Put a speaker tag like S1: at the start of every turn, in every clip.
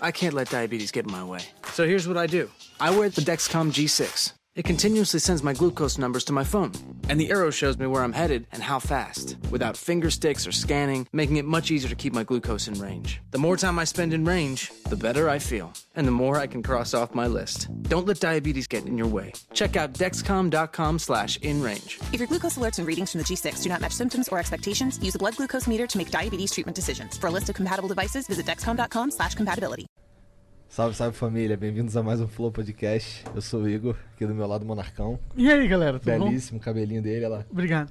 S1: I can't let diabetes get in my way. So here's what I do I wear the Dexcom G6. It continuously sends my glucose numbers to my phone, and the arrow shows me where I'm headed and how fast, without finger sticks or scanning, making it much easier to keep my glucose in range. The more time I spend in range, the better I feel, and the more I can cross off my list. Don't let diabetes get in your way. Check out dexcom.com slash inrange.
S2: If your glucose alerts and readings from the G6 do not match symptoms or expectations, use a blood glucose meter to make diabetes treatment decisions. For a list of compatible devices, visit dexcom.com slash compatibility.
S3: Salve, salve família, bem-vindos a mais um Flow Podcast. Eu sou o Igor, aqui do meu lado o Monarcão.
S4: E aí, galera, tudo bom?
S3: Belíssimo cabelinho dele, olha lá.
S4: Obrigado.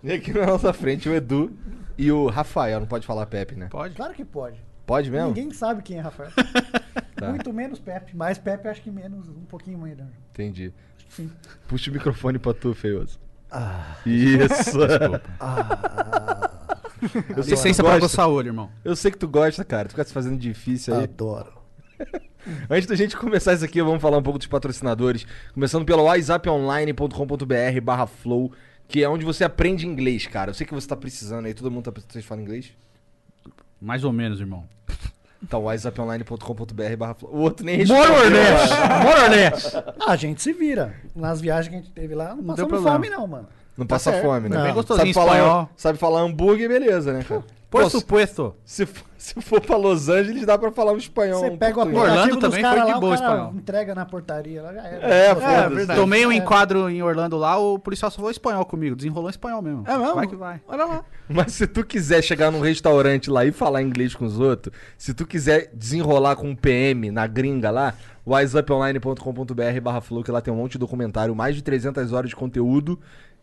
S3: E aqui na nossa frente o Edu e o Rafael, não pode falar Pepe, né?
S4: Pode?
S5: Claro que pode.
S3: Pode mesmo?
S5: Ninguém sabe quem é Rafael.
S3: Tá,
S5: Muito menos Pepe. Mais Pepe, acho que menos, um pouquinho ainda.
S3: Entendi.
S5: Sim.
S3: Puxa o microfone pra tu, feioso. Isso. Eu sei, que
S6: Licença
S3: tu
S6: pra
S3: gosta.
S6: coçar o olho, irmão.
S3: Eu sei que tu gosta, cara. Tu fica se fazendo difícil
S5: Ah,
S3: aí.
S5: Adoro.
S3: Antes da gente começar isso aqui, vamos falar um pouco dos patrocinadores. Começando pelo whatsapponline.com.br barra flow, que é onde você aprende inglês, cara. Eu sei que você tá precisando aí, todo mundo tá precisando. Vocês falam inglês?
S6: Mais ou menos, irmão.
S3: Então, whatsapponline.com.br barra flow. O outro nem
S4: More or
S5: né?
S4: less! More or less!
S5: Ah, a gente se vira. Nas viagens que a gente teve lá, não
S6: deu
S5: passamos
S6: problema.
S5: fome não, mano.
S3: Não
S5: Tá
S3: passa
S5: certo.
S3: fome, né?
S5: Não. Bem
S6: gostosinho,
S3: sabe falar,
S6: espanhol.
S3: sabe falar hambúrguer, beleza, né, cara?
S6: Por
S3: Pô, se-
S6: supuesto.
S3: se, for- se for pra Los Angeles, dá pra falar um espanhol.
S5: Você
S3: um
S5: pega o
S3: português.
S6: Orlando
S5: aplicativo dos
S6: também foi
S5: caras
S6: de
S5: lá,
S6: boa,
S5: o cara
S6: espanhol.
S5: entrega na portaria lá, já era.
S3: É,
S5: Pô,
S3: foda-se.
S5: verdade. É.
S6: Tomei um enquadro em Orlando lá, o policial só falou espanhol comigo. Desenrolou espanhol mesmo.
S4: É mesmo?
S6: Vai que vai.
S4: Olha lá.
S3: Mas se tu quiser chegar num restaurante lá e falar inglês com os outros, se tu quiser desenrolar com um PM na gringa lá, wiseuponline.com.br barra flow, que lá tem um monte de documentário, mais de 300 horas de conteúdo,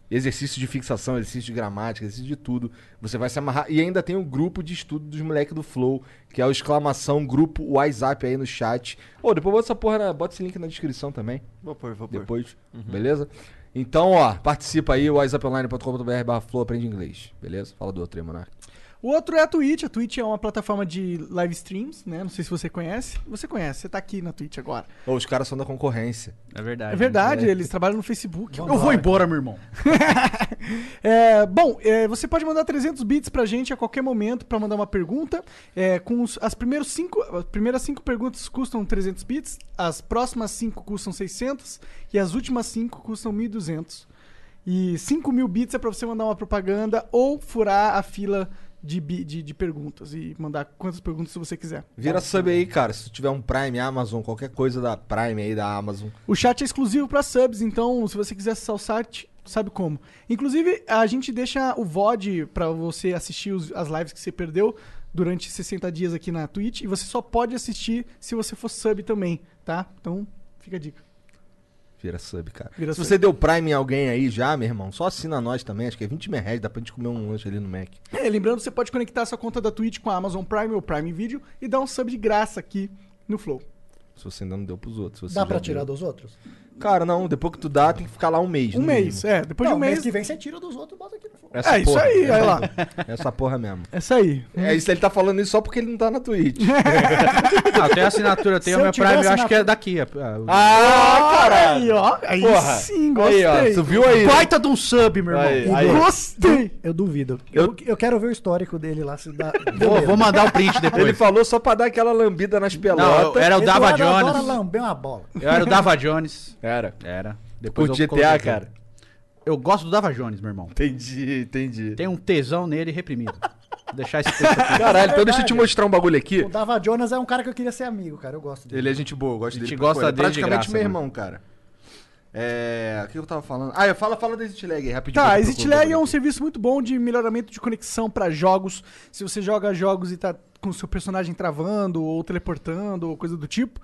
S3: exercício de fixação, exercício de gramática, exercício de tudo. Você vai se amarrar. E ainda tem um grupo de estudo dos moleques do Flow, que é o exclamação grupo WhatsApp aí no chat. Ô, depois bota essa porra, na- bota esse link na descrição também
S7: Vou pôr, vou pôr.
S3: depois, beleza? Então, ó, participa aí, wiseuponline.com.br barra flow, aprende inglês, beleza? Fala do outro aí, Monark.
S4: O outro é a Twitch. A Twitch é uma plataforma de live streams, né? Não sei se você conhece. Você conhece, você tá aqui na Twitch agora.
S3: Ô, os caras são da concorrência.
S6: É verdade.
S4: É verdade, eles trabalham no Facebook.
S6: Eu vou embora, meu irmão.
S4: É, bom, é, você pode mandar 300 bits pra gente a qualquer momento pra mandar uma pergunta. É, com os- as, primeiros cinco, as primeiras 5 perguntas custam 300 bits, as próximas 5 custam 600 e as últimas 5 custam 1.200. E 5 mil bits é pra você mandar uma propaganda ou furar a fila de, bi- de, de perguntas e mandar quantas perguntas você quiser.
S3: Vira sub aí, cara. Se tu tiver um Prime, Amazon, qualquer coisa da Prime aí, da Amazon.
S4: O chat é exclusivo para subs, então se você quiser acessar o site, sabe como. Inclusive, a gente deixa o VOD para você assistir os- as lives que você perdeu durante 60 dias aqui na Twitch. E você só pode assistir se você for sub também, tá? Então, fica a dica.
S3: Vira sub, cara.
S4: Vira
S3: Se
S4: sub.
S3: você deu Prime em alguém aí já, meu irmão, só assina nós também. Acho que é 20 mil reais, dá pra gente comer um lanche ali no Mac.
S4: É, lembrando, você pode conectar sua conta da Twitch com a Amazon Prime ou Prime Video e dar um sub de graça aqui no Flow.
S3: Se você ainda não deu pros outros. se você
S5: Dá
S3: já
S5: pra
S3: deu.
S5: tirar dos outros?
S3: Cara, não. Depois que tu dá, tem que ficar lá um mês.
S4: Um
S3: no
S4: mês,
S3: mínimo.
S4: é. Depois
S5: não,
S4: de um mês...
S5: mês que vem você tira dos outros e bota aqui no fundo.
S3: Essa
S4: É, isso
S3: porra.
S4: aí, olha lá.
S3: Essa porra mesmo.
S4: Essa aí.
S3: É isso, ele tá falando isso só porque ele não tá na Twitch.
S6: Ah, eu tenho assinatura, eu tenho
S5: Se eu
S6: a minha
S5: tiver
S6: Prime, eu acho
S5: assinatura-
S6: que é daqui. é- é-
S3: Ah, caralho!
S4: Aí, ó. Aí
S3: Porra.
S4: sim,
S3: Aí,
S4: gostei.
S3: ó, Ah, tu viu aí? né?
S6: Baita de um sub, meu irmão.
S3: Aí, aí.
S4: Gostei.
S5: Eu duvido.
S3: Eu-
S5: Eu, eu quero ver o histórico dele lá. Se dá...
S6: Vou, vou mandar o print
S3: Ele
S6: depois.
S3: falou só pra dar aquela lambida nas
S6: Não,
S3: pelotas.
S6: eu, era o Dava
S5: Eduardo adora
S6: Jones.
S5: lamber uma bola.
S6: Eu era o Dava Jones.
S3: Era.
S6: Era. Depois
S3: Curte
S6: eu
S3: GTA,
S6: coloquei.
S3: cara.
S6: Eu gosto do Dava Jones, meu irmão.
S3: Entendi, entendi.
S6: Tem um tesão nele reprimido. Vou deixar esse texto aqui.
S3: Caralho, então deixa eu te mostrar um bagulho aqui.
S5: O Dava Jonas é um cara que eu queria ser amigo, cara. Eu gosto dele.
S3: Ele é gente boa, eu gosto
S6: A gente
S3: dele. né? pra
S6: gosta
S3: caralho.
S6: dele de
S3: praticamente
S6: graça,
S3: meu
S6: mano.
S3: irmão, cara. É. O que eu tava falando? Ah, eu- fala, fala da Exit Lag aí, rapidinho.
S4: Tá,
S3: enquanto eu
S4: Exit
S3: procuro o
S4: Lag é um
S3: bagulho
S4: serviço muito bom de melhoramento de conexão pra jogos. Se você joga jogos e tá com o seu personagem travando ou teleportando ou coisa do tipo,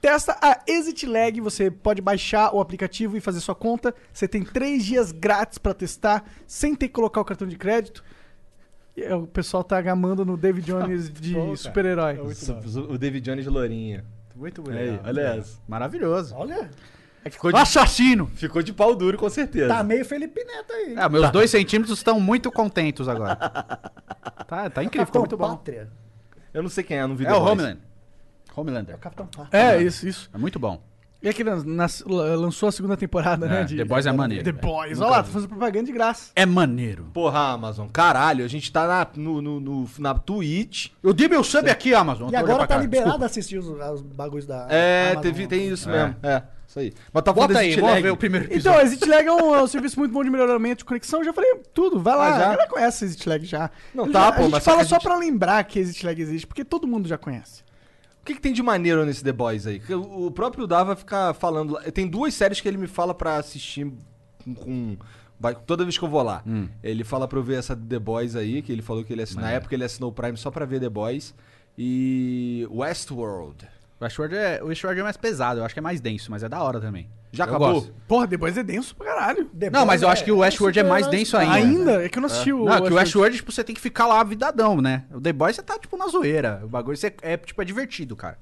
S4: testa a Exit Lag. Você pode baixar o aplicativo e fazer sua conta. Você tem três dias grátis pra testar sem ter que colocar o cartão de crédito. E, é, O pessoal tá gamando no David Jones de super-herói.
S3: aqui. O David Jones Lourinha.
S6: Muito
S3: Aí, olha essa.
S6: Maravilhoso.
S5: Olha,
S3: Ficou de,
S6: Assassino!
S3: ficou de pau duro, com certeza.
S5: tá meio Felipe Neto aí. É
S6: Ah, meus dois centímetros estão muito contentos agora. É Tá, tá incrível, ficou muito bom.
S5: Pátria.
S3: Eu não sei quem é, não vi
S6: É o Homeland. Homelander.
S5: Capitão Pátria.
S4: É, isso, isso.
S6: É muito bom.
S4: E aquele lançou a segunda temporada, né?
S6: É, The Boys é maneiro,
S4: The
S6: velho.
S4: Boys. Olha lá, tá fazendo propaganda de graça.
S6: É maneiro.
S3: Porra, Amazon, caralho, a gente tá na, no, no- no- na Twitch.
S6: Eu dei meu sub aqui, Amazon.
S5: E agora tá liberado assistir os, os bagulhos da.
S3: É,
S5: Amazon.
S3: teve, tem isso mesmo. É, isso aí. Mas tá
S6: Bota aí,
S3: desse
S6: vamos
S3: lag.
S6: ver o primeiro
S4: Então,
S6: episódio.
S4: a Exit Lag é um, é um serviço muito bom de melhoramento de conexão. Eu já falei tudo, vai lá.
S3: Ah, já?
S4: A galera conhece Exit Lag já.
S3: Não,
S4: Eu
S3: tá,
S4: já-
S3: pô,
S4: A gente
S3: mas só
S4: fala
S3: que a
S4: só
S3: gente-
S4: pra lembrar que Exit Lag existe, porque todo mundo já conhece.
S3: O que, que tem de maneiro nesse The Boys aí? Porque O o próprio Dá vai ficar falando. lá- Tem duas séries que ele me fala pra assistir com- com. vai- Toda vez que eu vou lá. Ele fala pra eu ver essa The Boys aí, que ele falou que ele assinou. Na época ele assinou o Prime só pra ver The Boys. E. Westworld.
S6: O Ashword é, o Ashword é mais pesado, eu acho que é mais denso, mas é da hora também.
S3: Já
S6: Eu
S3: acabou?
S6: gosto.
S4: Porra, The Boys é denso pra caralho.
S5: The
S6: Não, mas eu
S5: Boys
S6: acho que o Ashword é mais denso ainda.
S4: Ainda? É que eu não assisti
S6: Não,
S4: o.
S6: que o
S4: Westworld.
S6: Ashword, tipo, você tem que ficar lá vidadão, né? O The Boy você tá, tipo, na zoeira. O bagulho você é, tipo, é divertido, cara.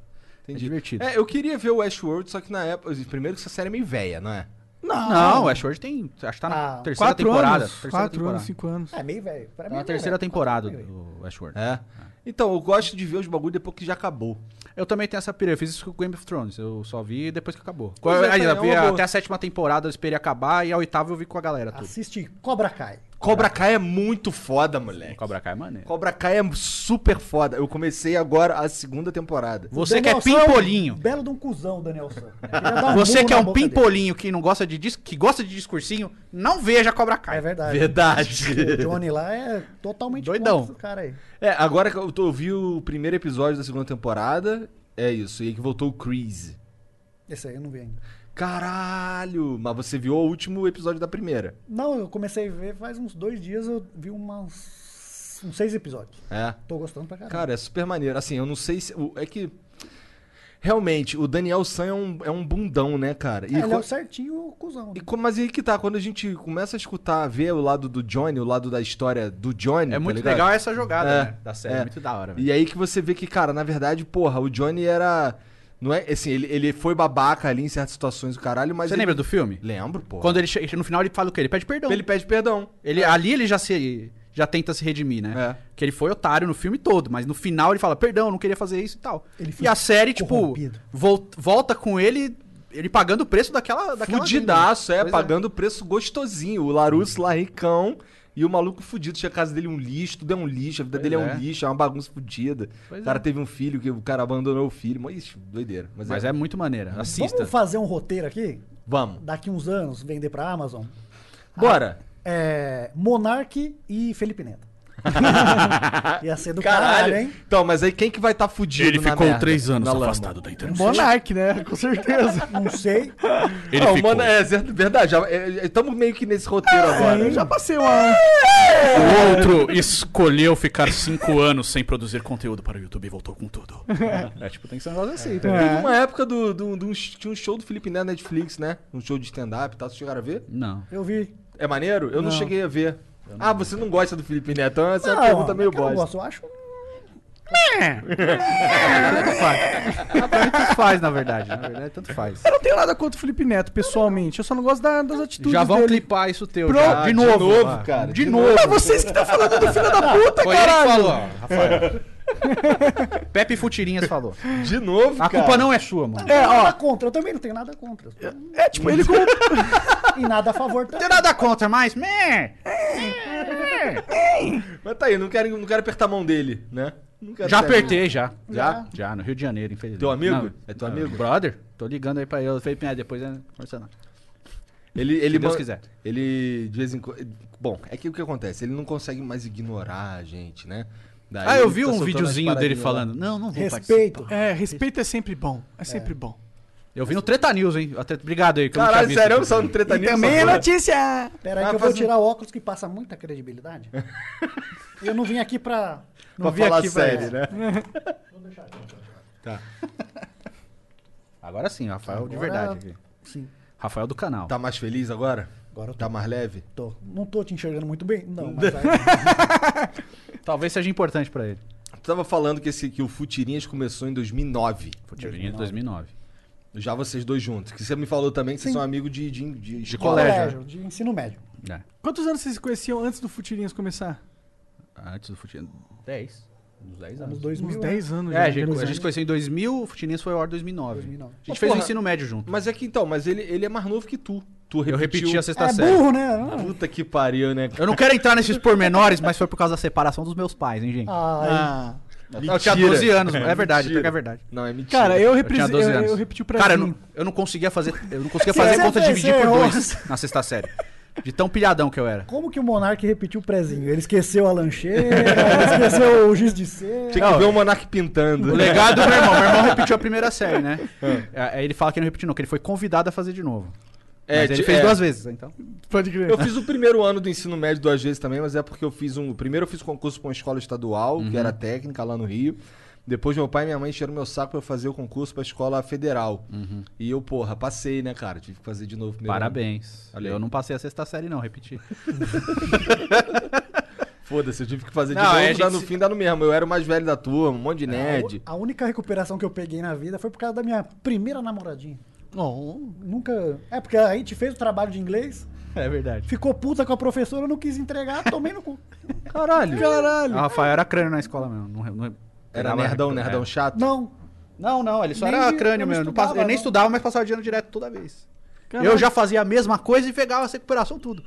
S6: É divertido.
S3: É, eu queria ver o Westworld, só que na época. Primeiro que essa série é meio velha, não é?
S4: Não,
S6: Não, o Ashword tem. Acho que tá na
S5: Ah,
S6: terceira
S4: Quatro
S6: temporada.
S4: anos.
S6: terceira
S4: Quatro
S6: temporada.
S4: anos, cinco anos.
S5: É meio velho. Pra
S6: Tá
S5: mim
S6: na
S5: não,
S6: terceira
S5: velho.
S6: temporada
S5: Pra mim não, velho.
S6: do Ashword.
S3: É. Então, eu gosto de ver os bagulho depois que já acabou.
S6: Eu também tenho essa pira. Eu fiz isso com o Game of Thrones. Eu só vi depois que acabou.
S3: Pois é,
S6: Aí
S3: tá,
S6: eu
S3: é
S6: vi
S3: uma boa.
S6: até a sétima temporada, eu esperei acabar. E a oitava eu vi com a galera
S3: Assim.
S6: tudo.
S5: Assiste Cobra Kai.
S3: Cobra Kai é muito foda, moleque.
S6: Cobra Kai é maneiro.
S3: Cobra Kai é super foda. Eu comecei agora a segunda temporada.
S6: Você que é
S5: Daniel San,
S6: pimpolinho.
S5: Belo de um cuzão, Danielson. Queria dar
S6: Você
S5: murro
S6: que é
S5: na
S6: um
S5: boca dele.
S6: pimpolinho que não gosta de dis- que gosta de discursinho, não veja Cobra Kai.
S5: É verdade. O
S3: Verdade.
S5: Johnny lá é totalmente
S6: Doidão.
S5: contra esse cara aí.
S3: É, agora que eu, tô, eu vi o primeiro episódio da segunda temporada, é isso. E aí que voltou o Crease.
S5: Esse aí eu não vi ainda.
S3: Caralho! Mas você viu o último episódio da primeira.
S5: Não, eu comecei a ver faz uns dois dias, eu vi umas, uns seis episódios.
S3: É.
S5: Tô gostando pra caramba.
S3: Cara, é super maneiro. Assim, eu não sei se. o- É que. Realmente, o Daniel San é um, é um bundão, né, cara? E
S5: É, ele é
S3: co-
S5: o certinho o cuzão. né?
S3: e co- mas aí que tá, quando a gente começa a escutar, ver o lado do Johnny, o lado da história do Johnny.
S6: É
S3: tá
S6: muito
S3: ligado?
S6: legal essa jogada,
S3: É,
S6: né? Da série.
S3: é.
S6: É muito da hora, velho.
S3: E aí que você vê que, cara, na verdade, porra, o Johnny era. Não é, assim, ele, ele foi babaca ali em certas situações do caralho, mas.
S6: Você
S3: ele-
S6: lembra do filme?
S3: Lembro, porra.
S6: Quando ele chega, no final ele fala o quê? Ele pede perdão.
S3: Ele
S6: Ele,
S3: pede perdão.
S5: É.
S6: ali ele já se já tenta se redimir, né?
S3: É.
S6: Que ele foi otário no filme todo, mas no final ele fala perdão, não queria fazer isso e tal.
S5: Ele foi
S6: e a série tipo
S5: corrompido.
S6: vol- volta com ele ele pagando o preço
S3: é
S6: daquela daquela
S3: Fudidaço,
S6: dele, né?
S3: é,
S6: Pois
S3: pagando o preço gostosinho. O Larusso lá ricão e o maluco fudido. Tinha a casa dele um lixo, tudo é um lixo, a vida
S6: Pois
S3: dele é.
S6: é.
S3: um lixo, é uma bagunça fudida.
S6: Pois
S3: o cara
S6: é.
S3: teve um filho que o cara abandonou o filho. Mas, ixi, doideira. Mas,
S6: Mas é muito maneira. Assista.
S5: Vamos fazer um roteiro aqui?
S3: Vamos.
S5: Daqui uns anos, vender pra Amazon?
S3: Bora.
S5: É, Monark e Felipe Neto. Ia ser do caralho,
S3: Caralho,
S5: hein?
S3: Então, mas aí quem que vai estar tá fudido? na merda? Na lama.
S6: da
S4: Monark, né? Com certeza.
S5: Não sei.
S6: Ele
S3: Não,
S6: ficou.
S3: mano, é cer- verdade. Estamos meio que nesse roteiro
S5: Ah,
S3: agora.
S4: Eu já passei uma.
S6: O outro escolheu ficar cinco anos sem produzir conteúdo para o YouTube e voltou com tudo. É, tipo, tem que ser um negócio assim, tá
S5: É.
S6: ligado?
S3: Teve uma época do, do, do- tinha um show do Felipe Neto na Netflix, né? Um show de stand-up e tal. Vocês chegaram a ver?
S6: Não.
S5: Eu vi.
S3: É maneiro? Eu não, cheguei a ver. Ah, você não gosta do Felipe Neto? Então essa é
S5: Não,
S3: uma pergunta meio
S5: não é que eu não
S3: bosta.
S5: gosto, Eu acho.
S6: Tanto faz, na verdade. Na verdade, tanto faz.
S4: Eu não tenho nada contra o Felipe Neto, pessoalmente. Eu só não gosto da- das atitudes
S6: Já vão
S4: dele.
S6: clipar isso teu.
S4: Pro-
S6: já.
S3: Ah,
S6: De novo.
S3: De novo,
S6: Ah,
S3: cara.
S6: De novo. É.
S4: É vocês que estão falando do filho da puta,
S6: Foi ele que
S4: caralho.
S6: falou, ó, Rafael. Pepe Futirinhas falou.
S3: De novo,
S6: A
S3: cara.
S6: culpa não é sua, mano.
S5: É, nada contra. Eu também não tenho nada contra.
S4: É, tipo, ele como...
S5: E nada a favor
S6: Não tem
S5: também.
S6: nada contra, mas... meh,
S3: Mas tá aí, não quero, não quero apertar a mão dele, né? Não quero
S6: Já
S3: apertar.
S6: apertei, já.
S3: Já?
S6: Já, no Rio de Janeiro, infelizmente.
S3: Teu amigo?
S6: Não,
S3: É teu
S6: não,
S3: amigo?
S6: Brother. Tô ligando aí pra ele. Felipe, né, depois... né, Conversa não.
S3: Ele, ele
S6: Se Deus
S3: man-
S6: quiser.
S3: Ele, de vez em quando... Bom, é que o que acontece? Ele não consegue mais ignorar a gente, né? Daí
S6: Ah, eu
S3: ele
S6: vi
S3: fica
S6: um
S3: soltando as
S6: videozinho dele
S3: paradinhas lá.
S6: falando. Não, não vou
S5: Respeito.
S6: participar.
S4: É, respeito é sempre bom. É sempre bom.
S6: Eu vi no Treta News, hein? A Treta- Obrigado aí. que eu não
S3: Caralho,
S6: tinha visto
S3: sério, eu
S6: isso.
S3: só no treta News,
S4: Também é
S3: só
S6: né?
S3: foi-
S4: notícia.
S5: Pera
S3: Vai
S5: aí que eu vou
S3: fazer-
S5: tirar o óculos que passa muita credibilidade. eu não vim aqui pra.
S3: Pra
S4: vi
S3: falar
S4: aqui, vai.
S3: sério, né?
S6: Agora é sim, Rafael de
S5: Agora-
S6: verdade. aqui.
S5: Sim.
S6: Rafael do canal.
S3: Tá mais feliz agora?
S5: Agora eu tô.
S3: Tá mais leve?
S5: Tô. Não tô te enxergando muito bem? Não, mas aí-
S6: Talvez seja importante pra ele.
S3: Tu tava falando que, esse, que o Futirinhas começou em 2009.
S6: Futirinha de 2009.
S3: Já vocês dois juntos. Que você me falou também que vocês
S5: Sim.
S3: são amigos de, de, de, de
S5: colégio, de ensino médio.
S6: É.
S4: Quantos anos vocês se conheciam antes do Futirinhas começar?
S6: Antes do Futirinha. 10.
S3: Uns 10
S5: Anos
S3: anos.
S5: 2000.
S4: Uns
S5: né?
S4: 10 anos.
S6: É,
S4: já,
S6: a gente,
S4: pelos
S6: a gente
S4: anos.
S6: conheceu em 2000, o Futinense foi ao ar em 2009.
S5: 2009.
S6: A gente
S3: Ô,
S6: fez o
S3: porra,
S6: ensino médio junto.
S3: Mas é que então, mas ele, ele é mais novo que tu. Tu
S6: Eu
S3: repetiu.
S6: repeti a sexta
S5: É
S6: série.
S5: burro, né? Ah.
S3: Puta que pariu, né? cara?
S6: Eu não quero entrar nesses pormenores, mas foi por causa da separação dos meus pais, hein, gente?
S5: Ah,
S6: Ah. Eu tinha 12 anos, mano. É verdade,
S3: Mentira.
S6: pior que é verdade.
S3: Não, é mentira.
S4: Cara, eu, repre...
S6: tinha 12
S4: eu,
S6: anos.
S4: eu repeti o Brasil.
S6: Cara, eu não, eu não conseguia fazer. Eu não conseguia
S5: Você
S6: fazer
S5: fez,
S6: conta de
S5: você
S6: dividir por
S5: errou.
S6: dois na sexta série. De tão pilhadão que eu era.
S5: como que o Monark repetiu o prezinho? Ele esqueceu a lancheira, ele esqueceu o giz de cera.
S3: Tinha que ver o Monark pintando.
S6: O legado do meu irmão. Meu irmão repetiu a primeira série, né? É, Aí ele fala que ele não repetiu, não, que ele foi convidado a fazer de novo.
S3: Ah. É,
S6: Mas ele
S3: ti-
S6: fez
S3: é.
S6: duas vezes, então.
S4: Pode crer.
S3: Eu fiz o primeiro ano do ensino médio duas vezes também, mas é porque eu fiz um. Primeiro eu fiz concurso pra uma escola estadual,
S6: Uhum.
S3: que era técnica lá no Rio. Depois meu pai e minha mãe encheram meu saco pra eu fazer o concurso pra escola federal. E eu, porra, passei, né, cara? Tive que fazer de novo primeiro.
S6: Uhum. Parabéns.
S3: Olha aí.
S6: eu não passei a sexta série, não, repeti.
S3: ano. Foda-se, eu tive que fazer de
S6: Não, é,
S3: novo,
S6: a gente
S3: dá no
S6: se- É,
S3: fim, dá no mesmo. Eu era o mais velho da turma, um monte de nerd.
S5: A única recuperação que eu peguei na vida foi por causa da minha primeira namoradinha.
S6: Oh.
S5: Nunca. É, porque a gente fez o trabalho de inglês,
S6: É verdade.
S5: ficou puta com a professora, não quis entregar, tomei no cu.
S6: Caralho. Caralho. O Ah, Rafael era crânio na escola mesmo. Não, não-
S3: Era nerdão, nerdão
S6: É.
S3: chato.
S5: Não.
S6: Não, não, ele só
S5: Nem
S6: era
S5: de-
S6: crânio
S5: eu não
S6: mesmo. Não
S5: estudava,
S6: passa- eu nem
S5: não.
S6: estudava, mas passava de ano direto toda vez.
S4: Caralho.
S6: Eu já fazia a mesma coisa e pegava a recuperação tudo.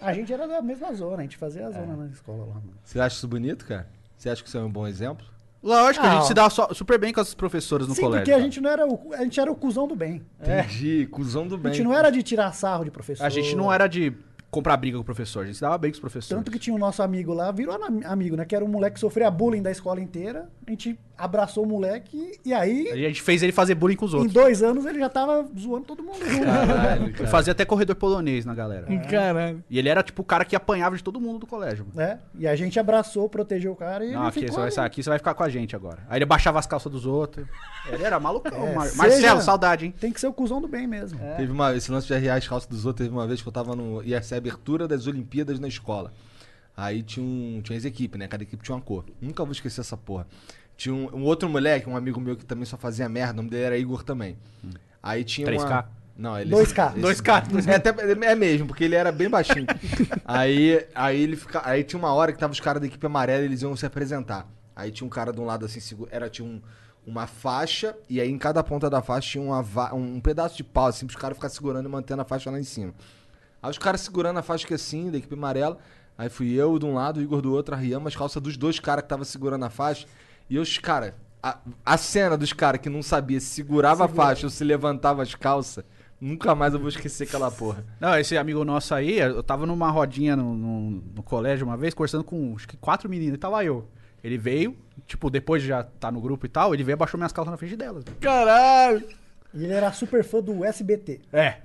S5: A gente era da mesma zona, a gente fazia a zona
S6: É.
S5: na escola lá. mano.
S3: Você acha isso bonito, cara? Você acha que isso é um bom exemplo?
S6: Lógico, a
S5: Ah,
S6: gente
S5: ó.
S6: se dava só- super bem com as professoras no
S5: Sim,
S6: colégio. tá.
S5: porque a
S6: cara.
S5: gente não era o, a gente era o cuzão do bem.
S6: É.
S3: Entendi, cuzão do
S5: A
S3: bem.
S5: gente não era de tirar sarro de professor.
S6: A gente não era de comprar briga com o professor, a gente se dava bem com os professores.
S5: Tanto que tinha o nosso amigo lá, virou ami- amigo, né? Que era um moleque que sofria bullying da escola inteira. A gente abraçou o moleque e aí,
S6: A gente fez ele fazer bullying com os
S5: em
S6: outros.
S5: dois anos, ele já tava zoando todo mundo.
S3: Caralho,
S6: Eu
S3: cara.
S6: fazia até corredor polonês na galera.
S4: Caralho.
S6: E ele era tipo o cara que apanhava de todo mundo do colégio. Mano.
S5: né? E a gente abraçou, protegeu o cara e
S6: Não,
S5: ele
S6: aqui
S5: ficou
S6: você, vai,
S5: ali.
S6: aqui você vai ficar com a gente agora. Aí ele baixava as calças dos outros. Ele era malucão.
S5: É,
S6: Mar-
S5: seja-
S6: Marcelo, saudade, hein?
S5: Tem que ser o cuzão do bem mesmo.
S3: Teve uma, esse lance de arriar as calças dos outros, teve uma vez que eu tava no. ia ser a abertura das Olimpíadas na escola. Aí tinha um. Tinha as equipes, né? Cada equipe tinha uma cor. Nunca vou esquecer essa porra. Tinha um, um outro moleque, um amigo meu que também só fazia merda, o nome dele era Igor também. Aí tinha
S6: 3K?
S3: uma. Não, ele.
S5: 2K.
S3: esse-
S6: 2K,
S3: É, até, é mesmo, porque ele era bem baixinho. aí, aí ele fica, aí tinha uma hora que tava os caras da equipe amarela, eles iam se apresentar. Aí tinha um cara de um lado assim, segu- era tinha um- uma faixa e aí em cada ponta da faixa tinha uma va- um pedaço de pau assim pros caras ficar segurando e mantendo a faixa lá em cima. Aí os caras segurando a faixa que assim, da equipe amarela. Aí fui eu de um lado, o Igor do outro, arriamos as calças dos dois caras que tava segurando a faixa. E os caras, a, a cena dos caras que não sabia se segurava a faixa ou se levantava as calças, nunca mais eu vou esquecer aquela porra.
S6: Não, esse amigo nosso aí, eu tava numa rodinha no, no- no colégio uma vez, conversando com acho que quatro meninas, e tava eu. Ele veio, tipo, depois de já tá no grupo e tal, ele veio e baixou minhas calças na frente delas.
S4: Caralho.
S5: E ele era super fã do SBT.
S6: É.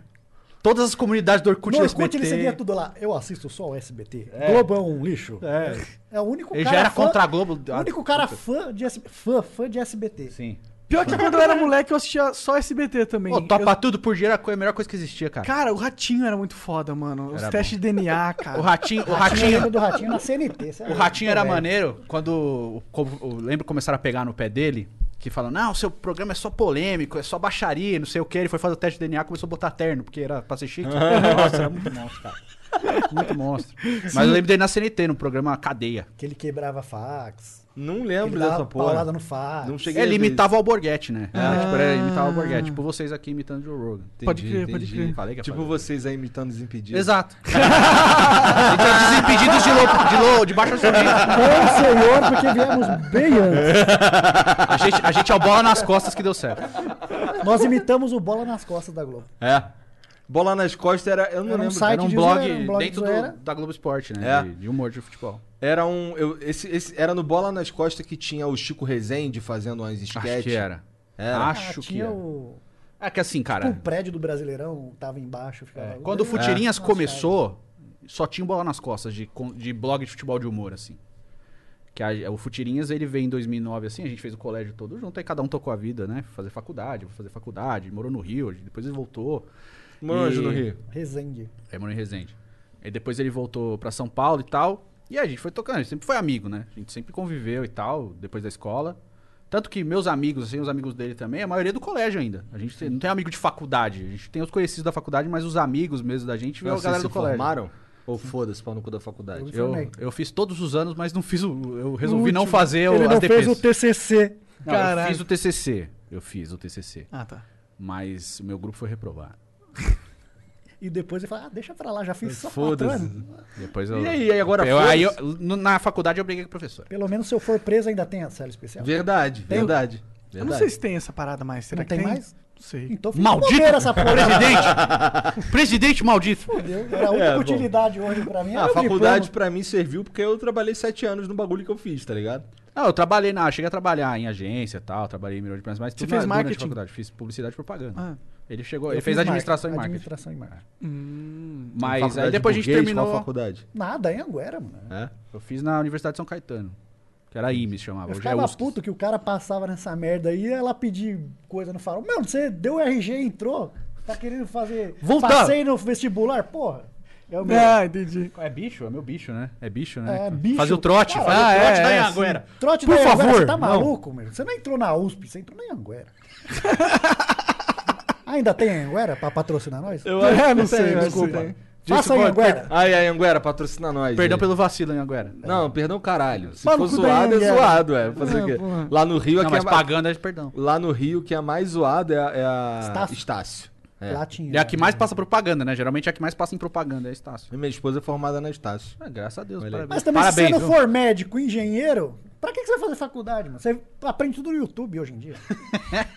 S6: Todas as comunidades do Orkut,
S5: No
S6: do
S5: Orkut
S6: SBT,
S5: ele seguia tudo lá. Eu assisto só o SBT. Globo é um lixo. É. o único
S6: Ele
S5: cara
S6: já era
S5: fã-
S6: contra a Globo.
S5: O único cara fã de, SB fã, fã de SBT.
S6: Sim.
S4: Pior que quando eu era moleque, eu assistia só SBT também.
S6: Pô, topa tudo por dinheiro é a melhor coisa que existia,
S4: Eu-
S6: cara.
S4: Cara, o ratinho era muito foda, mano. Os
S6: Era
S4: testes de DNA, cara.
S6: O ratinho, o
S5: Eu lembro
S6: ratinho,
S5: do Ratinho na CNT. sabe?
S6: o ratinho era
S5: é Velho.
S6: maneiro quando o- o- eu lembro que começaram a pegar no pé dele. Que falam, não, seu programa é só polêmico, é só baixaria, não sei o que. Ele foi fazer o teste de DNA e começou a botar terno, porque era pra ser chique. Nossa, era muito monstro, cara. Muito monstro. Mas eu lembro dele na CNT, no programa Cadeia.
S5: Que ele quebrava fax.
S3: Não
S5: que
S3: lembro
S5: Ele
S3: dessa
S5: dava
S3: porra.
S5: paulada no fax.
S3: Não cheguei
S6: Ele
S3: a ver
S6: imitava o Alborguete, né?
S3: Ah.
S6: Tipo, era- ele imitava o Alborguete. Tipo vocês aqui imitando o Joe Rogan.
S3: isso.
S4: Pode crer, pode crer.
S6: Falei que ia
S3: tipo
S6: fazer.
S3: vocês aí imitando desimpedidos.
S6: Exato. então, desimpedidos de, low, de, low, de baixo orçamento.
S5: Não, senhor, porque viemos bem antes.
S6: A gente, a gente é o bola nas costas que deu certo.
S5: Nós imitamos o Bola nas Costas da Globo.
S3: É. Bola nas costas era. Eu não
S5: Era um
S3: lembro.
S5: site
S6: Era um
S5: de
S6: blog,
S5: zoeira, um blog
S6: dentro
S5: de zoeira.
S6: do, da Globo Esporte, né?
S3: É.
S6: De, de humor de futebol.
S3: Era um. eu- esse, esse- era no Bola nas Costas que tinha o Chico Rezende fazendo umas sketches.
S6: Acho que era.
S3: Era.
S5: Ah,
S6: Acho que
S5: tinha
S6: era.
S5: o...
S6: É que assim,
S5: o
S6: cara, É.
S5: prédio do Brasileirão tava embaixo. Ficava... É.
S6: quando o Futirinhas
S5: Nossa,
S6: começou, só tinha bola nas costas de, con- de blog de futebol de humor, assim. Que a- o Futirinhas, ele veio em 2009, assim, a gente fez o colégio todo junto, aí cada um tocou a vida, né? Fazer faculdade, fazer faculdade, morou no Rio, depois ele voltou.
S3: Manjo
S6: E-
S3: no Rio.
S5: cara. é, Rezende.
S6: Aí morou em Resende. Aí depois ele voltou pra São Paulo e tal. E aí a gente foi tocando, a gente sempre foi amigo, né? A gente sempre conviveu e tal, depois da escola. Tanto que meus amigos, assim, os amigos dele também, a maioria é do colégio ainda. A gente tem- não tem amigo de faculdade. Tipo, A gente tem os conhecidos da faculdade, mas os amigos mesmo da gente veio a
S3: Vocês
S6: galera
S3: se
S6: do colégio.
S3: formaram? Ou foda-se, pau no cu da faculdade.
S6: Eu,
S5: formei.
S6: eu fiz todos os anos, mas não fiz o. Eu resolvi
S5: No
S6: não
S5: último.
S6: fazer
S5: Ele
S6: o
S5: não
S6: as
S5: fez o
S6: DPs.
S5: TCC.
S6: Não, eu
S4: Caralho.
S6: fiz o TCC. Eu fiz o TCC.
S4: Ah, tá.
S6: Mas o meu grupo foi reprovar.
S5: E depois ele fala, ah, deixa pra lá, já fiz só quatro
S3: Foda-se.
S5: anos.
S6: Depois eu.
S3: Tá E aí, e agora
S6: eu, aí eu-
S3: foda-se?
S6: no- Na faculdade eu briguei com o professor.
S5: Pelo menos se eu for preso ainda tem a cela especial.
S3: Verdade, verdade.
S4: Eu não
S3: verdade.
S4: sei se tem essa parada mais. Será
S5: Não
S4: que
S5: tem
S4: tem?
S5: mais?
S4: Não sei.
S5: Então fica
S6: Maldito!
S5: bobeira essa porra.
S6: Presidente! Presidente maldito!
S5: Entendeu? Era a única
S3: É, bom.
S5: utilidade hoje pra mim.
S3: Ah,
S5: era
S3: a
S5: o
S3: faculdade
S5: diploma.
S3: pra mim serviu porque eu trabalhei sete anos no bagulho que eu fiz, tá ligado?
S6: Ah, eu trabalhei na. Cheguei a trabalhar em agência e tal, trabalhei em milhão de empresas, mas tudo
S4: fez
S6: na, durante a
S4: marketing?
S6: faculdade. Fiz publicidade e propaganda.
S4: Ah.
S6: Ele chegou,
S5: Eu
S6: ele
S5: fiz
S6: fez administração
S5: marketing,
S6: e marketing.
S5: Administração e marketing.
S6: Mas
S3: Faculdade
S6: aí
S3: de
S6: depois a gente
S3: português,
S6: terminou.
S3: Qual faculdade?
S5: Nada, em Anguera, mano.
S3: É?
S6: Eu fiz na Universidade de São Caetano. Que era IMES, chamava.
S5: Eu
S6: Hoje é
S5: ficava
S6: USP.
S5: puto que o cara passava nessa merda aí e ela pedir coisa no farol. Meu, você deu RG e entrou? Tá querendo fazer.
S6: Voltar.
S5: Passei no vestibular? Porra. É o meu.
S4: Ah, entendi.
S6: É bicho, é meu bicho, né? É bicho, né?
S5: É,
S6: Então,
S5: bicho.
S6: Fazer o trote.
S5: Cara,
S6: fazer
S5: ah,
S6: o trote
S4: é,
S6: da
S4: é,
S6: Anhanguera.
S5: Trote
S6: Por
S5: da Anguera,
S6: favor.
S5: Você tá
S6: Não.
S5: maluco, meu? Você não entrou na USP, você entrou na Anguera. Ainda tem Anguera pra patrocinar nós?
S3: Eu
S6: É,
S4: acho que não sei, desculpa.
S5: Faça aí, Anguera.
S3: Ai, ai, Anguera, patrocina nós.
S6: Perdão
S3: gente.
S6: pelo vacilo, Anhanguera.
S3: Não, perdão caralho. Se
S5: Fala
S3: for
S5: no cu da
S3: zoado, é
S5: Anhanguera.
S3: zoado, é. Fazer o quê?
S4: porra.
S3: Lá no Rio,
S6: Não,
S3: aqui é
S6: mas
S3: a ma-
S6: pagando é de perdão.
S3: Lá no Rio, que é a mais zoada é a, é a Estácio.
S5: Estácio.
S3: É.
S5: Latinha.
S6: É a que mais passa propaganda, né? Geralmente é a que mais passa em propaganda, é a Estácio.
S3: E minha esposa é formada na Estácio.
S6: É, graças a Deus,
S3: Olha aí.
S6: parabéns.
S5: Mas também,
S6: parabéns,
S5: se você
S6: viu?
S5: não for médico, engenheiro, pra que, que você vai fazer faculdade, mano? Você aprende tudo no YouTube hoje em dia.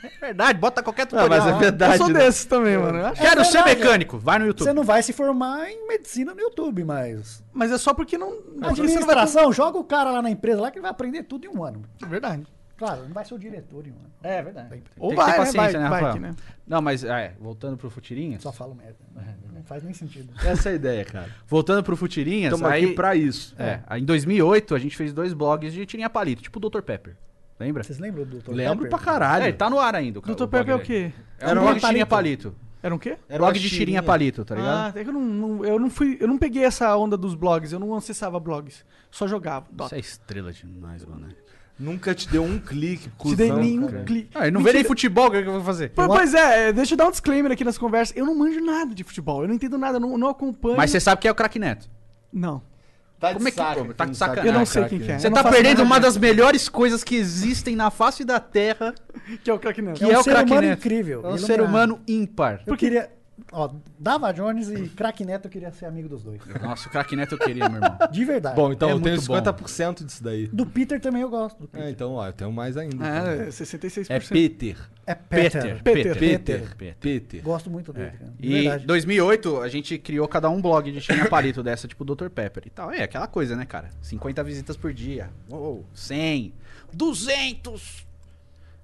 S6: É verdade, bota qualquer
S3: Ah,
S6: tutorial.
S3: mas é
S6: lá.
S3: verdade.
S4: Eu sou
S3: né?
S4: desses também, mano. Eu acho-
S6: Quero
S5: É
S6: ser
S5: verdade,
S6: mecânico, vai no YouTube.
S5: Você não vai se formar em medicina no YouTube, mas.
S4: Mas é só porque não. porque você não vai-
S5: Administração, joga o cara lá na empresa lá que ele vai aprender tudo em um ano.
S4: Verdade.
S5: Claro, ele não vai ser o diretor em um ano.
S6: É verdade.
S4: Ou
S6: Tem que
S4: vai,
S6: ter
S4: né?
S6: paciência,
S4: Vai-
S6: né,
S4: vai
S6: Rafael?
S4: que, né?
S6: Não, mas é, voltando pro Futirinhas.
S5: Só falo merda.
S6: É,
S5: Não faz nem sentido.
S3: Essa é a ideia, cara.
S6: Voltando pro Futirinhas,
S3: Estamos
S6: aí...
S3: aqui pra isso.
S6: É, aí em 2008 a gente fez dois blogs de tirinha palito, tipo o Dr. Pepper. Lembra?
S5: Vocês lembram do Dr.
S3: Lembro
S5: Pepper?
S3: pra caralho.
S6: É, ele tá no ar ainda.
S4: Dr. Pepe é o quê?
S6: É um blog de tirinha palito.
S4: Era um quê?
S3: Era uma
S6: blog de tirinha palito, tá ligado?
S4: Ah, é que eu não, não- eu não fui. Eu não peguei essa onda dos blogs, eu não acessava blogs. Só jogava.
S6: Você é estrela demais, mano.
S3: Nunca te deu um clique,
S4: Te
S3: cuzão.
S4: dei nenhum
S3: cara.
S4: clique.
S6: é Ah, eu não
S4: Me
S6: verei
S4: tira-
S6: futebol, o que é que eu vou fazer?
S4: Pô, Pois é, é, deixa eu dar um disclaimer aqui nas conversas. Eu não manjo nada de futebol, eu não entendo nada, eu não, não acompanho.
S6: Mas você sabe que é o craque neto.
S4: Não.
S3: Tá de
S6: Como é que-
S3: saca,
S6: pô, tá
S3: tu
S6: de
S3: saca-
S6: sacanagem.
S4: Eu não
S6: Ah,
S4: sei
S3: craque, né?
S4: quem que é.
S6: Você
S4: eu não
S6: tá
S4: faço
S6: perdendo
S4: nada
S6: uma das melhores coisas que existem na face da Terra,
S4: disso. Que é o craque Neto.
S6: que é,
S5: um
S6: o
S5: ser
S6: craque
S5: humano
S6: Neto.
S5: incrível,
S6: É um
S5: iluminado.
S6: ser humano ímpar.
S5: Eu queria. Ó, Dava Jones e Crack Neto eu queria ser amigo dos dois.
S6: Nossa, o craque neto eu queria, meu irmão.
S5: De verdade.
S3: Bom, então
S6: É
S3: eu tenho
S6: muito bom.
S3: 50% disso daí.
S5: Do Peter também eu gosto. do
S3: É,
S5: Peter.
S3: então, ó, eu tenho mais ainda.
S4: É,
S3: então.
S4: 66%.
S3: é Peter.
S5: É Peter.
S4: Peter.
S3: Peter. então. Peter.
S5: Gosto muito dele, cara. De
S6: É. E em
S5: verdade.
S6: 2008, a gente criou cada um blog de tinha palito dessa, tipo Dr. Pepper e tal. É aquela coisa, né, cara? 50 visitas por dia. Uou, 100, 200.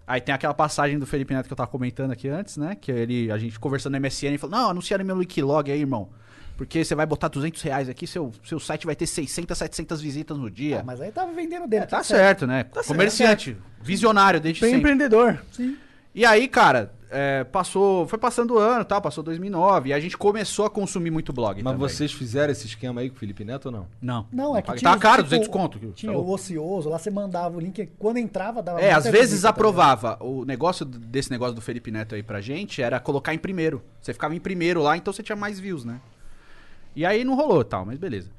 S6: Aí tem aquela passagem do Felipe Neto que eu tava comentando aqui antes, né? Que ele, a gente conversando no MSN e falou: Não, anunciaram meu Wikilog aí, irmão. Porque você vai botar 200 reais aqui, seu, seu site vai ter 600, 700 visitas no dia.
S5: Ah, mas aí tava vendendo dele.
S6: É, tá certo, né? Comerciante, visionário desde
S4: Bem
S6: sempre.
S4: empreendedor.
S6: E aí, cara, é, passou, foi passando o ano, tá? Passou 2009 e a gente começou a consumir muito blog
S3: Mas
S6: também.
S3: vocês fizeram esse esquema aí com o Felipe Neto ou não?
S6: Não.
S5: Não, é que
S6: Tá
S5: tinha,
S6: caro,
S5: tipo,
S6: 200 conto. que-
S5: Tinha
S6: tá
S5: o
S6: louco.
S5: ocioso, lá você mandava o link, quando entrava dava.
S6: É,
S5: muita
S6: às vezes
S5: visita, tá
S6: aprovava. O negócio d- desse negócio do Felipe Neto aí pra gente era colocar em primeiro. Você ficava em primeiro lá, então você tinha mais views, né? E aí não rolou tal, mas beleza.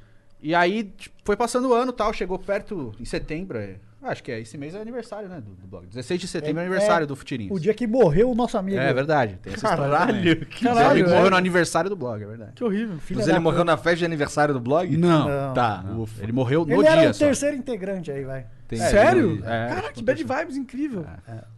S6: E aí tipo, foi passando o ano tal, chegou perto em setembro. é. Acho que é esse mês é aniversário, né? Do, do blog. 16 de setembro é,
S5: É,
S6: aniversário
S5: é,
S6: do Futirinhas.
S5: ligado? O dia que morreu o nosso amigo.
S6: É verdade, tem essa história. também.
S3: Caralho, que
S6: Caralho,
S4: Caralho,
S6: ele morreu
S4: é.
S6: no aniversário do blog, é verdade.
S4: Que horrível.
S5: Filha
S3: Mas
S5: da
S3: ele
S5: puta.
S3: morreu na festa de aniversário do blog?
S6: Não.
S5: Não.
S3: Tá,
S6: Não.
S3: ufa.
S6: Ele morreu no
S5: Ele
S6: dia
S5: era o
S6: só.
S5: terceiro integrante aí, vai.
S3: Entendi.
S4: Sério?
S6: É,
S4: Cara, que bad vibes incrível.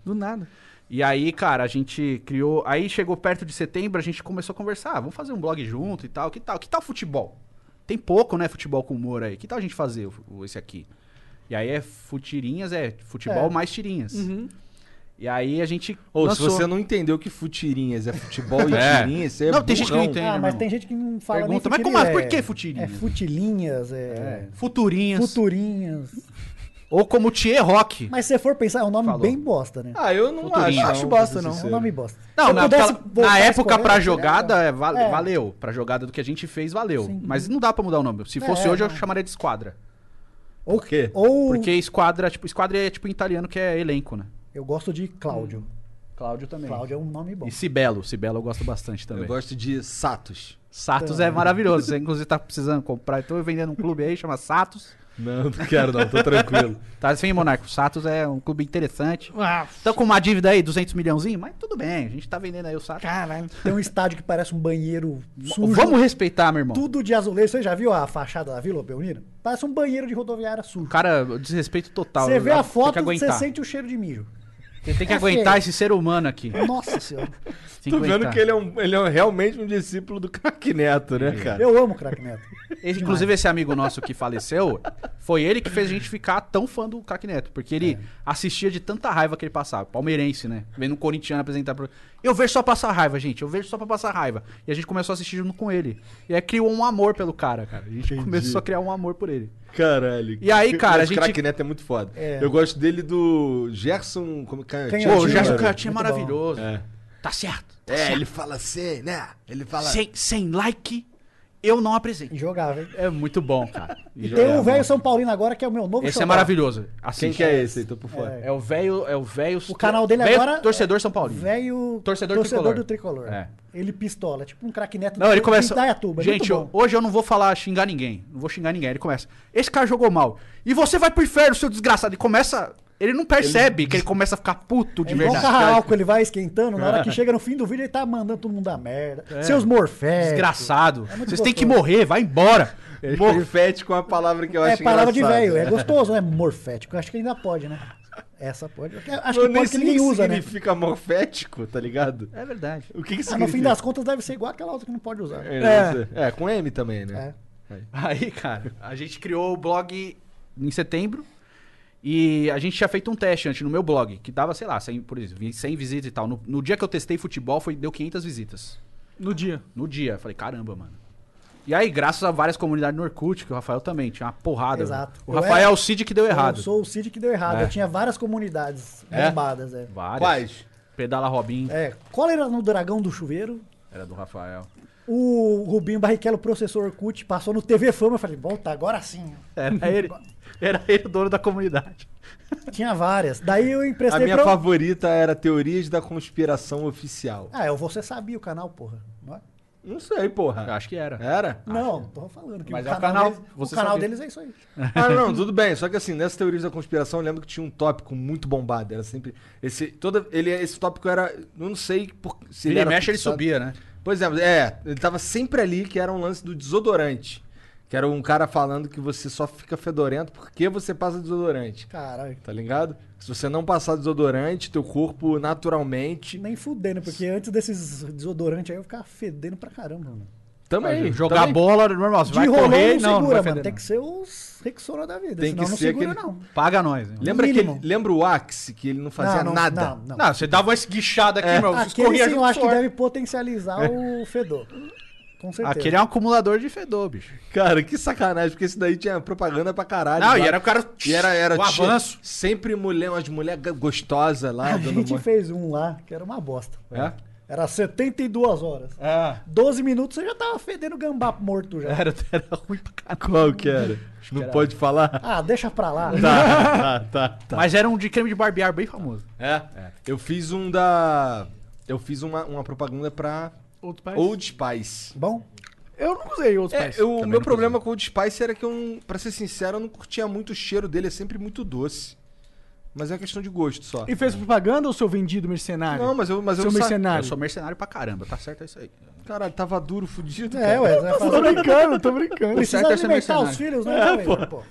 S4: Do nada.
S6: E aí, cara, a gente criou. Aí chegou perto de setembro, a gente começou a conversar. "Ah, vamos fazer um blog junto e tal. Que tal? Que tal futebol? Tem pouco, né, futebol com humor aí. Que tal a gente fazer o- o- esse aqui? E aí é futirinhas, é futebol
S5: É.
S6: mais tirinhas.
S4: Uhum.
S6: E aí a gente.
S3: Ou
S6: lançou.
S3: se você não entendeu que futirinhas é futebol e
S6: É.
S3: tirinhas, você é
S6: Não, tem gente que não
S3: burrão.
S6: entende.
S5: ah, mas
S6: irmão.
S5: tem gente que não fala
S6: Pergunta,
S5: nem
S6: mas como é?
S5: futirinha,
S6: Por que futirinha?
S5: É futilinhas, é.
S6: Futurinhas.
S5: Futurinhas.
S6: Ou como Tier Rock.
S5: Mas se você for pensar, é um nome
S6: Falou.
S5: bem bosta, né?
S3: Ah, eu não
S6: Futurinha.
S3: acho.
S4: Acho
S3: pra ser
S4: bosta, não.
S5: É um
S3: sincero.
S5: nome bosta.
S6: Não,
S5: Se eu
S6: na,
S5: pudesse
S6: na-
S5: voltar
S6: na
S5: a
S6: época
S5: escolher,
S6: pra
S5: eu
S6: jogada,
S5: pegava.
S6: é, vale-
S5: É.
S6: valeu. Pra jogada do que a gente fez, valeu.
S5: Sim.
S6: Mas não dá pra mudar o nome. Se fosse
S5: É,
S6: hoje, eu
S5: não. Uh.
S6: chamaria de esquadra.
S5: Ou,
S3: Por quê?
S5: ou
S6: Porque esquadra, tipo, esquadra é tipo em italiano que é elenco, né?
S5: eu gosto de Cláudio.
S6: Cláudio também.
S5: Cláudio é um nome bom.
S6: E Cibelo. Cibelo eu gosto bastante também.
S3: Eu gosto de Satos.
S6: Satos é maravilhoso. Você, inclusive, tá precisando comprar. Eu tô vendendo um clube aí, chama Satos.
S3: Não, não quero não, tô tranquilo.
S6: Tá assim, Monarco. Satos é um clube interessante.
S4: Ah,
S6: Tá com uma dívida aí, 200 milhãozinho? Mas tudo bem, a gente tá vendendo aí o Satos.
S4: caralho.
S5: Tem um estádio que parece um banheiro sujo.
S6: Vamos respeitar, meu irmão.
S5: Tudo de azulejo. Você já viu a fachada da Vila Belmiro? Parece um banheiro de rodoviária
S6: O
S5: sujo.
S6: Cara, desrespeito total.
S5: Você vê
S6: Tem
S5: a
S6: que
S5: foto, você
S6: aguentar.
S5: sente o cheiro de mijo.
S6: Você tem que
S5: É
S6: aguentar
S5: feio.
S6: esse ser humano aqui.
S5: Nossa senhora.
S6: Tem
S3: Tô
S6: que
S3: vendo
S6: aguentar.
S3: que ele é, um, ele é realmente um discípulo do Craque Neto, né, cara?
S5: Eu amo o craque Neto.
S3: é
S6: Esse- inclusive, esse amigo nosso que faleceu, foi ele que fez a gente ficar tão fã do Caque Neto. Porque
S3: É.
S6: ele assistia de tanta raiva que ele passava. Palmeirense, né? Vendo um corintiano apresentar. Pro... Eu vejo só passar raiva, gente. Eu vejo só pra passar raiva. E a gente começou a assistir junto com ele. E aí criou um amor pelo cara, cara. A gente
S3: Entendi.
S6: começou a criar um amor por ele.
S3: Caralho.
S6: E aí, cara,
S3: Mas
S6: a gente-
S3: Craque Neto é muito foda.
S5: É.
S3: Eu gosto dele do Gerson... Como...
S5: Quem
S3: Canhotinho,
S5: é
S6: Pô, o
S5: Sim,
S6: Gerson
S5: cara.
S6: Cantinho é
S5: Muito
S6: maravilhoso.
S3: É.
S6: Tá certo. tá
S3: É,
S6: certo.
S3: ele fala assim, né? Ele fala...
S6: Sem, sem like, eu não apresento.
S5: Jogava, hein?
S6: É muito bom, cara.
S5: E tem o velho São Paulino agora, que é o meu novo
S6: Esse é
S5: xodó.
S6: maravilhoso.
S3: É Quem
S6: Assiste.
S3: que é esse? aí? Tô por fora.
S6: É o velho, é o velho.
S5: O canal dele
S6: velho
S5: agora- é
S6: Torcedor São Paulino.
S5: Velho
S6: Torcedor tricolor.
S5: do tricolor.
S6: É.
S5: Ele pistola, tipo um craque neto
S6: Não, ele
S5: de
S6: começa.
S5: Indaiatuba.
S6: Gente,
S5: Muito bom.
S6: hoje eu não vou falar xingar ninguém. Não vou xingar ninguém. Ele começa. Esse cara jogou mal. E você vai pro inferno, seu desgraçado. Ele começa. Ele não percebe que ele começa a ficar puto de
S5: é igual o
S6: verdade.
S5: carralco, ele vai esquentando. Na hora que chega no fim do vídeo, ele tá mandando todo mundo a merda. Seus morfés.
S6: É. Desgraçado.
S5: É muito
S6: Vocês têm que
S5: gostoso.
S6: morrer, vai embora.
S3: Morfético é uma palavra que eu
S5: É
S3: acho
S5: palavra de
S3: engraçada.
S5: velho, é gostoso, né? Morfético. Acho que ainda pode, né? Essa pode. Acho
S3: Eu
S5: que
S3: nem
S5: pode que
S3: sei o que
S5: ninguém usa, né?
S3: significa morfético, tá ligado?
S6: É verdade.
S3: O que que
S5: Ah, no fim
S3: significa?
S5: das contas deve ser igual aquela outra que não pode usar.
S3: É, não sei. é, com M também, né?
S5: É.
S6: Aí, cara, a gente criou o blog em setembro e a gente tinha feito um teste antes no meu blog, que dava, sei lá, 100, por exemplo, 100 visitas e tal. No, no dia que eu testei futebol, foi, deu 500 visitas.
S4: No dia.
S6: No dia. Eu falei, caramba, mano. E aí, graças a várias comunidades no Orkut, que o Rafael também tinha uma porrada.
S5: Exato.
S6: O
S5: Eu
S6: Rafael
S5: era-
S6: é o Cid que deu errado.
S5: Eu sou o Cid que deu errado.
S6: É.
S5: Eu tinha várias comunidades
S3: É?
S5: bombadas, é.
S6: Várias.
S3: Quais?
S6: Pedala Robin
S5: É, cólera no dragão do chuveiro.
S6: era do Rafael.
S5: O Rubinho Barrichello, processor Orkut, passou no TV Fama. Eu falei, volta, agora sim.
S6: É, Era ele, era ele o dono da comunidade.
S5: Tinha várias. Daí eu
S3: A
S5: emprestei
S3: minha
S5: pra... um-
S3: favorita era Teorias da Conspiração Oficial.
S5: Ah, eu Você Sabia o canal, porra. Não, é?
S3: Não sei,
S6: Eu
S3: porra.
S6: acho que era.
S3: Era?
S5: Não, tô falando que
S6: Ah, Mas
S5: o
S6: é o
S5: canal,
S6: canal,
S5: deles,
S6: Você
S5: o canal
S6: Sabia.
S5: deles é isso aí.
S3: Ah, não, tudo bem. Só que assim, nessa Teorias da Conspiração, eu lembro que tinha um tópico muito bombado. Era sempre. Esse, toda, ele, esse tópico era. eu Não sei por, se
S6: Ele
S3: era
S6: mexe, ele
S3: fixado.
S6: subia, né?
S3: Pois é, mas- é, ele tava sempre ali, que era um lance do desodorante. Que era um cara falando que você só fica fedorento porque você passa desodorante.
S5: Caralho.
S3: Tá ligado? Se você não passar desodorante, teu corpo naturalmente.
S5: Nem fudendo, porque antes desses desodorantes aí eu ficava fedendo pra caramba, mano.
S3: Também.
S6: Ah, Jogar
S3: também.
S6: bola, normal. Você
S5: De
S6: vai
S5: rolão
S6: correr,
S5: não
S6: não, não
S5: segura,
S6: vai
S5: mano.
S6: feder,
S5: Tem
S6: não.
S5: que ser os Rexona da vida,
S3: Tem
S5: senão
S3: que
S5: não
S3: ser
S5: segura
S3: aquele-
S5: não.
S6: Paga nós. Né?
S3: Lembra,
S5: Mínimo.
S3: aquele, lembra o Axe, que ele não fazia
S5: não, não,
S3: nada?
S5: Não, não.
S6: Não, você dava uma esguichada aqui, meu.
S5: Aquele
S6: escorria
S5: sim, eu
S6: junto
S5: acho que
S6: com o
S5: deve potencializar o fedor. Com certeza.
S6: Aquele é um acumulador de fedor, bicho.
S3: Cara, que sacanagem, porque esse daí tinha propaganda pra caralho.
S6: Não,
S3: lá.
S6: e era o cara.
S3: E era, era
S6: o
S3: tinha
S6: avanço.
S3: Sempre mulher, umas mulher ga- gostosa lá.
S5: A
S3: dando
S5: gente
S3: mole.
S5: fez um lá, que era uma bosta.
S3: É?
S5: Era 72 horas.
S6: É.
S5: 12 minutos você já tava fedendo gambá morto já.
S6: Era, era ruim pra caralho.
S3: Qual que era? Não pode falar?
S5: Ah, deixa pra lá.
S3: Tá, tá, tá. tá.
S6: Mas era um de creme de barbear bem famoso.
S3: É? Eu fiz um da. Eu fiz uma, uma propaganda pra
S4: Outro país?
S3: Old Spice.
S5: Bom,
S4: Eu não usei outros
S3: É,
S4: pais.
S3: eu- o meu problema com o Old Spice era que eu, não- pra ser sincero, eu não curtia muito o cheiro dele, é sempre muito doce. Mas é uma questão de gosto só.
S4: E fez propaganda ou seu vendido mercenário?
S3: Não, mas eu, mas eu
S4: seu
S3: sa-
S6: Eu
S4: mercenário.
S6: sou mercenário pra caramba, tá certo é isso aí.
S3: Caralho, tava duro, fudido.
S5: é,
S3: cara.
S5: ué, vai
S4: Tô
S5: fazer...
S4: brincando, tô brincando.
S5: Precisa
S6: certo é ser
S5: alimentar os
S6: mercenário.
S5: filhos, né? também, pô.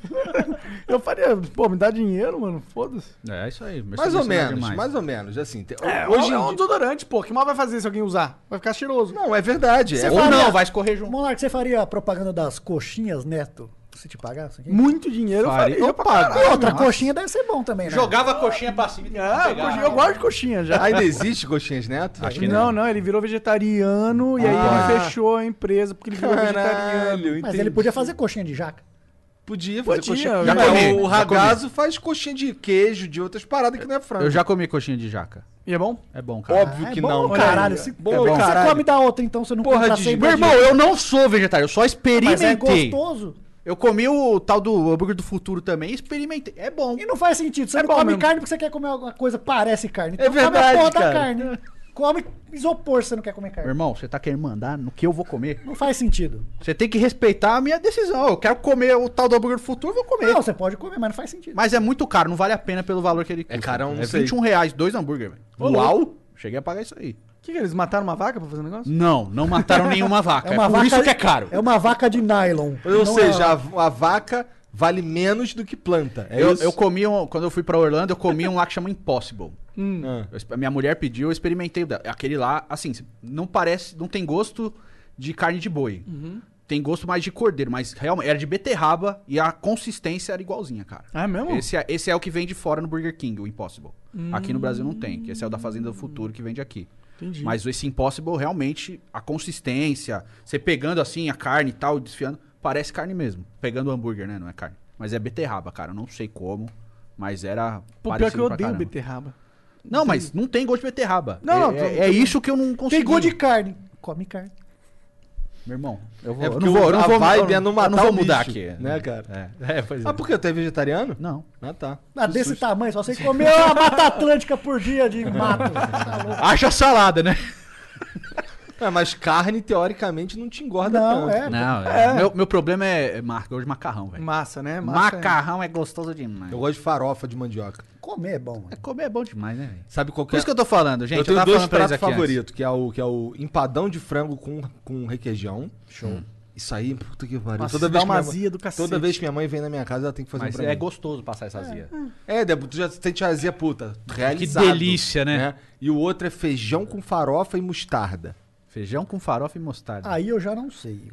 S4: Eu faria, pô, me dá dinheiro, mano, foda-se.
S6: É isso aí.
S3: Mais ou menos, mais ou menos. Assim, te-
S4: Hoje
S3: hoje
S4: é
S3: em
S4: um
S3: dia-
S4: desodorante, pô, que mal vai fazer se alguém usar? Vai ficar cheiroso.
S3: Não, é verdade. É,
S6: Ou não, vai escorrer junto.
S5: Monark, você faria a propaganda das coxinhas, Neto? Se te pagasse? aqui?
S4: Muito dinheiro,
S6: Faria.
S4: eu faria.
S6: Opa,
S4: pra caralho.
S5: E outra, coxinha deve ser bom também, né?
S6: Jogava a coxinha pra cima. e
S4: Ah,
S6: pegava.
S4: coxinha, eu gosto de coxinha já.
S3: Ainda existe coxinhas neto?
S6: Acho que
S4: não, não, ele virou vegetariano e aí
S3: Ah.
S4: ele fechou a empresa porque ele virou vegetariano.
S3: Caralho,
S5: Mas
S3: entendi.
S5: ele podia fazer coxinha de jaca.
S3: Podia fazer
S4: Podia,
S3: coxinha.
S4: já
S3: Mas
S6: comi,
S3: o
S6: já
S3: ragazo faz coxinha de queijo, de outras paradas que não é frango.
S6: Eu já comi coxinha de jaca.
S4: E é bom?
S6: É bom, cara.
S3: Óbvio
S5: Ah, é
S3: que
S5: bom,
S3: não,
S5: caralho,
S3: cara.
S5: se-
S3: bom,
S6: é bom.
S5: Você
S3: caralho.
S5: come da outra, então você não
S3: Porra,
S5: compra
S3: de-
S5: sempre
S6: Meu
S5: a
S6: irmão, eu não sou vegetariano, eu só
S5: Mas é
S6: experimentei.
S5: gostoso.
S6: Eu comi o tal do hambúrguer do futuro também e experimentei. É bom.
S5: E não faz sentido. Você
S6: É
S5: não
S6: bom
S5: come
S6: mesmo.
S5: carne porque você quer comer alguma coisa que parece carne. Então
S3: É verdade,
S5: come a porra
S3: cara.
S5: da carne. Come isopor se você não quer comer
S6: Meu
S5: carne.
S6: irmão, você tá querendo mandar no que eu vou comer?
S5: Não faz sentido.
S6: Você tem que respeitar a minha decisão. Eu quero comer o tal do hambúrguer do futuro, eu vou comer.
S5: Não, você pode comer, mas não faz sentido.
S6: Mas é muito caro, não vale a pena pelo valor que ele custa.
S3: carão, não
S6: É
S3: sei.
S6: 21 reais, dois hambúrguer, velho. Uau! Cheguei a pagar isso aí.
S4: O que, que eles mataram uma vaca pra fazer um negócio?
S6: Não, não mataram nenhuma vaca. É, por isso que é caro.
S5: É uma vaca de nylon.
S3: Ou
S5: Não
S3: seja,
S5: é-
S3: a, a vaca vale menos do que planta. É
S6: eu,
S3: isso?
S6: eu comi um, quando eu fui pra Orlando, eu comi um lá que chama Impossible.
S4: Hum.
S3: Ah.
S6: Eu exp- minha mulher pediu, eu experimentei o dela. Aquele lá, assim, não parece, não tem gosto de carne de boi. Tem gosto mais de cordeiro, mas realmente era de beterraba e a consistência era igualzinha, cara.
S4: Ah, é mesmo?
S6: Esse é, esse é o que vende fora no Burger King, o Impossible. Aqui no Brasil não tem, que esse é o da Fazenda do Futuro que vende aqui.
S4: Entendi.
S6: Mas esse Impossible, realmente, a consistência, você pegando assim a carne e tal, desfiando, parece carne mesmo. Pegando o hambúrguer, né? Não é carne. Mas é beterraba, cara. Eu não sei como, mas era.
S4: Pô, pior
S6: parecido
S4: que eu
S6: pra
S4: odeio
S6: caramba.
S4: beterraba.
S6: Não, mas não tem gosto de beterraba.
S4: Não,
S6: é,
S4: não,
S6: é,
S4: tô-
S6: é isso que eu não consigo.
S5: Tem gosto de carne. Come carne.
S6: Meu irmão, eu vou.
S3: É
S6: eu
S3: porque
S6: não vou, eu
S3: a
S6: não vou,
S3: vibe
S6: eu
S3: é não
S6: eu
S3: matar
S6: não vou
S3: o
S6: mudar
S3: bicho,
S6: aqui.
S3: né, cara?
S6: É, né? é, pois é.
S3: Ah, por quê? Tu é vegetariano?
S6: Não.
S3: Ah, tá.
S5: Ah, desse tamanho, só sei comer uma Mata Atlântica por dia de mato. Você tá louco.
S6: Acha salada, né?
S3: Ah, mas carne, teoricamente, não te engorda
S5: Não,
S3: tanto.
S5: é.
S6: Não, é. Meu, meu problema é marca, eu gosto de macarrão, velho.
S4: Massa, né? Massa,
S6: Macarrão é gostoso demais.
S3: Eu gosto de farofa de mandioca.
S5: Comer é bom. mano.
S6: Comer é bom demais, né, velho?
S3: Sabe qual que
S6: Por
S3: é?
S6: isso que eu tô falando, gente.
S3: eu tenho
S6: tava
S3: dois
S6: falando pra eles
S3: pratos
S6: aqui antes.
S3: favoritos, que é, o, que é o empadão de frango com, com requeijão. Show. Isso aí, puta que pariu.
S4: Nossa,
S3: toda
S4: é dá
S3: vez que
S4: uma
S3: minha
S4: azia do cacete.
S3: Toda vez que minha mãe vem na minha casa, ela tem que fazer
S6: Mas
S3: um pra
S6: é
S3: mim.
S6: gostoso passar essa azia.
S3: É, Debo, tu já sente a azia puta. Realizado.
S6: delícia, né?
S3: E o outro é feijão com farofa e mostarda.
S6: Feijão com farofa e mostarda.
S5: Aí eu já não sei.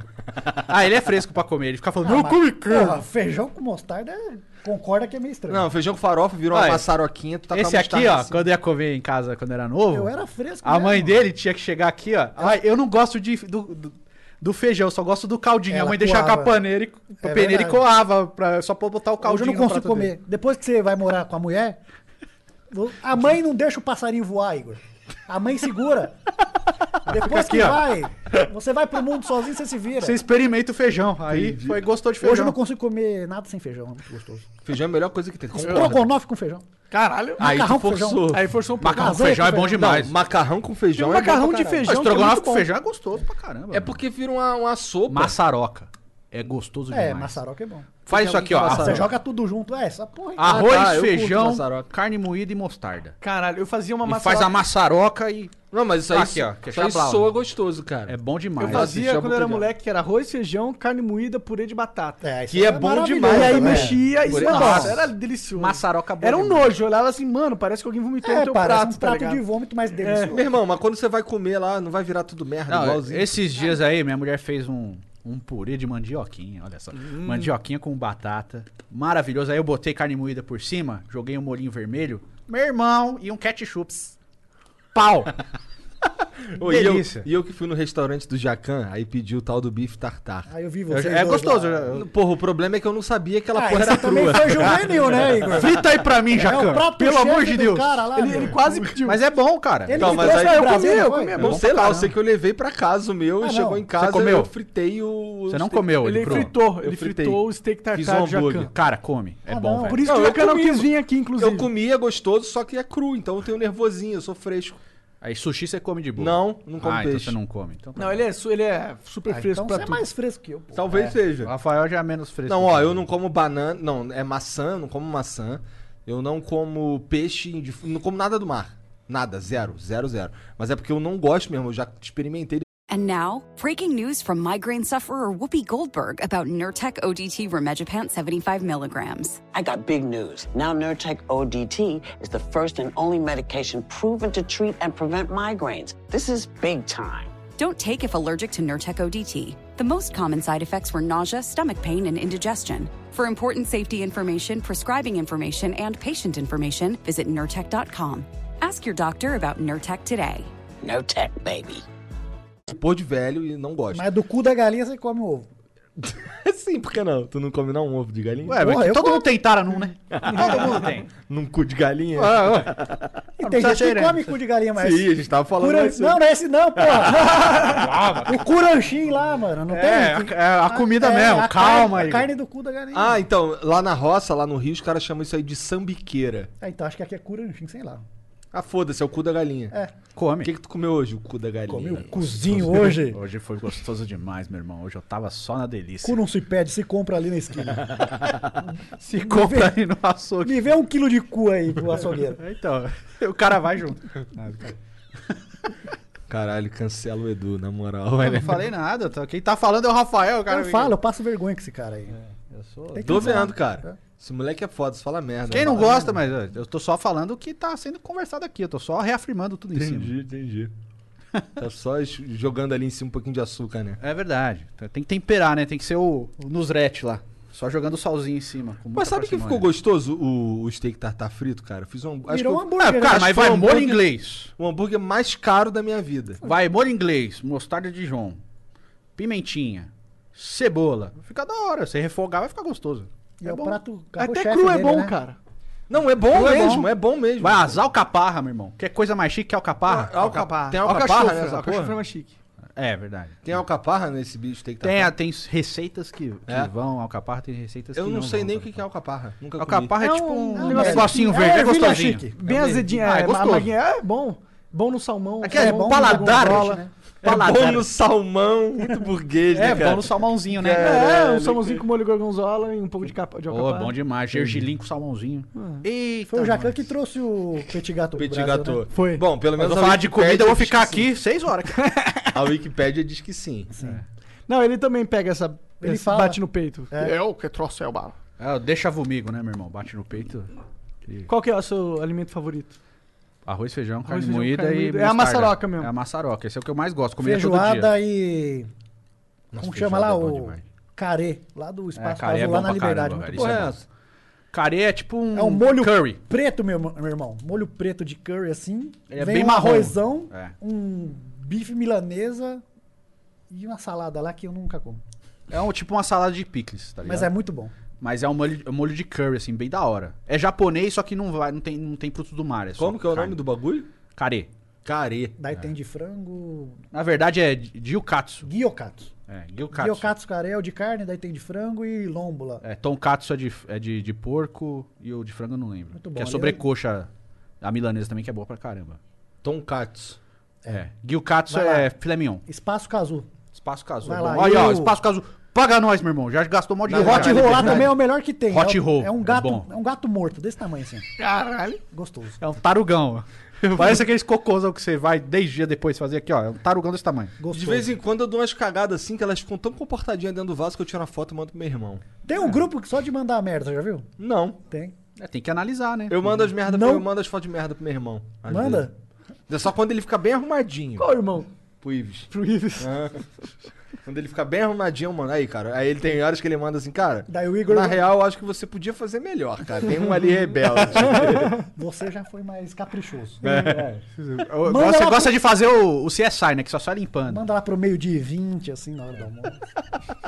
S6: Ah, ele é fresco pra comer. Ele fica falando,
S5: Ah,
S6: não,
S5: mas,
S6: come
S5: porra, feijão com mostarda é- concorda que é meio estranho.
S3: Não, feijão com farofa virou
S6: Olha,
S3: uma maçaroquinha, tu tá
S6: Ah, é. Esse
S3: com a
S6: aqui,
S3: mostarda
S6: ó,
S3: assim.
S6: quando eu ia comer em casa quando era novo,
S5: Eu era fresco. né?
S6: a mãe
S5: mesmo.
S6: dele tinha que chegar aqui, ó. Ai, eu não gosto de, do, do, do feijão, só gosto do caldinho. a
S5: Ela
S6: mãe deixava com a
S5: coava.
S6: paneira, e- a
S5: É
S6: peneira e
S5: verdade.
S6: coava, pra, só pra botar o
S5: Hoje eu
S6: caldinho.
S5: não
S6: no
S5: consigo
S6: prato dele.
S5: comer. Depois que você vai morar com a mulher, vo- a mãe não deixa o passarinho voar, Igor. A mãe segura. Depois
S6: aqui,
S5: que
S6: ó.
S5: vai, você vai pro mundo sozinho, você se vira.
S6: Você experimenta o feijão. Aí foi, gostou de feijão.
S5: Hoje eu não consigo comer nada sem feijão, é muito gostoso.
S3: Feijão é a melhor coisa que tem. Concordo.
S5: Trogonofe com feijão.
S4: Caralho.
S3: Aí tu
S5: macarrão com feijão.
S3: forçou.
S4: Aí forçou um pouco.
S6: Macarrão com
S5: Lasanha
S6: feijão é
S5: com
S6: bom
S5: feijão.
S6: demais.
S3: Não, macarrão com feijão
S6: um
S3: é
S4: Tem um
S3: bom pra
S4: macarrão de
S3: caralho.
S4: feijão.
S6: Mas
S4: que é
S6: Ah, estrogonofe
S4: muito
S6: com
S4: bom.
S6: feijão é gostoso pra caramba.
S3: É porque vira uma, uma sopa.
S6: Maçaroca. É gostoso
S5: É,
S6: demais.
S5: maçaroca é bom.
S6: Faz isso aqui, ó.
S5: Você
S6: Arroz,
S5: joga tudo junto. É, essa porra. aí.
S6: arroz,
S3: Ah, tá, eu curto
S6: feijão,
S3: maçaroca.
S6: carne moída e mostarda.
S4: Caralho, eu fazia uma
S6: E faz a
S4: maçaroca.
S6: maçaroca e...
S3: Não, mas isso aí,
S6: Aqui, ó, que é
S3: isso aí
S6: chablau.
S3: soa gostoso, cara.
S6: É bom demais.
S4: Eu
S3: Esse
S4: fazia
S3: chama
S4: quando eu era
S3: botijão.
S4: moleque, que era arroz, feijão, carne moída, purê de batata.
S5: É, isso
S3: que
S5: aí
S3: é bom
S5: maravilhoso,
S3: demais,
S4: E aí
S5: velho.
S4: mexia e
S3: Purê-
S4: nossa,
S3: Nossa.
S4: era delicioso.
S6: Maçaroca boa
S4: Era um
S6: demais.
S4: nojo, eu olhava assim, mano, parece que alguém vomitou no
S5: É,
S4: teu
S5: parece
S4: prato,
S5: um
S4: tá
S5: prato de
S4: ligado?
S5: vômito, mas delicioso.
S3: Meu irmão, mas quando você vai comer lá, não vai virar tudo merda,
S6: Não,
S3: Tá igualzinho.
S6: esses dias aí, minha mulher fez um, um purê de mandioquinha, olha só. Mandioquinha com batata. Maravilhoso. Aí eu botei carne moída por cima, joguei um molhinho vermelho. Meu irmão e um ketchup. Pau!
S3: Ô, e, eu,
S6: delícia.
S3: e eu que fui no restaurante do Jacan, aí pedi o tal do bife tartar.
S5: Aí eu vi
S6: Eu
S5: vocês
S6: já- é
S5: dois
S6: gostoso.
S5: lá.
S6: eu-
S3: Porra, o problema é que eu não sabia que ela
S5: Ah,
S3: porra
S5: esse
S3: era
S5: também
S3: crua.
S5: foi juvenil, né, Igor?
S6: Frita aí pra mim, Jacan. pelo
S5: chefe
S6: amor de
S5: do
S6: Deus.
S5: cara lá,
S4: Ele,
S5: meu.
S4: ele quase pediu.
S6: Mas é bom, cara.
S5: Ele
S3: Então,
S5: me
S3: mas
S5: trouxe
S3: aí-
S5: pra
S3: Eu
S5: Brasília,
S4: comi, eu
S5: não foi?
S4: comi, é
S3: Não
S4: bom
S3: sei
S4: pra
S3: lá, eu
S4: caramba.
S3: sei que eu levei pra casa o meu e
S5: Ah, não.
S3: chegou em casa
S6: comeu?
S3: eu fritei o...
S6: Você não
S3: steak.
S6: comeu ele,
S4: Ele
S6: cru?
S4: fritou, ele
S3: Eu fritei.
S4: fritou o steak
S3: Fiz
S4: tartar
S3: um
S4: de Jacan.
S3: hambúrguer.
S6: Cara, come. É
S5: Ah,
S6: bom,
S5: não.
S6: velho.
S4: Por isso
S3: Não,
S4: que o
S3: eu
S4: Jacan não
S3: comi.
S4: quis vir aqui, inclusive.
S3: Eu comia gostoso, só que é cru, então eu tenho nervosinho, eu sou fresco.
S6: Aí sushi você come de boa.
S3: Não, não como
S6: ah, então
S3: peixe.
S6: você não come. Então, tá
S4: Não,
S6: bom.
S4: ele é, su- ele é super
S5: Ah,
S4: fresco
S5: então
S4: pra
S5: você é
S4: tudo.
S5: mais fresco que eu, pô.
S3: Talvez
S6: O
S3: seja.
S6: Rafael já é menos fresco.
S3: Não, ó, eu não como banana, não, é maçã, eu não como maçã. Eu não como peixe, em dif- não como nada do mar. Nada, zero, zero, zero. Mas é porque eu não gosto mesmo, eu já experimentei
S7: And now, breaking news from migraine sufferer Whoopi Goldberg about Nurtec ODT Remegipant 75 milligrams.
S8: I got big news. Now Nurtec ODT is the first and only medication proven to treat and prevent migraines. This is big time.
S7: Don't take if allergic to Nurtec ODT. The most common side effects were nausea, stomach pain, and indigestion. For important safety information, prescribing information, and patient information, visit Nurtec.com. Ask your doctor about Nurtec today.
S8: Nurtec, baby.
S3: pôr de velho e não gosto.
S5: Mas do cu da galinha você come o ovo.
S3: Sim, por que não? Tu não come não um ovo de galinha?
S6: Ué, mas
S5: Porra, eu
S6: todo
S5: como.
S6: mundo tem taranum, né? todo mundo tem.
S3: Num cu de galinha?
S5: E tem gente que
S6: exagerando.
S5: come cu de galinha, mas.
S3: Sim, a gente tava falando
S5: Curan-
S3: isso.
S5: Não,
S6: né?
S5: não é esse não, porra.
S6: Calma,
S5: o curanchim lá, mano. Não
S6: É,
S5: tem?
S6: a- é a comida
S5: É,
S6: mesmo,
S5: a
S6: calma
S5: carne,
S6: aí.
S5: A carne do cu da galinha.
S3: Ah, então, lá na roça, lá no Rio, os caras chamam isso aí de sambiqueira.
S5: É, então acho que aqui é curanchim, sei lá.
S3: Ah, foda-se, é o cu da galinha.
S5: É.
S3: O
S6: Come.
S3: que, que tu comeu hoje, o cu da galinha?
S5: Comi o cuzinho hoje.
S6: Hoje foi gostoso demais, meu irmão. Hoje eu tava só na delícia.
S5: Cu não se pede, se compra ali na esquina.
S6: Se compra aí no açougue.
S5: Me vê um quilo de cu aí pro açougueiro.
S6: Então, o cara vai junto.
S3: Caralho, cancela o Edu, na moral.
S6: Eu
S3: velho.
S6: não falei nada. tá? Quem tá falando é o Rafael, o cara.
S5: eu falo, eu passo vergonha com esse cara aí.
S6: Eu sou-
S5: Tem que
S3: Tô
S5: cancelar.
S3: vendo, cara. Esse moleque é foda, você fala merda.
S6: Quem não
S3: Fala
S6: gosta, mas ó, eu tô só falando o que tá sendo conversado aqui. Eu tô só reafirmando tudo
S3: merda.
S6: em cima.
S3: Entendi, entendi. Tá só es- jogando ali em cima um pouquinho de açúcar, né?
S6: É verdade. Tem que temperar, né? Tem que ser o, o nusrete lá. Só jogando o salzinho em cima. com muita
S3: Mas sabe que
S6: parcimônia.
S3: ficou gostoso o, o steak tartar frito, cara? Fiz um. Acho que
S5: Virou um
S3: eu-
S5: hambúrguer.
S6: É,
S5: né?
S6: cara,
S3: Acho que
S6: mas
S3: foi
S6: vai
S3: um
S6: molho
S3: hambúrguer-
S6: inglês.
S3: o hambúrguer mais caro da minha vida.
S6: Vai molho inglês, mostarda de João, pimentinha, cebola. Fica da hora. Você refogar vai ficar gostoso.
S5: E é, o
S4: bom.
S5: prato
S4: Até
S5: carro-chefe
S4: cru é
S5: dele,
S4: bom,
S5: né?
S4: cara.
S3: Não, é bom
S6: Não, é
S3: mesmo,
S6: bom.
S3: é bom mesmo.
S6: Vai azar o caparra, meu irmão. Quer coisa mais chique que alcaparra?
S3: Ah, alcaparra. Tem alcaparra
S4: Alcachofra,
S3: nessa
S4: alcachofra é
S3: porra?
S4: mais chique.
S6: É verdade. Tá,
S3: Tem alcaparra nesse bicho steak tartar?
S6: Tem, a- tem receitas que, que
S3: É.
S6: vão alcaparra, tem receitas
S3: Eu
S6: que
S3: não,
S6: não
S3: sei
S6: vão
S3: nem o
S6: ao
S3: que que é alcaparra. Nunca comi.
S6: alcaparra. Alcaparra é
S4: É
S6: tipo
S4: um-
S6: um,
S4: um
S6: negocinho
S5: negocinho-
S6: verde,
S5: é
S6: é
S5: ervilha
S6: gostosinho.
S5: chique.
S4: Bem azedinho,
S6: Ah, é
S4: é,
S6: gostoso.
S4: amarguinho. é bom. Bom no salmão.
S6: Aqui é
S4: bom no
S6: paladar.
S4: gorgonzola.
S3: É bom
S6: Paladar.
S3: no salmão, muito burguês, né,
S6: É,
S3: cara?
S6: bom no salmãozinho, né?
S4: É, um salmãozinho com molho gorgonzola e um pouco de capa de
S6: Ô,
S4: alcaparra.
S6: bom demais. Gergelim com salmãozinho. Eita,
S5: Foi o Jacan
S6: mano.
S5: que trouxe o petit gato pro
S3: Petit
S5: Brasil,
S3: gâteau.
S5: né?
S4: Foi.
S3: Bom, pelo
S6: Mas
S3: menos
S6: eu
S3: a
S6: assim. falar de
S3: Wikipédia
S6: comida, eu vou
S3: diz
S6: ficar
S3: que sim.
S6: aqui seis horas.
S3: A Wikipédia diz que sim.
S4: Não, ele também pega essa...
S5: Ele
S4: esse
S5: fala.
S4: Bate no peito.
S5: É.
S4: o que trouxe é o bala.
S6: Ah, deixa vomigo, né, meu irmão? Bate no peito.
S4: Qual que é o seu alimento favorito?
S6: Arroz, feijão, carne
S4: Arroz, feijão,
S6: moída
S4: carne
S6: e.
S4: moída. É a
S6: mostarda.
S4: maçaroca mesmo.
S6: É a maçaroca. Esse é o que eu mais gosto. Comer todo dia.
S5: Feijoada e. Como chama lá o. Carê, lá do
S6: É,
S5: Espaço
S6: carê é
S5: Azul,
S6: bom
S5: lá
S6: pra
S5: na Liberdade.
S6: caramba,
S5: muito
S6: velho.
S5: bom.
S6: Isso é bom. Carê é tipo um,
S5: É um molho
S6: curry.
S5: preto, meu, irmão- meu irmão. Molho preto de curry assim.
S6: Ele é
S5: vem
S6: bem
S5: um
S6: marrom.
S5: arrozão,
S6: É.
S5: um bife milanesa e uma salada lá que eu nunca como.
S6: É um, tipo uma salada de picles, tá ligado?
S5: Mas é muito bom.
S6: Mas é um molho, um molho de curry, assim, bem da hora. É japonês, só que não, vai, não, tem, não tem frutos do mar. É só
S3: Como que é o
S6: carne.
S3: nome do bagulho?
S6: Carê.
S3: Carê.
S5: Daí
S6: É.
S5: tem de frango,
S6: Na verdade é gyukatsu.
S5: guiocatsu.
S6: É, gyukatsu.
S5: Guiocatsu caré é o de carne, daí tem de frango e lombo lá.
S6: É, tonkatsu é, de, é de, de porco e o de frango eu não lembro.
S5: Muito bom.
S6: Que é
S5: Ali
S6: sobrecoxa. A milanesa também, que é boa pra caramba.
S3: Tonkatsu.
S6: É. Gyukatsu
S5: Vai lá.
S6: é filé mignon.
S5: Espaço Casu.
S6: Espaço Casu.
S5: Vai
S6: é
S5: lá,
S6: bom. Aí,
S5: e
S6: ó,
S5: o-
S6: Espaço Casu. Paga nós, meu irmão. Já gastou um monte
S5: E
S6: de
S5: o hot
S6: dinheiro.
S5: roll lá também é o melhor que tem.
S6: Hot
S5: é, o-
S6: roll,
S5: É um
S6: é
S5: gato,
S6: bom.
S5: é um gato morto, desse tamanho assim.
S6: Caralho.
S5: Gostoso.
S6: É um tarugão. Parece aqueles cocôzão que você vai 10 dias depois fazer aqui, ó. É um tarugão desse tamanho.
S5: Gostoso.
S3: De vez em quando eu dou umas cagadas assim que elas ficam tão comportadinhas dentro do vaso que eu tiro uma foto e mando pro meu irmão.
S5: Tem um grupo que só de mandar merda, já viu?
S3: Não.
S5: Tem.
S6: É, tem que analisar, né?
S3: Eu mando as merda,
S5: Não.
S3: eu mando as fotos de merda pro meu irmão. às
S5: Manda?
S3: vezes. É só quando ele fica bem arrumadinho.
S4: Qual, irmão?
S3: Pro Ives.
S4: Pro Ives.
S3: Quando ele fica bem arrumadinho, mano. Aí, cara. Aí ele tem horas que ele manda assim, cara.
S5: Daí o Igor-
S3: Na real, eu acho que você podia fazer melhor, cara. Tem um ali rebelde.
S5: Você já foi mais caprichoso.
S6: Eu-
S5: Manda
S6: Você
S5: lá
S6: gosta de fazer o, o CSI, né? Que só sai limpando.
S5: Manda lá pro meio-dia e 20, assim, na hora do almoço.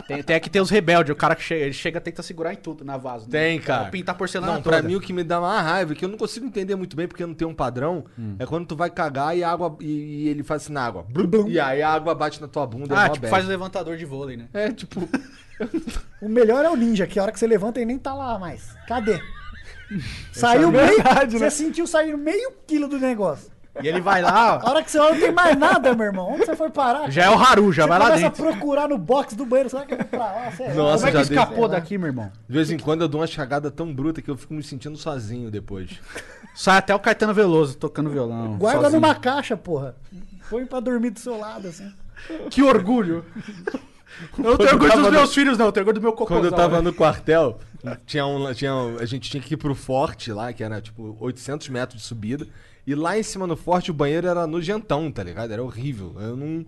S6: Tem, tem que ter os rebeldes. O cara que chega, ele chega tenta segurar em tudo na vaso. né?
S3: Tem, cara.
S6: Pintar porcelana
S3: Não,
S6: toda. Ah,
S3: pra mim o que me dá uma raiva, que eu não consigo entender muito bem porque não tem um padrão, é quando tu vai cagar e a água. E, e ele faz assim na água. Blum, blum. E aí a água bate na tua bunda.
S6: Ah,
S3: é
S6: tipo, faz o levantador de vôlei, né?
S3: É, tipo.
S5: O melhor é o ninja, que a hora que você levanta ele nem tá lá mais. Cadê? Saiu meio. Você sentiu sair meio quilo do negócio.
S6: E ele vai lá,
S5: A
S6: ó.
S5: hora que você olha, não tem mais nada, meu irmão. Onde você foi parar?
S6: Já é o Haru, já
S5: Você
S6: vai lá
S5: começa
S6: dentro.
S5: a procurar no box do banheiro. Será que eu vou pra lá? Sei lá.
S3: Nossa,
S6: Como é que
S3: já dei-
S6: escapou daqui, meu irmão?
S3: De vez em quando eu dou uma chagada tão bruta que eu fico me sentindo sozinho depois.
S6: Sai até o Caetano Veloso tocando violão.
S5: Guarda
S6: sozinho.
S5: numa caixa, porra. Põe pra dormir do seu lado, assim.
S6: Que orgulho. Eu não tenho orgulho dos meus filhos, não. Eu tenho orgulho do meu né? cocô.
S3: Quando eu tava no quartel, tinha um, tinha um- a gente tinha que ir pro forte lá, que era tipo 800 metros de subida. E lá em cima no forte o banheiro era nojentão, tá ligado? Era horrível. Eu não.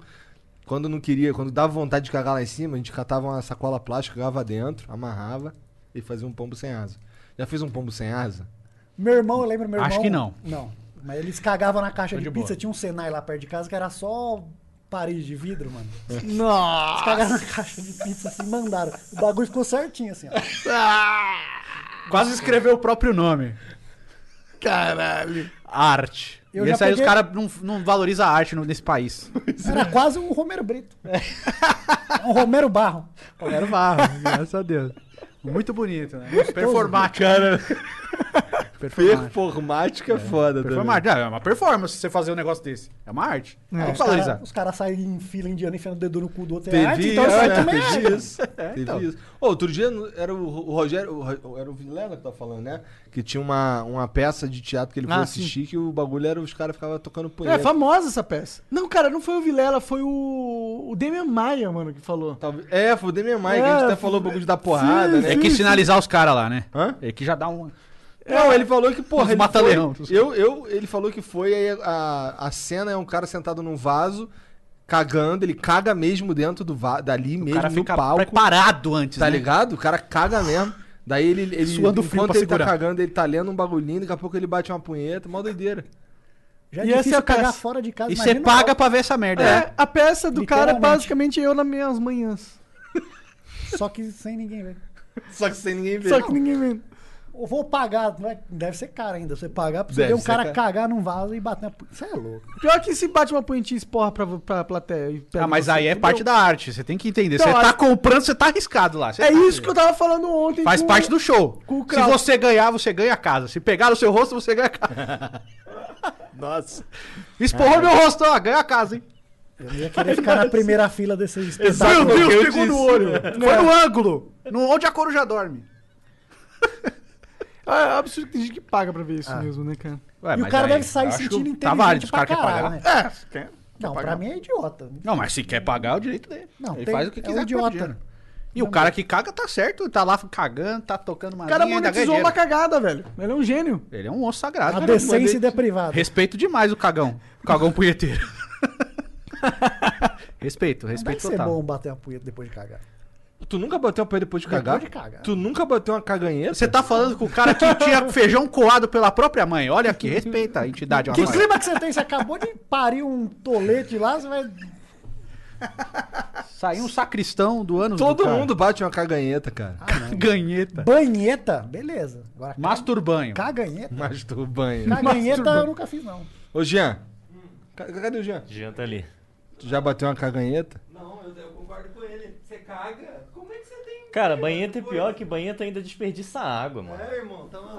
S3: Quando eu não queria, quando dava vontade de cagar lá em cima, a gente catava uma sacola plástica, cagava dentro, amarrava e fazia um pombo sem asa. Já fez um pombo sem asa?
S5: Meu irmão, eu lembro, meu irmão.
S6: Acho que não.
S5: Não. Mas eles cagavam na caixa de,
S6: de
S5: pizza.
S6: boa.
S5: Tinha um Senai lá perto de casa que era só parede de vidro, mano. Eles
S4: Nossa.
S5: cagaram na caixa de pizza assim, mandaram. O bagulho ficou certinho, assim, ó.
S6: Quase escreveu o próprio nome.
S4: Caralho.
S6: Arte.
S5: Eu
S6: e
S5: já
S6: esse aí
S5: peguei-
S6: os caras não, não valorizam a arte no- nesse país.
S5: Era quase um Romero Brito. um Romero Barro.
S6: Era barro, graças a Deus. Muito bonito, né? Performática.
S3: Cara,
S6: Performática.
S3: performática é foda, também.
S6: Performática. É uma performance você fazer um negócio desse. É uma arte.
S5: Aí
S6: Tem
S5: os
S6: que valorizar.
S5: cara- Os caras saem em fila indiana enfiando o dedo no cu do outro. É
S3: Teve
S5: arte,
S3: isso,
S5: então isso aí
S3: né?
S5: também é
S3: Teve
S5: arte.
S3: isso. Teve isso. Ô, outro dia no- era o, o Rogério, o Ro- era o Vilela que tava falando, né? Que tinha uma, uma peça de teatro que ele foi
S4: Ah,
S3: assistir que o bagulho era os caras ficavam tocando
S4: É
S3: punheta.
S4: famosa essa peça. Não, cara, não foi o Vilela, foi o, o Demian Maia, mano, que falou.
S3: Talvez- É, foi o Demian Maia, que a gente
S4: É,
S3: até falou o bagulho de dar porrada, né?
S6: É que sinalizar os caras lá, né?
S3: Hã?
S6: É que já dá um.
S3: Não, ele falou que, porra,
S6: Os
S3: ele
S6: mata-leão.
S3: foi- eu, eu, ele falou que foi aí a, a cena é um cara sentado num vaso, cagando, ele caga mesmo dentro do va- dali
S6: O
S3: mesmo
S6: cara
S3: no
S6: fica
S3: palco,
S6: preparado antes,
S3: tá
S6: né?
S3: ligado? O cara caga mesmo. Daí ele, ele
S6: Suando frio
S3: enquanto
S6: pra
S3: ele tá
S6: segurar.
S3: cagando, ele tá lendo um bagulhinho, daqui a pouco ele bate uma punheta, mó doideira.
S5: Já
S4: E
S5: é
S4: essa é
S5: difícil
S4: a
S5: cagar
S4: peça.
S5: fora de casa.
S6: E você
S5: imagina
S6: paga pra ver essa merda. né?
S4: É, a peça do cara é
S5: Literalmente.
S4: basicamente eu nas minhas manhãs.
S5: só- Só que sem ninguém ver.
S3: Só que sem ninguém ver.
S4: Só que ninguém vendo.
S5: Eu vou pagar. não é- Deve ser caro ainda. Você pagar pra você
S3: Deve
S5: ver um
S3: ser
S5: cara
S3: caro.
S5: cagar num vaso e bater na... pu- Isso é louco.
S4: Pior que se bate uma punhetinha esporra pra, pra plateia. e pega
S6: Ah, mas
S4: você,
S6: aí é
S4: entendeu?
S6: parte da arte. Você tem que entender.
S4: Então,
S6: você tá
S4: acho-
S6: comprando, você tá arriscado lá. Você
S4: É
S6: tá-
S4: isso que eu tava falando ontem.
S6: Faz parte do show.
S4: com o
S6: Se
S4: Kraus.
S6: você ganhar, você ganha a casa. Se pegar no seu rosto, você ganha a casa.
S3: Nossa.
S6: Esporrou meu rosto, ó, ganha a casa, hein?
S5: Eu ia querer
S4: É
S5: ficar na primeira fila desse
S3: Meu
S5: espetáculo.
S3: Deus,
S6: Deus,
S3: pegou no
S6: olho. Foi no ângulo. No onde a coruja dorme.
S4: É absurdo que tem gente que paga pra ver isso
S5: Ah.
S4: mesmo, né, cara?
S6: Ué,
S5: E o
S6: mas
S5: cara
S6: aí,
S5: deve sair
S6: eu acho que
S5: sentindo
S6: Tá
S5: inteligente
S6: válido, os
S5: pra
S6: caras querem
S5: caralho,
S6: pagar.
S5: né?
S6: É, se quer.
S5: Não, pra mim é idiota.
S6: Não, mas se quer pagar, é o direito dele.
S5: Não,
S6: Ele
S5: tem-
S6: faz o que
S5: é um
S6: quiser. com o
S5: idiota.
S6: dinheiro. E o cara que caga tá certo. Tá lá cagando, tá tocando uma
S4: O cara
S6: linha, ainda ganha
S4: monetizou uma
S6: dinheiro.
S4: cagada, velho. Ele é um gênio.
S6: Ele é um osso sagrado.
S5: A
S6: cara.
S5: decência é deprivada.
S6: Respeito demais o cagão. O cagão punheteiro. respeito,
S5: Não deve
S6: respeito
S5: ser
S6: total.
S5: é bom bater uma punheta depois de cagar.
S3: Tu nunca bateu o pé depois de
S5: Depois
S3: cagar?
S5: de cagar.
S3: Tu nunca bateu uma caganheta?
S6: Você tá falando com o cara que tinha feijão coado pela própria mãe. Olha aqui, respeita a entidade.
S5: Que
S6: rapaz.
S5: clima que você tem? Você acabou de parir um tolete lá, você vai...
S6: Saiu um sacristão do ano.
S3: Todo
S6: do cara.
S3: mundo bate uma caganheta, cara.
S5: Ah.
S6: Ganheta.
S5: Banheta? Beleza. Agora
S6: Masturbanho.
S5: caganheta?
S3: Mas do banho.
S5: Caganheta eu nunca fiz, não.
S3: Ô, Jean. Ca- Cadê o Jean?
S9: Janta ali.
S3: Tu já bateu uma caganheta?
S9: Cara, banheta é pior que banheta ainda desperdiça água, mano.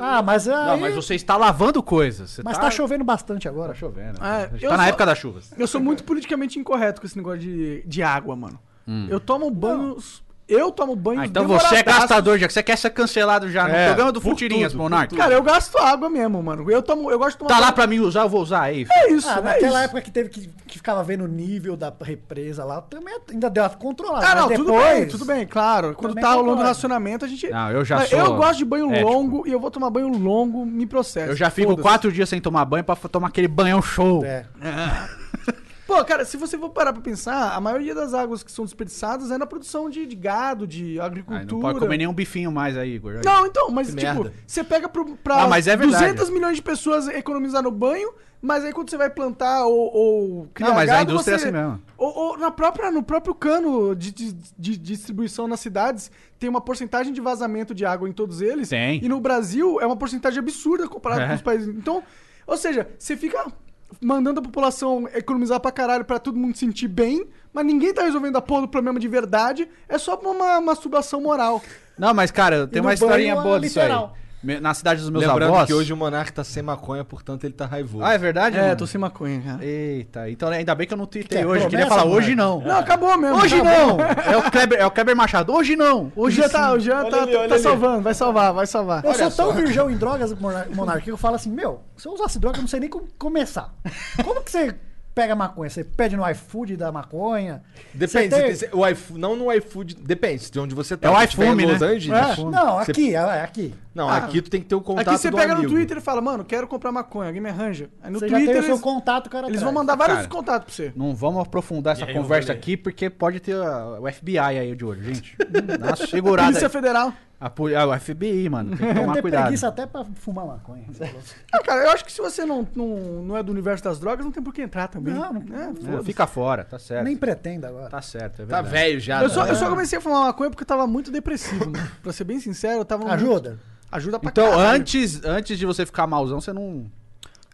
S5: Ah, mas aí...
S6: Não, mas você está lavando coisas. Você
S5: Mas tá chovendo bastante agora.
S6: Tá chovendo.
S4: É,
S6: tá
S4: eu
S6: na
S4: só-
S6: época das chuvas.
S4: Eu sou muito politicamente incorreto com esse negócio de, de água, mano. Eu tomo banhos. Eu tomo banhos.
S6: Hum. Ah, então você é
S4: demoradaços.
S6: gastador, já que você quer ser cancelado já no
S3: É,
S6: programa do
S3: por
S6: Futirinhas,
S3: tudo,
S6: Monark.
S4: Cara, eu gasto água mesmo, mano. Eu tomo, eu gosto de tomar.
S6: Tá lá
S4: banho-
S6: pra mim usar, eu vou usar aí.
S4: É isso,
S5: Ah,
S4: é
S5: naquela
S4: isso.
S5: época que teve que, que ficava vendo o nível da represa lá, também ainda deu uma controlada.
S4: Ah, não,
S5: mas
S4: tudo
S5: depois-
S4: bem, tudo bem, claro. Quando
S5: Também
S4: tá ao longo do
S5: concordo.
S4: racionamento, a gente.
S6: Não, eu já
S4: Mas
S6: sou
S4: Eu gosto de banho
S6: ético.
S4: longo e eu vou tomar banho longo, me processo.
S6: Eu já fico
S4: Foda-se.
S6: quatro dias sem tomar banho pra f- tomar aquele banhão show.
S5: É.
S4: Pô, cara, se você for parar pra pensar, a maioria das águas que são desperdiçadas é na produção de, de gado, de agricultura.
S6: Aí não pode comer nenhum bifinho mais aí, Igor. Aí.
S4: Não, então, mas
S3: Que
S4: tipo,
S3: merda.
S4: você pega pro, pra
S6: Ah, mas é verdade.
S4: 200 milhões de pessoas economizar no banho, mas aí quando você vai plantar ou, ou criar
S6: mas a
S4: gado,
S6: indústria é
S4: você-
S6: assim mesmo.
S4: Ou, ou na própria, no próprio cano de, de- de distribuição nas cidades, tem uma porcentagem de vazamento de água em todos eles.
S6: Tem.
S4: E no Brasil é uma porcentagem absurda comparado
S6: É.
S4: com os países. Então, ou seja, você fica mandando a população economizar pra caralho pra todo mundo se sentir bem, mas ninguém tá resolvendo a porra do problema de verdade, é só uma masturbação moral.
S6: Não, mas cara, tem
S5: no
S6: uma historinha
S5: banho,
S6: boa
S5: é
S6: disso aí.
S5: literal.
S6: Me- Na cidade dos meus
S3: Lembrando
S6: avós.
S3: que hoje o Monark tá sem maconha, portanto ele tá raivoso.
S6: Ah, é verdade?
S4: É,
S6: mano?
S4: tô sem maconha, cara.
S6: Eita, então né, ainda bem que eu não tuitei
S5: Que que é?
S6: hoje. eu queria
S5: Promessa,
S6: falar,
S5: moleque?
S6: hoje não.
S4: Não, acabou mesmo.
S6: Hoje
S4: Tá
S6: não!
S4: bom.
S6: É o, Kleber, é o Kleber Machado. Hoje não!
S4: O
S6: Hoje
S4: Jean tá,
S6: tá.
S4: o Jean tá,
S9: ali,
S4: tá
S9: olha ali.
S4: salvando, vai salvar, vai salvar.
S5: Eu sou tão virgão em drogas, Monar- Monark, que eu falo assim, meu, se eu usasse droga, eu não sei nem como começar. Como que você pega maconha? Você pede no iFood da maconha?
S3: Depende,
S5: Você
S3: você
S5: tem-
S3: tem- o iFood, não no iFood, depende de onde você tá.
S6: É o
S3: Se tiver
S6: iFood,
S3: em Los
S6: né?
S3: Angeles,
S5: É, não,
S3: você-
S5: aqui, é, aqui.
S3: Não, aqui tu tem que ter o contato
S4: Ah. Aqui você
S3: do
S4: pega
S3: amigo.
S4: no Twitter e fala, mano, quero comprar maconha, alguém me arranja. Aí no
S5: você já
S4: Twitter
S5: tem o seu
S4: eles,
S5: contato, cara.
S4: eles
S5: atrás.
S4: vão mandar vários
S6: Cara.
S4: contatos pra você.
S6: Não vamos aprofundar essa
S9: aí, eu
S6: conversa
S9: vou ler.
S6: aqui, porque pode ter a- o FBI aí de olho, gente. Dá uma segurada.
S4: Polícia
S6: aí.
S4: Federal.
S6: A, poli- ah, o FBI, mano. Tem que
S5: Eu
S6: tomar
S5: tenho
S6: cuidado.
S5: preguiça até pra fumar maconha. Você é louco.
S4: Ah, cara, eu acho que se você não, não, não é do universo das drogas, não tem por que entrar também.
S5: Não, não-
S6: É,
S4: É, foda-se.
S6: fica fora, tá certo.
S5: Nem pretendo agora.
S6: Tá certo, é
S3: Tá
S6: verdade.
S3: velho já.
S4: Eu
S3: tá
S4: só, eu
S3: velho.
S4: só comecei a fumar maconha porque eu tava muito depressivo, mano. Pra ser bem sincero, eu tava.
S5: Ajuda.
S4: Ajuda pra
S6: Então,
S4: caralho.
S6: antes, antes de você ficar mauzão, você não.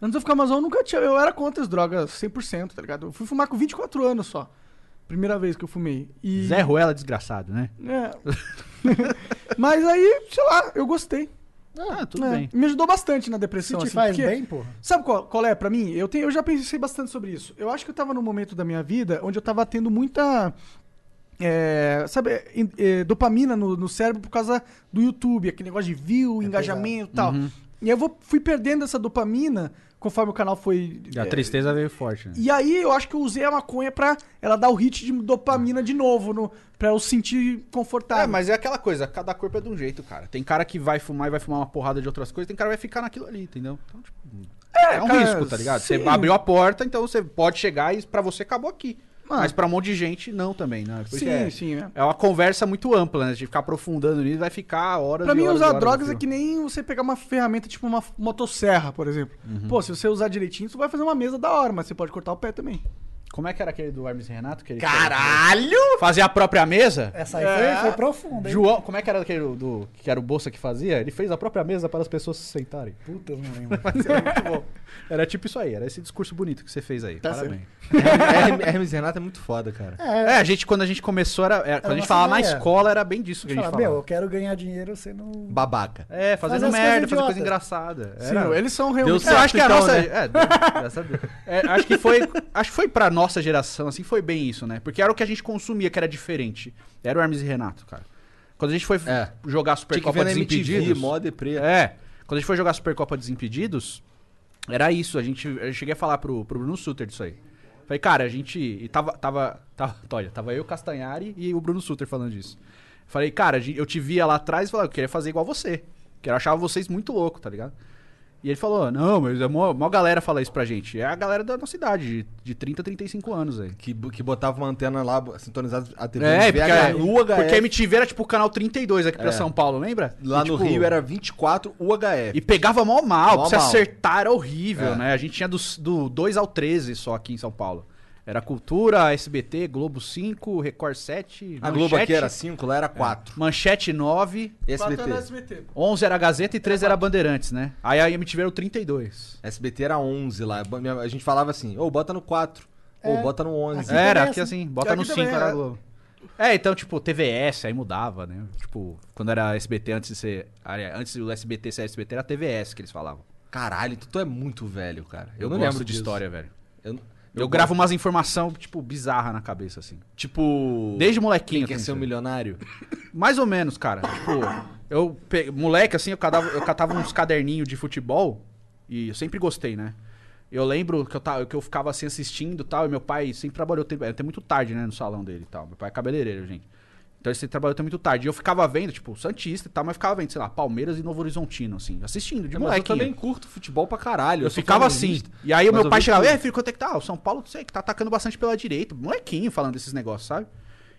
S4: Antes eu ficar mais eu nunca tinha. Eu era contra as drogas 100%, tá ligado? Eu fui fumar com 24 anos só. Primeira vez que eu fumei. E...
S6: Zé Ruela desgraçado, né?
S4: É. Mas aí, sei lá, eu gostei.
S6: Ah, tudo
S4: É,
S6: bem.
S4: Me ajudou bastante na depressão.
S5: Se te
S4: assim,
S5: faz
S4: porque-
S5: bem, porra.
S4: Sabe qual, qual é pra mim? Eu, tenho, eu já pensei bastante sobre isso. Eu acho que eu tava num momento da minha vida onde eu tava tendo muita. é, sabe, in- é, dopamina no, no cérebro por causa do YouTube, aquele negócio de
S6: É
S4: view, engajamento e tal.
S6: Uhum.
S4: E eu vou, fui perdendo essa dopamina conforme o canal foi.
S6: E a
S4: é,
S6: tristeza veio forte, né?
S4: e aí eu acho que eu usei a maconha pra ela dar o hit de dopamina de novo, no, pra eu sentir confortável.
S6: É, mas é aquela coisa, cada corpo é de um jeito, cara. Tem cara que vai fumar e vai fumar uma porrada de outras coisas, tem cara que vai ficar naquilo ali, entendeu? Então, tipo, é, um
S4: cara,
S6: risco, tá ligado? Você
S4: sim.
S6: abriu a porta, então você pode chegar e pra você acabou aqui. Mas pra um monte de gente, não também, né? Por isso
S4: Sim,
S6: é,
S4: sim, é.
S6: É uma conversa muito ampla, né? De ficar aprofundando nisso, vai ficar horas
S4: Pra
S6: e
S4: mim,
S6: horas e
S4: usar
S6: horas
S4: drogas
S6: no
S4: é que nem você pegar uma ferramenta tipo uma f- motosserra, por exemplo.
S6: Uhum.
S4: Pô, se você usar direitinho, você vai fazer uma mesa da hora, mas você pode cortar o pé também.
S6: fio. Como é que era aquele do Hermes e Renato? Que ele
S9: Caralho!
S6: Fazer a própria mesa?
S4: É,
S5: Essa aí foi- foi, profunda, hein?
S6: João, como é que era aquele do, do- que era o Bolsa que fazia? Ele fez a própria mesa para as pessoas se sentarem.
S5: Puta, eu não lembro.
S6: Mas era muito bom. Era tipo isso aí, era esse discurso bonito que você fez aí.
S4: Tá
S6: Parabéns.
S3: Hermes, Hermes e Renato um. é muito foda, cara.
S6: É, a gente, quando a gente começou, era, era- quando a gente
S5: nossa
S6: falava na
S5: ideia.
S6: escola, era bem disso que a gente
S5: Fala,
S6: falava.
S5: meu, eu quero ganhar dinheiro, você não.
S3: Babaca.
S6: É, fazendo
S5: as coisas
S6: merda, fazendo coisa
S5: idiotas.
S6: engraçada.
S4: Sim,
S6: É. Era-
S4: eles são realmente.
S6: eu acho que a
S3: então,
S6: nossa.
S3: né?
S6: É, deu- graças a Deus. É, acho que foi. Acho que foi pra nossa geração, assim, foi bem isso, né? Porque era o que a gente consumia, que era diferente. Era o Hermes e Renato, cara. Quando a gente foi
S3: É. Tinha
S6: jogar
S3: que
S6: Supercopa
S3: ver na MTV,
S6: Desimpedidos.
S3: mó deprê.
S6: É. Quando a gente foi jogar Supercopa Desimpedidos, era isso. A gente, eu cheguei a falar pro, pro Bruno Suter disso aí. Falei, cara, a gente. E tava. Tava. Tava, olha, tava eu, Castanhari e o Bruno Suter falando disso. Falei, cara, a gente- eu te via lá atrás e falava, eu queria fazer igual você. Que eu achava vocês muito louco, tá ligado? E ele falou, não, mas a maior, galera fala isso pra gente. É a galera da nossa idade, de, de 30, 35 anos aí.
S3: Que, bo- que botava uma antena lá bo- sintonizada a TV.
S6: É, porque, a,
S3: VHF. UHF.
S6: porque a MTV era tipo o canal 32 aqui pra São Paulo, lembra?
S3: É. Lá
S6: E,
S3: no
S6: tipo,
S3: Rio era 24 UHF.
S6: E pegava mó mal,
S3: Mó
S6: pra você
S3: mal.
S6: acertar era horrível,
S3: É.
S6: né? A gente tinha dos- do 2 ao 13 só aqui em São Paulo. Era Cultura, SBT, Globo 5, Record 7,
S3: a Globo aqui era 5, lá era 4.
S6: Manchete 9,
S3: SBT.
S4: SBT.
S6: 11 era Gazeta e 13 era Bandeirantes, né? Aí a MTV era o 32.
S3: SBT era 11 lá. Ba- minha- A gente falava assim, ou bota no 4,
S4: É.
S3: ou bota no 11.
S5: Aqui também
S6: era,
S5: é
S6: aqui assim, bota
S4: Aqui
S6: no
S4: também
S6: 5 era
S4: é.
S6: Globo. É, então, tipo, TVS, aí mudava, né? Tipo, quando era SBT antes de ser. aliás, Antes do SBT ser SBT, era TVS que eles falavam.
S3: Caralho, tu tu é muito velho, cara. Eu, não
S6: gosto
S3: lembro
S6: de
S3: disso.
S6: história, velho.
S3: Eu,
S6: Eu, gravo umas informação, tipo, bizarra na cabeça, assim.
S3: Tipo.
S6: Desde
S3: quem
S6: molequinho.
S3: quer
S6: assim,
S3: ser um
S6: sabe?
S3: milionário?
S6: Mais ou menos, cara. Tipo, eu pe- moleque, assim, eu catava, eu catava uns caderninhos de futebol e eu sempre gostei, né? Eu lembro que eu, tava, que eu ficava assim assistindo e tal, e meu pai sempre trabalhou até, até muito tarde, né, no salão dele e tal. Meu pai é cabeleireiro, gente. Então ele sempre trabalhou até muito tarde. E eu ficava vendo, tipo, Santista e tal, mas ficava vendo, sei lá, Palmeiras e Novo Horizontino, assim, assistindo, de
S3: É, mas eu
S6: molequinho.
S3: também curto futebol pra caralho.
S6: Eu
S3: sou
S6: ficava assim.
S3: flamenguista.
S6: E aí o
S3: mas
S6: meu
S3: eu
S6: pai
S3: vi
S6: chegava,
S3: tudo.
S6: é, filho, quanto é que tá? Ah, O São Paulo, sei que tá atacando bastante pela direita. Molequinho falando desses negócios, sabe?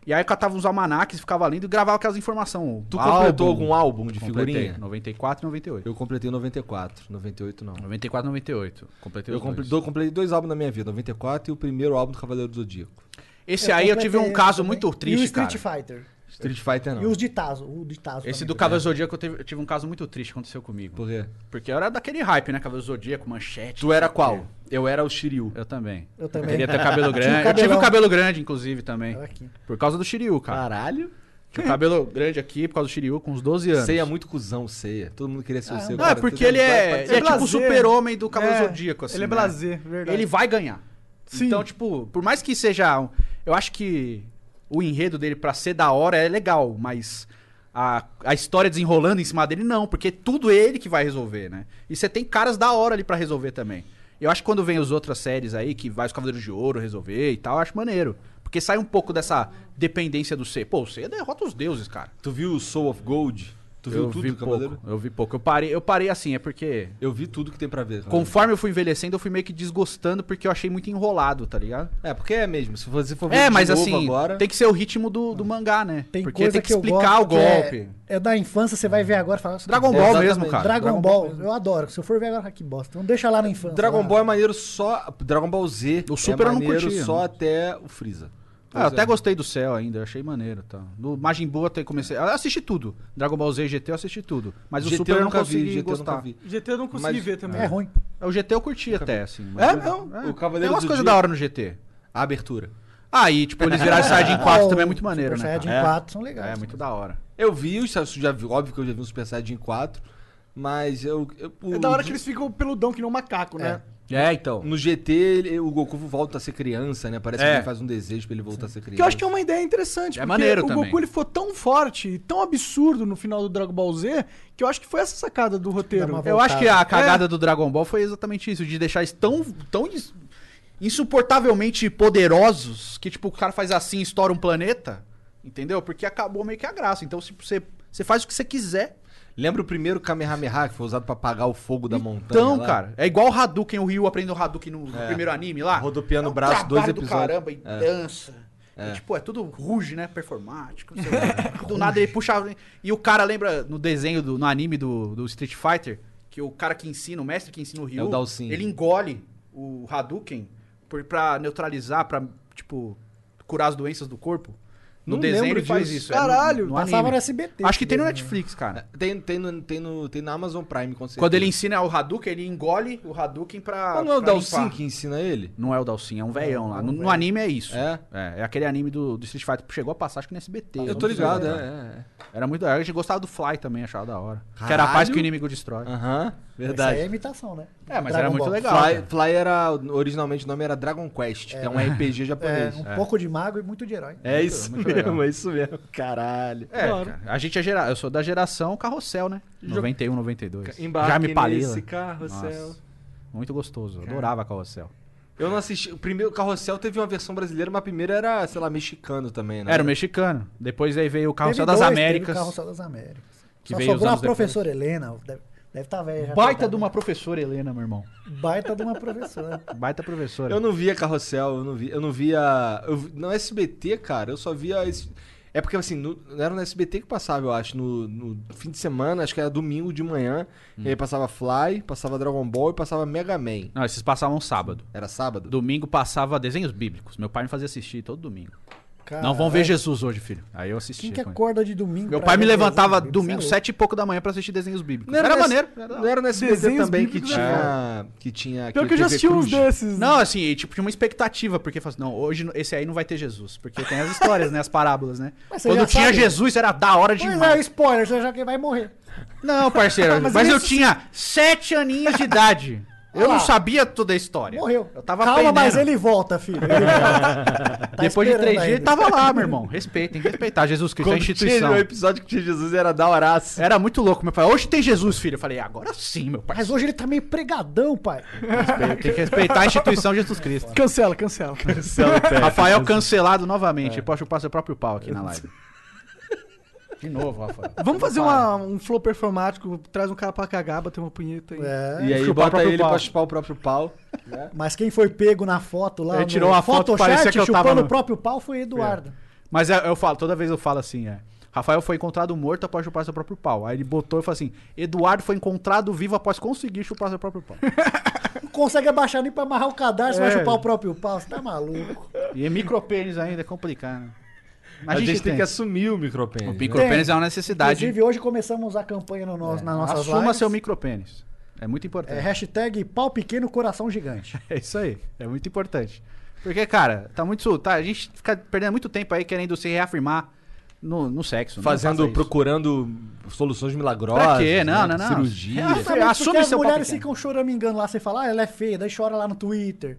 S6: E aí eu catava uns almanacs, ficava lendo e gravava aquelas informações.
S3: Tu completou algum álbum de
S6: Completei.
S3: figurinha?
S6: 94 e 98.
S3: Eu completei 94, 98 não.
S6: 94 98. Completei
S3: Eu
S6: os dois.
S3: completei dois. completei dois álbuns na minha vida, 94 e o primeiro álbum do Cavaleiro do Zodíaco.
S6: Esse aí eu tive um
S5: completei
S6: caso
S5: também.
S6: muito
S5: E o
S6: triste, cara.
S5: Street Fighter.
S3: Street Fighter
S5: E
S3: não.
S5: os de Tazo. O de Tazo
S6: Esse do
S5: também.
S6: Cavaleiro Zodíaco eu tive, eu tive um caso muito triste que aconteceu comigo.
S3: Por quê?
S6: Porque eu era daquele hype, né? Cavaleiro Zodíaco, manchete.
S3: Tu era
S6: não sei o quê.
S3: qual? Eu era o Shiryu.
S6: Eu também.
S5: Eu também.
S6: Queria ter cabelo
S5: Tinha um
S6: grande. Eu tive o
S5: cabelão.
S6: cabelo grande, inclusive, também.
S5: Olha aqui.
S6: Por causa do Shiryu, cara.
S3: Caralho.
S6: Tinha o cabelo grande aqui por causa do Shiryu com uns 12 anos.
S3: Ceia é muito cuzão, Ceia. Todo mundo queria ser o Ceia. tá
S6: Não, é
S3: cara.
S6: porque
S3: Todo
S6: ele
S3: mundo vai-
S6: é,
S3: vai-
S6: ele é tipo o
S4: Blazer.
S6: super-homem do Cavalo
S4: É,
S6: Zodíaco, assim.
S4: ele é
S6: né?
S4: blazer, verdade.
S6: Ele vai ganhar.
S4: Sim.
S6: Então, tipo, por mais que seja. um- eu acho que o enredo dele pra ser da hora é legal, mas a, a história desenrolando em cima dele, não, porque tudo é ele que vai resolver, né? E você tem caras da hora ali pra resolver também. Eu acho que quando vem as outras séries aí, que vai os Cavaleiros de Ouro resolver e tal, eu acho maneiro. Porque sai um pouco dessa dependência do C. Pô, o C derrota os deuses, cara.
S3: Tu viu o Soul of Gold? Tu viu
S6: é- eu
S3: tudo,
S6: vi
S3: do Cavaleiro?
S6: pouco. Eu vi pouco. Eu parei, eu parei assim, é porque
S3: Eu vi tudo que tem pra ver. Cavaleiro.
S6: Conforme eu fui envelhecendo, eu fui meio que desgostando porque eu achei muito enrolado, tá ligado?
S3: É, porque é mesmo. Se você for ver
S6: É,
S3: de
S6: mas
S3: novo
S6: assim,
S3: agora...
S6: tem que ser o ritmo do, do mangá, né?
S5: Tem
S6: porque
S5: coisa
S6: tem que,
S5: eu
S6: explicar
S5: gosto
S6: o
S5: que
S6: golpe.
S5: É, é da infância, você vai ver agora e falar. "Nossa,
S6: Dragon
S5: que
S6: Ball
S3: Exatamente.
S6: mesmo, cara.
S5: Dragon, Ball, eu adoro. Se eu for ver agora, que bosta. Então deixa lá na infância.
S3: Dragon
S5: lá.
S3: Ball é maneiro só... Dragon Ball Z
S6: Ah. O Super
S3: é
S6: eu não
S3: maneiro
S6: curtia,
S3: só
S6: né?
S3: até o Freeza.
S6: Ah, eu até gostei do céu ainda, eu achei maneiro. Tá. Do Majin Buu até comecei. Eu assisti tudo. Dragon Ball Z GT eu assisti tudo. Mas o
S3: GT
S6: Super eu não
S3: nunca vi,
S6: consegui
S3: GT eu nunca
S6: gostar.
S3: vi.
S4: GT eu não consegui
S3: Mas-
S4: ver também.
S5: É ruim.
S6: O GT eu curti até, assim. mas-
S4: É, não.
S6: É.
S3: O Cavaleiro
S6: Tem umas
S3: do Dia-
S6: coisas da hora no GT. A abertura. Aí, tipo, eles viraram Saiyajin 4 também é muito maneiro,
S5: Ah, Super
S6: né?
S5: Saiyajin
S6: cara?
S5: 4 são
S6: É,
S5: legais.
S6: é muito da hora.
S3: Eu vi, os- eu já vi, óbvio que eu já vi um Super Saiyajin 4, mas eu. eu o-
S4: É da hora que eles ficam peludão, que nem um macaco, né?
S6: É, então.
S3: No GT, ele- o Goku volta a ser criança, né? Parece
S6: É.
S3: que ele faz um desejo pra ele voltar a ser criança.
S4: Que eu acho que é uma ideia interessante.
S6: É
S4: porque
S6: maneiro
S4: o
S6: também.
S4: Goku ele foi tão forte e tão absurdo no final do Dragon Ball Z que eu acho que foi essa sacada do roteiro.
S5: Dá uma
S6: Eu acho que a cagada
S4: É.
S6: do Dragon Ball foi exatamente isso, de deixar eles tão, tão ins- insuportavelmente poderosos que, tipo, o cara faz assim e estoura um planeta, entendeu? Porque acabou meio que a graça. Então, se você, você faz o que você quiser.
S3: Lembra o primeiro Kamehameha que foi usado pra apagar o fogo da montanha?
S6: Então,
S3: lá? É.
S6: cara, é igual o Hadouken, o Ryu aprende o Hadouken no, no primeiro anime lá.
S3: Rodopiando
S6: É um
S3: o braço, dois
S6: trabalho do
S3: episódios. É.
S6: caramba, e dança. E, tipo, é tudo ruge, né? Performático, não sei o quê. Do nada ele puxa... E o cara lembra no desenho, do, no anime do, do Street Fighter, que o cara que ensina, o mestre que ensina o Ryu,
S3: É o Dalsin.
S6: ele engole o Hadouken por, pra neutralizar, pra, tipo, curar as doenças do corpo. No
S3: Não
S6: desenho
S3: lembro
S6: ele faz
S3: disso.
S6: isso.
S4: Caralho,
S6: é no, no
S5: Passava no
S6: anime.
S5: SBT.
S6: Acho que tem no
S5: esse desenho.
S6: Netflix, cara.
S3: É, Tem, tem, no, tem, no, tem na Amazon Prime, com certeza.
S6: Quando ele ensina o Hadouken, ele engole o Hadouken pra.
S3: Mas não é o
S6: pra
S3: Dalsin
S6: limpar.
S3: que ensina ele?
S6: Não é o Dalsin, é um velhão lá. No, no anime é isso.
S3: É?
S6: É, é aquele anime do, do Street Fighter que chegou a passar, acho que no SBT.
S3: Eu
S6: não
S3: tô
S6: sei.
S3: ligado, é.
S6: Era muito da hora. A gente gostava do Fly também, achava da hora. Que era a paz
S3: Caralho.
S6: que o inimigo destrói.
S3: é. Aham,
S5: Isso aí é
S3: verdade.
S5: imitação, né?
S6: É, mas
S5: Dragon
S6: era muito
S5: Ball.
S6: legal.
S3: Fly,
S6: cara.
S3: Fly era. Originalmente o nome era Dragon Quest, que é um RPG
S5: É,
S3: japonês.
S5: um pouco de mago e muito de herói.
S3: É, isso
S6: muito
S3: mesmo,
S6: legal.
S3: é isso mesmo. Caralho.
S6: É, cara, a gente é gera... Eu sou da geração carrossel, né? 91, 92. Já
S3: Embarque
S6: me palila.
S3: nesse carrossel.
S6: Nossa. Muito gostoso. eu Adorava carrossel.
S3: Eu não assisti. O primeiro o carrossel teve uma versão brasileira, mas a primeira era, sei lá, mexicano também, né?
S6: Era o mexicano. Depois aí veio o Carrossel
S5: Teve
S6: das
S5: dois, teve
S6: Américas.
S5: o Carrossel das Américas.
S6: Que
S5: Só
S6: veio os
S5: sobrou a
S6: anos depois.
S5: professora Helena. Deve estar tá velha já.
S6: Baita de uma professora Helena, meu irmão.
S5: Baita de uma professora.
S6: Baita professora.
S3: Eu não via carrossel, eu não via. Eu não via. Eu, vi- no SBT, cara, eu só via. esse- é porque assim, no- não era no SBT que passava, eu acho. No, no fim de semana, acho que era domingo de manhã.
S6: Hum.
S3: E aí passava Fly, passava Dragon Ball e passava Mega Man.
S6: Não, esses passavam um sábado.
S3: Era sábado?
S6: Domingo passava desenhos bíblicos. Meu pai me fazia assistir todo domingo.
S5: Cara,
S6: Não vão ver Jesus hoje, filho. Aí eu assisti.
S5: Ah, é? Quem que
S6: com ele.
S5: acorda de domingo?
S6: Meu
S5: pra
S6: pai me
S5: ver
S6: levantava
S5: desenho?
S6: domingo,
S5: Isso é
S6: sete e pouco da manhã pra assistir desenhos bíblicos.
S3: Não era,
S6: era
S3: no S-
S6: maneiro. né? era da
S3: Não era no SBT
S4: Desenhos
S3: também que
S4: bíblicos, né?
S3: tinha. Que tinha.
S4: Pior que eu
S3: TV
S4: já assisti uns
S3: Cruz.
S4: desses.
S6: Não, assim, e, tipo, tinha uma expectativa, porque fala assim, não, hoje no- esse aí não vai ter Jesus. Porque tem as histórias, né? As parábolas, né?
S5: Mas você
S6: Quando
S5: já
S6: tinha
S5: sabe.
S6: Jesus, era da hora
S5: Pois é,
S6: demais.
S5: spoiler, você já que vai morrer.
S6: Não, parceiro, mas,
S5: Mas
S6: eu
S5: isso-
S6: tinha sete aninhos de idade. Eu
S5: Olha lá.
S6: não sabia toda a história.
S5: Morreu.
S6: Eu tava
S5: Calma,
S6: aprendendo.
S5: mas ele volta, filho. Ele volta. Tá
S6: Depois de
S5: esperando
S6: três dias,
S5: ainda.
S6: ele tava lá, meu irmão. Respeita, tem que respeitar. Jesus Cristo é a
S3: Quando tinha
S6: instituição.
S3: o episódio que tinha Jesus era da Horácio.
S6: Era muito louco. Meu pai, hoje tem Jesus, filho. Eu falei, agora sim, meu pai.
S5: Mas hoje ele tá meio pregadão, pai.
S6: Tem que respeitar a instituição Jesus Cristo.
S4: Cancela, cancela.
S6: Rafael cancelado novamente. Ele Pode chupar seu próprio pau aqui na live. De novo, Rafael.
S4: Vamos fazer uma- um flow performático, traz um cara pra cagar, bater uma punheta aí.
S5: É.
S3: E aí
S6: Chupar o
S3: bota
S6: próprio
S3: ele
S6: pau.
S3: pra chupar o próprio pau.
S5: Mas quem foi pego na foto lá.
S6: Ele
S5: no
S6: tirou uma foto,
S5: Photoshop,
S6: parecia que eu tava
S5: chupando
S6: no-
S5: o próprio pau foi Eduardo.
S6: Mas é, eu, eu falo, toda vez eu falo assim, é. Rafael foi encontrado morto após chupar seu próprio pau. Aí ele botou e falou assim: Eduardo foi encontrado vivo após conseguir chupar seu próprio pau.
S5: Não consegue abaixar nem pra amarrar o cadarço, vai
S6: É.
S5: chupar o próprio pau. Você tá maluco.
S6: E é micropênis ainda, é complicado. né?
S3: A, gente, tem que assumir o micropênis.
S6: O
S3: né?
S6: micropênis é uma necessidade.
S5: Inclusive, hoje começamos a usar campanha no nosso, nas nossas
S6: É. Assuma
S5: lives.
S6: seu micropênis. É muito importante.
S5: É, hashtag pau pequeno, coração gigante.
S6: É isso aí. É muito importante. Porque, cara, tá muito. su- Tá, a gente fica perdendo muito tempo aí querendo se reafirmar no, no sexo. né? Não faça
S3: Fazendo,
S6: isso.
S3: procurando soluções milagrosas.
S6: Pra quê? Não,
S3: né?
S6: não, não.
S3: Cirurgia.
S6: Ah,
S5: Justamente
S6: assume
S5: porque as
S6: seu pau
S5: mulheres
S6: pequeno.
S5: ficam choramingando lá, você fala, ah, ela é feia, daí chora lá no Twitter.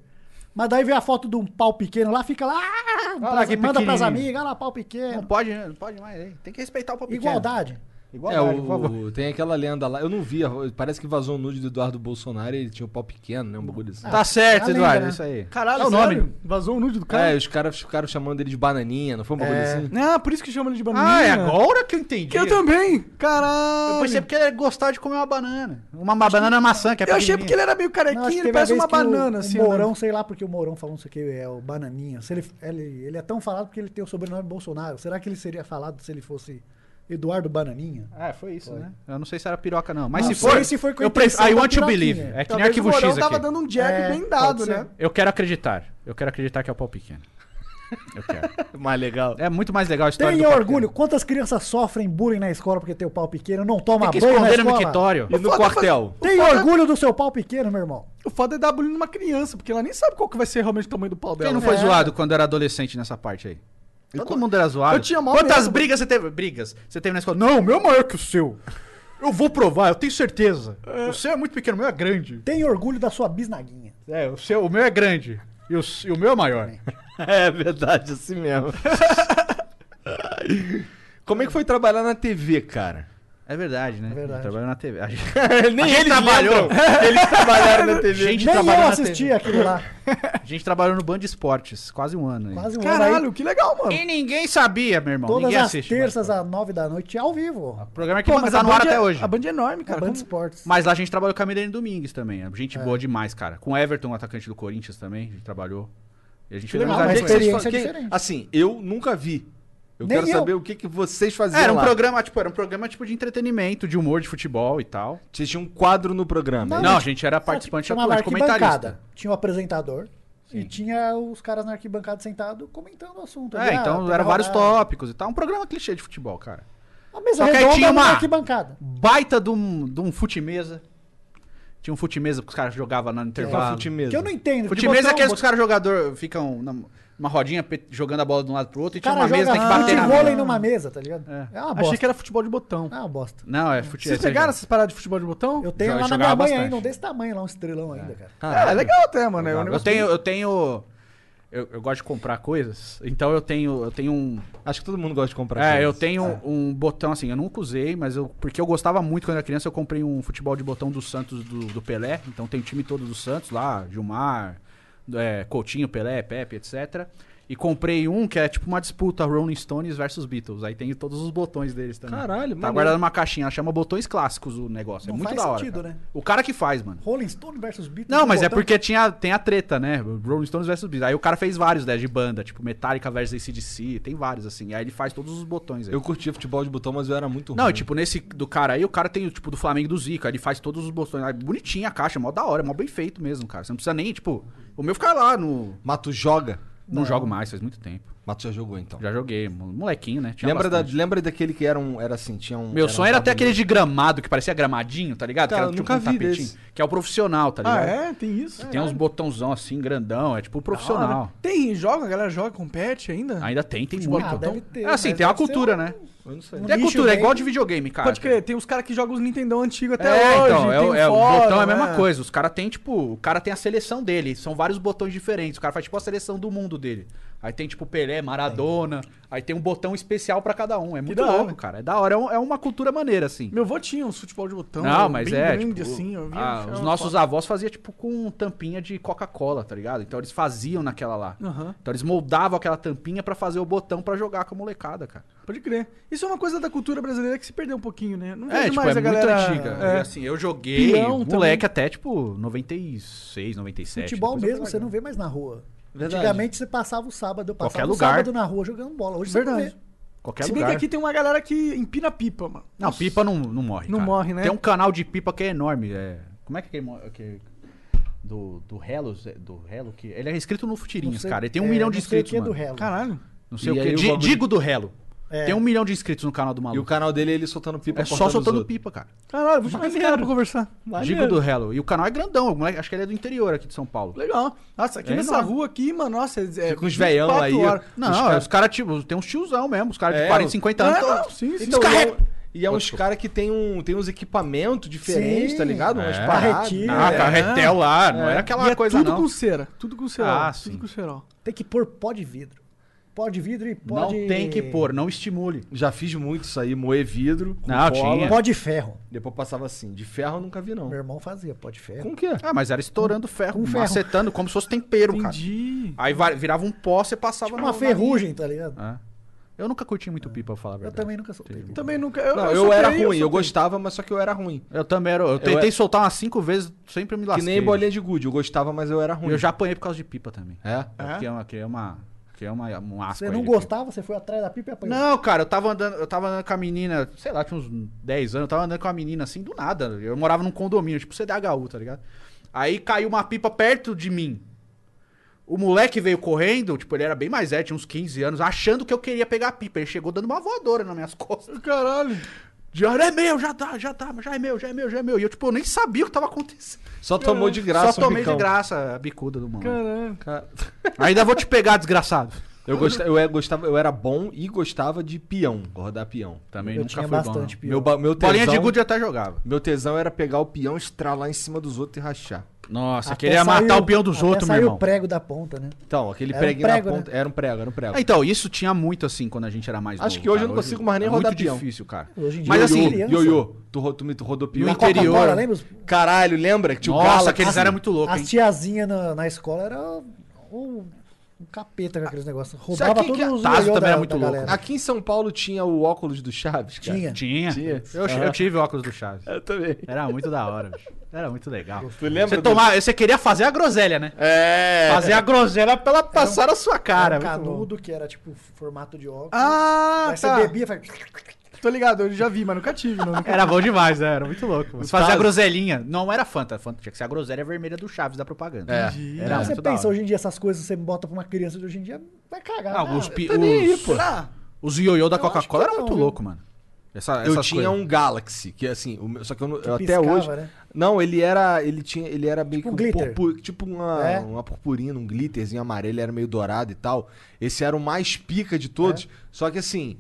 S5: Mas daí vê a foto de um pau pequeno lá, fica lá, ah,
S6: lá
S5: pras-
S6: que
S5: manda pras
S6: pequenininho.
S5: amigas, olha lá, pau
S6: Não
S5: pequeno.
S6: pode, né? não pode mais. hein? Tem que respeitar o papo
S5: Igualdade.
S3: É,
S6: Igualdade, por favor.
S3: o, tem aquela lenda lá. Eu não vi, parece que vazou o nude do Eduardo Bolsonaro e ele tinha o pau pequeno, né? Um bagulho assim.
S6: Tá certo,
S5: é a lenda,
S6: Eduardo.
S5: né?
S6: Isso aí.
S4: Caralho,
S6: é o nome.
S4: sério? Vazou o nude do
S3: É,
S4: cara?
S3: os caras ficaram chamando ele de bananinha, não foi um bagulho
S6: É.
S3: assim?
S4: Ah, por isso que chama ele de bananinha.
S6: Ah, é agora que eu entendi.
S4: Eu também. Caralho.
S6: Eu pensei porque ele gostava de comer uma banana. Uma, uma banana maçã, que é
S4: Eu achei porque
S6: pequenininha.
S4: ele era meio
S5: Não,
S4: carequinho,
S5: acho que
S4: ele
S5: teve a
S4: parece
S5: vez
S4: uma
S5: que o-
S4: banana,
S5: o,
S4: assim.
S6: né?
S5: Mourão, sei lá porque o Mourão falou não sei o que, é o Bananinha. Se ele, ele, ele é tão falado porque ele tem o sobrenome Bolsonaro. Será que ele seria falado se ele fosse Eduardo Bananinha?
S6: É, foi isso, né? Eu não sei se era piroca, não. Mas
S5: Não
S6: se
S5: sei
S6: for.
S5: se foi com
S6: eu
S5: a intenção
S6: prefiro. I
S5: da
S6: want to
S5: piroquinha.
S6: believe. É que nem
S4: Talvez o
S6: arquivo X
S4: Mourão
S6: aqui.
S4: tava dando um jack
S5: É,
S4: bem dado,
S5: pode ser.
S4: né?
S6: Eu quero acreditar. Eu quero acreditar que é o pau pequeno. Eu quero.
S3: Mais legal.
S6: É muito mais legal a história
S5: Tenha
S6: do
S5: orgulho. Quantas crianças sofrem bullying na escola porque tem o pau pequeno, não toma
S6: Tem que
S5: banho na
S6: esconder no
S5: escola?
S6: mictório.
S3: E no quartel?
S5: Tenha orgulho do seu pau pequeno, meu irmão.
S4: O foda é dar bullying numa criança, porque ela nem sabe qual que vai ser realmente o tamanho do pau dela.
S6: Quem
S4: né?
S6: não foi
S5: É.
S6: zoado quando era adolescente nessa parte aí? Todo mundo era zoado.
S4: Eu tinha maior
S6: Quantas
S4: medo.
S6: brigas você teve? Brigas. Você teve na escola? Não, o meu é maior que o seu. Eu vou provar, eu tenho certeza. O seu é muito pequeno, o meu é grande.
S5: Tenha orgulho da sua bisnaguinha.
S6: É, o, seu, o meu é grande. E o, s- e o meu é maior.
S3: É verdade, assim mesmo. Como é que foi trabalhar na TV, cara?
S6: É verdade, né? É verdade. Trabalhou na TV. A gente,
S3: Nem eles trabalham. Eles trabalharam na TV.
S6: gente
S5: Nem
S6: trabalhou
S5: eu
S6: na
S5: assisti
S6: TV.
S5: aquilo lá.
S6: A gente trabalhou no Band Esportes, quase um ano. aí.
S5: Quase um ano aí.
S4: Caralho, que legal, mano.
S6: E ninguém sabia, meu irmão.
S5: Todas
S6: ninguém
S5: as
S6: assiste.
S5: terças às nove da noite, ao vivo.
S6: O programa que
S4: Pô,
S6: tá
S4: a
S6: no ar
S4: Band
S6: até
S4: é-
S6: hoje.
S4: A Band é enorme,
S5: Cara,
S4: cara.
S5: Band
S4: Como-
S5: Esportes.
S6: Mas lá a gente trabalhou com a Milene Domingues também. Gente boa demais, cara. Com o Everton, atacante do Corinthians também, a gente trabalhou. E a é gente fez
S5: legal,
S6: amizade
S5: mas
S6: com
S5: foi-
S6: ele.
S5: experiência
S3: Quem-
S5: diferente.
S3: Assim, eu nunca vi. Eu
S5: Nem
S3: quero
S5: eu.
S3: saber o que, que vocês faziam
S6: Era um
S3: lá.
S6: programa, tipo, era um programa tipo de entretenimento, de humor, de futebol e tal.
S3: Vocês tinham um quadro no programa.
S6: Não, a gente era participante
S5: chamava
S6: atuante, comentarista.
S5: arquibancada. Tinha o apresentador e tinha os caras na arquibancada sentado comentando o assunto.
S6: É,
S5: Ali, ah,
S6: então
S5: teve
S6: eram vários
S5: rodada.
S6: tópicos e tal. Um programa clichê de futebol, cara.
S5: A mesa
S6: Só que aí
S5: redonda
S6: tinha
S5: numa
S6: uma-
S5: arquibancada.
S6: Baita de um, de um fute-mesa. Tinha um fute-mesa que os caras jogavam lá no
S5: um
S6: intervalo.
S3: fute mesmo.
S5: Que eu não entendo. que
S6: Fute-mesa é
S5: botar um-
S6: aqueles que os caras jogador ficam na- numa rodinha pe- jogando a bola de um lado pro outro e tinha
S5: cara
S6: uma mesa que tem que
S5: joga
S6: bater na
S5: futebol
S6: bola.
S5: em numa mesa, tá ligado? É, uma bosta.
S4: Achei que era futebol de botão.
S5: É uma bosta.
S6: Não, é fute-mesa.
S4: Vocês pegaram essas paradas de futebol de botão?
S5: Eu tenho
S6: Joga-
S5: lá na minha
S6: jogava
S5: mãe
S6: bastante.
S5: ainda, um desse tamanho lá, um estrelão ainda, cara.
S4: É, é legal até, mano. É um
S6: Eu
S4: negócio
S6: tenho, eu tenho. Eu, eu gosto de comprar coisas, então eu tenho, eu tenho um,
S3: Acho que todo mundo gosta de comprar.
S6: é, eu
S3: coisas.
S6: tenho um botão assim, eu nunca usei, mas eu porque eu gostava muito quando era criança, eu comprei um futebol de botão do Santos do, do Pelé, então tem o time todo do Santos lá, Gilmar, é, Coutinho, Pelé, Pepe, etc. E comprei um que é tipo uma disputa Rolling Stones versus Beatles, aí tem todos os botões deles também.
S3: Caralho,
S6: tá
S3: maneiro.
S6: guardado numa caixinha, chama botões clássicos o negócio,
S5: Não
S6: é muito
S5: faz
S6: da hora.
S5: sentido,
S6: cara.
S5: né?
S6: O cara que faz, mano.
S5: Rolling Stone versus Beatles.
S6: Não,
S5: no
S6: mas é
S5: botão.
S6: porque tinha, tem a treta, né? Rolling Stones versus Beatles. Aí o cara fez vários, né? De banda, tipo Metallica versus ACDC, tem vários, assim. Aí ele faz todos os botões aí.
S3: Eu curtia futebol de botão, mas eu era muito
S6: Não,
S3: ruim.
S6: e tipo, nesse do cara aí, o cara tem o tipo do Flamengo e do Zico. Aí ele faz todos os botões. Aí, bonitinha a caixa, mó da hora, mó bem feito mesmo, cara. Você não precisa nem, tipo. O meu fica lá no.
S3: Mato joga.
S6: Não, jogo mais, faz muito tempo.
S3: Mato já jogou então.
S6: Já joguei, mo- molequinho, né? Tinha
S3: Lembra, da,
S6: bastante.
S3: lembra daquele que era um. Era assim, tinha um.
S6: Meu
S3: um
S6: sonho era até
S3: tabuleiro.
S6: aquele de gramado, que parecia gramadinho, tá ligado?
S3: Cara,
S6: que
S3: eu
S6: era tipo
S3: nunca vi
S6: tapetinho.
S3: desse.
S6: Que é o profissional, tá
S4: Ah,
S6: ligado?
S4: é? Tem isso?
S5: um
S4: né?
S6: Tem uns botãozão assim, grandão, é tipo o profissional.
S4: Tem joga, a galera joga, compete ainda?
S6: Ainda tem, tem
S5: Futebol,
S6: muito.
S5: ah, deve ter,
S6: é assim,
S5: mas
S6: tem uma
S5: deve ser
S6: cultura,
S5: um-
S6: né?
S3: Eu não sei.
S5: um
S6: Tem a
S5: nicho
S6: cultura, é
S5: bem-
S6: igual de videogame, cara.
S4: Pode crer, tem uns caras que jogam os Nintendão antigo até
S6: É,
S4: hoje.
S6: então, é,
S4: tem um né?
S6: o- é, o
S4: fórum,
S6: botão é a mesma coisa. Os caras tem, tipo, o cara tem a seleção dele. São vários botões diferentes. O cara faz, tipo, a seleção do mundo dele. Aí tem, tipo, Pelé, Maradona. Aí tem um botão especial pra cada um. É muito
S4: da hora.
S6: louco, cara. É da hora. É, um- é uma cultura maneira, assim.
S4: Meu avô tinha uns futebol de botão.
S6: Não, mas
S4: bem
S6: é.
S4: grande,
S6: tipo,
S4: assim, eu via,
S6: ah,
S4: achava
S6: os nossos
S4: foda.
S6: avós faziam, tipo, com tampinha de Coca-Cola, tá ligado? Então eles faziam naquela lá.
S4: Aham.
S6: Então eles moldavam aquela tampinha pra fazer o botão pra jogar com a molecada, cara.
S4: Pode crer. Isso é uma coisa da cultura brasileira que se perdeu um pouquinho, né? Não
S6: É,
S4: vejo
S6: tipo,
S4: mais
S6: é
S4: a galera.
S6: muito antiga. E,
S4: É.
S6: assim, eu joguei
S4: Peão
S6: moleque até, tipo, 96, 97.
S5: Futebol
S6: depois eu
S5: mesmo você não vê mais na rua.
S3: Verdade.
S5: Antigamente você passava o sábado, eu passava
S6: Qualquer
S5: o
S6: lugar.
S5: sábado na rua jogando bola. Hoje você
S4: Verdade.
S5: não vê.
S6: fui- Qualquer
S4: Se bem
S6: lugar.
S4: que aqui tem uma galera que empina pipa, mano.
S6: Não, pipa não, não morre,
S4: Não
S6: cara.
S4: morre, né?
S6: Tem um canal de pipa que é enorme. é- Como é que é aquele... mo- aquele- Do, do Hello, Zé- do Hello, que... Ele é inscrito no
S5: Não
S6: Futirinhas,
S5: sei-
S6: cara. Ele tem um
S5: é,
S6: milhão
S5: não
S6: de
S5: sei o
S6: inscritos,
S5: que é do
S6: mano.
S5: Hello.
S4: Caralho.
S6: Não sei
S3: E
S6: o
S3: aí
S6: que.
S3: o
S6: Di-
S3: bagulho-
S6: Digo do Hello.
S5: É.
S6: Tem um milhão de inscritos no canal do
S3: E o
S6: maluco.
S3: canal dele, ele soltando pipa.
S6: É só
S3: cortando
S6: soltando
S3: os outros.
S6: pipa, cara.
S4: Caralho, vou chamar esse cara pra conversar.
S5: Tá
S6: Digo do Hello. E o canal é grandão. o moleque- Acho que ele é do interior aqui de São Paulo.
S4: Legal. Nossa, aqui
S6: É
S4: nessa
S6: enorme.
S4: rua aqui, mano, nossa, é. é
S3: Fica uns veião
S4: 24
S3: aí,
S4: horas.
S6: Não,
S3: Os
S6: os
S3: cara-
S6: caras, tipo, tem uns tiozão mesmo. Os caras
S3: É,
S6: de 40, 50 anos.
S4: É,
S6: todos-
S4: não, sim, sim.
S3: Então, e é,
S4: Descarrega.
S3: um- e é uns caras que tem, um, tem uns equipamentos diferentes,
S5: Sim.
S3: tá ligado? Umas
S6: É.
S3: paradas.
S5: Carretilha.
S6: Ah,
S3: É.
S6: carretel lá, não era
S4: E
S6: aquela
S4: é
S6: coisa
S4: tudo
S6: não.
S4: com cera. Tudo com cerol.
S6: Ah,
S4: tudo
S6: sim.
S4: com cerol.
S5: Tem que pôr pó de vidro. Pó de vidro e pó
S6: Não
S5: de...
S6: tem que pôr, não estimule.
S3: Já fiz muito isso aí, moer vidro. com
S6: Não,
S3: cola.
S6: tinha.
S5: Pó de ferro.
S3: Depois passava assim. De ferro eu nunca vi, não.
S5: Meu irmão fazia pó de ferro.
S3: Com o quê?
S6: Ah, mas era estourando ferro,
S5: com ferro.
S6: macetando como se fosse tempero, cara.
S4: Entendi.
S6: Aí va- virava um pó, você passava
S5: Tipo
S6: no-
S5: uma
S6: na
S5: ferrugem, tá ligado?
S6: linha. É. Eu nunca curti muito pipa, pra falar a
S5: Eu
S6: verdade. um
S5: também nunca soltei.
S4: Também nunca. Eu,
S3: Não,
S4: eu
S3: eu,
S4: soltei,
S3: era ruim, eu,
S4: soltei.
S3: gostava, mas só que eu era ruim.
S6: Eu também era. Eu tentei soltar umas cinco vezes, sempre me
S3: Que
S6: lasquei.
S3: nem bolinha de gude, eu gostava, mas eu era
S6: E
S3: ruim.
S6: Eu já apanhei por causa de pipa também.
S3: É?
S6: Eu criei uma. Criei uma, criei uma um asco
S5: Você
S6: aí
S5: não
S6: de pipa.
S5: gostava, você foi atrás da pipa e apanhou.
S6: Não, cara, eu tava andando, eu tava andando com a menina, sei lá, tinha uns 10 anos, eu tava andando com a menina assim, do nada. Eu morava num condomínio, tipo CDHU, tá ligado? Aí caiu uma pipa perto de mim. O moleque veio correndo, tipo, ele era bem mais velho, tinha uns 15 anos, achando que eu queria pegar a pipa. Ele chegou dando uma voadora nas minhas costas.
S4: Caralho.
S6: De hora é meu, já tá, já tá, já é meu, já é meu, já é meu. E eu, tipo, eu nem sabia o que tava acontecendo.
S3: Só tomou de graça
S6: Só
S3: um
S6: tomei
S3: bicão.
S6: de graça a bicuda do mano.
S4: Caralho.
S3: Cara,
S6: Ainda vou te pegar, desgraçado.
S3: Eu, gosta- eu é- gostava, eu era bom e gostava de peão, rodar peão.
S6: Também
S5: Eu
S6: nunca
S5: tinha
S6: fui
S5: bastante
S6: bom.
S5: pior.
S3: Meu, ba- meu
S6: não. Bolinha de
S3: tesão-
S6: gude até jogava.
S3: Meu tesão era pegar o peão, estralar em cima dos outros e rachar.
S6: Nossa,
S5: Até
S6: queria
S5: saiu-
S6: matar o peão dos
S5: até
S6: outros, meu
S5: saiu
S6: irmão.
S5: o prego da ponta, né?
S3: Então, aquele
S5: Era um
S3: preguinho
S5: prego,
S3: na
S5: né?
S3: ponta. Era um prego, era um prego.
S6: Ah, Então, isso tinha muito assim quando a gente era mais
S3: Acho
S6: novo,
S3: que hoje
S6: cara.
S3: eu não consigo mais nem
S6: é
S3: rodar
S6: muito
S3: peão.
S6: difícil, cara.
S5: Hoje em
S6: Mas
S5: dia,
S6: assim,
S5: criança.
S3: Ioiô, tu, ro- tu, me- tu rodou peão.
S6: No
S3: Na
S5: Coca-Cola,
S6: interior.
S5: lembra? Os-
S3: Caralho, lembra? Que tinha o
S6: Nossa,
S3: Gala,
S6: aqueles
S3: cara?
S6: eram muito loucos, hein?
S5: As tiazinhas na, na escola era um, um capeta com
S6: Ah,
S5: aqueles negócios.
S3: Sabe
S5: Roubava
S3: quem
S5: todos
S3: que é?
S5: os
S6: Tazo
S5: melhor
S6: também era muito louco. né?
S5: galera.
S3: Aqui em São Paulo tinha o óculos do Chaves, cara.
S5: Tinha.
S6: Tinha.
S3: Tinha?
S6: Eu, eu tive óculos do Chaves.
S3: Eu também.
S6: Era muito da hora, bicho. Era muito legal.
S3: Tu lembra?
S6: Você,
S3: do-
S6: tomava, você queria fazer a groselha, né?
S3: É.
S6: Fazer a groselha pra ela passar na sua cara. é
S5: Era um
S6: muito louco.
S5: canudo que era tipo formato de óculos.
S4: Ah,
S5: Aí você
S4: tá.
S6: é
S5: bebia e faz...
S4: Tô ligado, eu já vi, mas nunca tive, não.
S6: Era bom demais, né? Era muito louco. Mas fazia a
S3: Tazo.
S6: groselinha. Não era Fanta. Fanta tinha que ser a groselha vermelha do Chaves da propaganda.
S3: É.
S6: Era
S5: você
S6: muito da
S5: pensa
S6: hora.
S5: hoje em dia essas coisas, você bota pra uma criança de hoje em dia, vai cagar.
S6: Ah, os, pi-
S3: Tá nem aí,
S6: os,
S3: pô.
S6: os ioiô da
S5: Eu acho
S6: Coca-Cola
S5: que
S6: eram
S5: não,
S6: muito
S5: viu?
S6: louco, mano. Essa,
S3: Eu
S6: Tá, essas
S3: tinha
S6: coisas.
S3: um Galaxy, que assim, o meu- só que eu, não- eu até
S5: piscava,
S3: hoje.
S5: né?
S3: Não, ele era. Ele tinha. Ele era meio
S5: Tipo um
S3: que
S5: glitter.
S3: purpu- tipo uma,
S5: É.
S3: uma purpurina, um glitterzinho amarelo, ele era meio dourado e tal. Esse era o mais pica de
S5: É.
S3: todos. Só que assim,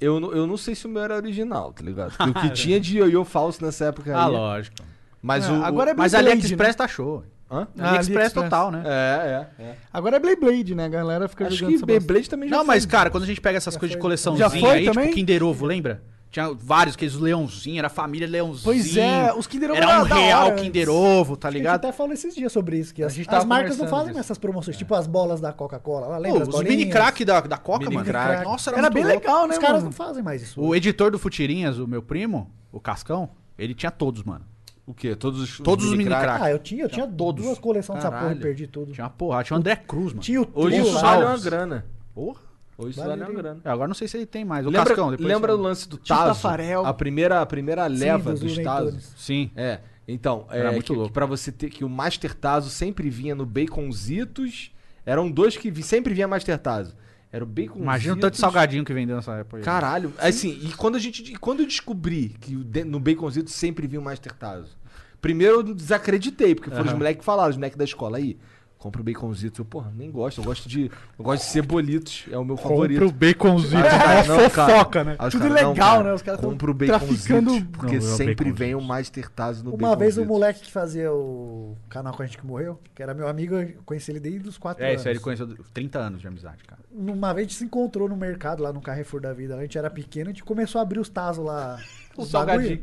S3: eu, não- eu não sei se o meu era original, tá ligado? Porque o que tinha de ioiô falso nessa época
S6: Ah,
S3: um aí.
S6: lógico.
S3: Mas o.
S4: agora é
S6: Mas a
S4: Blade,
S6: AliExpress tá show.
S3: o- Hã?
S4: Ah,
S6: AliExpress
S4: AliExpress.
S6: total, né?
S3: É, é. é.
S4: Agora é Blade Blade, né? A galera fica
S3: Acho
S4: jogando
S3: que
S4: essa bosta.
S3: Beyblade também já
S6: Não,
S3: foi.
S6: mas cara, quando a gente pega essas coisas de coleçãozinha
S4: Já foi
S6: aí,
S4: também?
S6: tipo Kinder Ovo, lembra? Tinha vários, aqueles leãozinhos, era a família leãozinho.
S4: Pois é, os Kinder Ovo
S6: Era
S4: era
S6: um
S4: da
S6: real
S4: hora
S6: Kinder Ovo, tá
S5: A gente
S6: ligado?
S5: até falou esses dias sobre isso, que as,
S6: gente
S5: as
S6: tava
S5: marcas não
S6: conversando
S5: fazem
S6: disso.
S5: essas promoções, tipo as bolas da Coca-Cola lá,
S6: Pô,
S5: lembra? as
S6: os
S5: bolinhas?
S6: mini crack da, da Coca,
S3: Mini
S6: mano.
S3: crack.
S6: Nossa, era,
S4: Era bem
S6: legal.
S4: legal, né,
S5: Os caras
S4: mano?
S5: não fazem mais isso.
S6: O editor do Futirinhas, o meu primo, o Cascão, ele tinha todos, mano.
S3: O quê? Todos os.
S6: Todos os mini
S3: crack?
S6: crack.
S5: Ah, eu tinha, eu tinha
S6: todos.
S5: duas coleções dessa porra,
S3: Caralho.
S5: eu perdi tudo.
S6: Tinha uma porrada, tinha o André Cruz, mano.
S5: Tinha o
S3: Hoje
S5: trio
S3: isso
S5: lá.
S3: vale uma
S6: Salles.
S3: grana.
S6: Porra.
S3: Hoje isso
S5: Vale
S3: vale uma
S5: ali.
S3: grana.
S6: É, Agora não sei se ele tem mais. O
S3: lembra
S6: Cascão, depois.
S3: lembra
S6: você-
S3: o lance do
S4: Tio
S3: Tazo?
S4: Tafarel.
S3: A primeira, a primeira leva
S5: dos
S3: dos
S5: Looney
S3: Tazos.
S5: Tunes.
S6: Sim.
S3: É. Então, é
S6: Era muito
S3: que,
S6: louco.
S3: que pra você ter que o Master Tazo sempre vinha no Baconzitos. Eram dois que vi- sempre vinha Master Tazo. Era o Baconzitos.
S6: Imagina o tanto de salgadinho que vendeu nessa época. aí.
S3: Caralho, assim, e quando a gente e quando eu descobri que o de- no Baconzitos sempre vinha o Master Tazo. Primeiro eu desacreditei, porque foram os moleques que falaram, os moleques da escola aí. Compra o baconzitos. Eu, porra, nem gosto. Eu gosto de. Eu gosto de cebolitos. É o meu favorito.
S6: Compra o baconzinho.
S3: Ah, não, cara.
S6: é fofoca, né?
S3: Aí os
S4: Tudo
S3: caras,
S4: ilegal,
S3: cara,
S4: né? Os caras tão
S3: compra o baconzitos,
S4: traficando-
S3: Porque
S6: Não, é o
S3: sempre
S6: baconzitos.
S3: vem o Master Tazo no
S5: Uma vez o
S3: baconzitos.
S5: moleque que fazia o canal com a gente que morreu, que era meu amigo, eu conheci ele desde os 4
S6: É,
S5: anos.
S6: isso aí ele conheceu 30 anos de amizade, cara.
S5: Uma vez a gente se encontrou no mercado lá no Carrefour da Vida, a gente era pequeno, a gente começou a abrir os tazos lá. os
S3: salgadinho.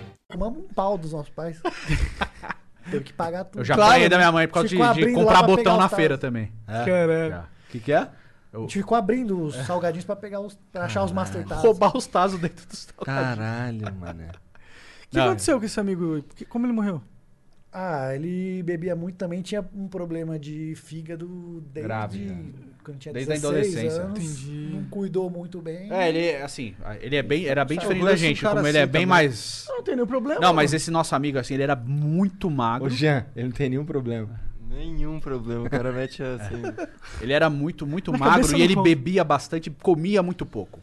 S5: Tomamos um pau dos nossos pais. Teve que pagar tudo.
S6: Eu já
S5: Claro, né?
S6: apanhei da minha mãe por causa de,
S5: ficou
S6: de
S5: abrindo lá
S6: comprar
S5: pra pegar
S6: botão
S5: os
S6: na
S5: tazos. É.
S6: feira também. É.
S4: Caralho.
S6: Já.
S3: O que, que é?
S5: A gente ficou abrindo os salgadinhos pra pegar os. pra achar os Master Tazos.
S6: Roubar os tazos dentro dos tazos.
S3: Caralho, mano.
S4: O que aconteceu com esse amigo? Que- Como ele morreu?
S5: Ah, ele bebia muito também, tinha um problema de fígado desde
S6: Grave, né?
S5: quando tinha
S6: Desde a
S5: 16
S6: adolescência.
S5: anos.
S4: Entendi.
S5: Não cuidou muito bem.
S6: É, ele, é assim, ele é bem, era bem
S3: Eu
S6: diferente da
S3: conheço um
S6: gente.
S3: cara
S6: Como ele é
S3: assim
S6: bem
S3: também.
S6: mais.
S4: Não tem nenhum problema.
S6: Não, mas esse nosso amigo, assim, ele era muito magro.
S3: Ô, Jean, ele não tem nenhum problema.
S9: Nenhum problema, o cara mete assim.
S6: Ele era muito, muito
S4: Na
S6: magro
S4: cabeça
S6: e
S4: não
S6: ele
S4: come.
S6: bebia bastante, comia muito pouco.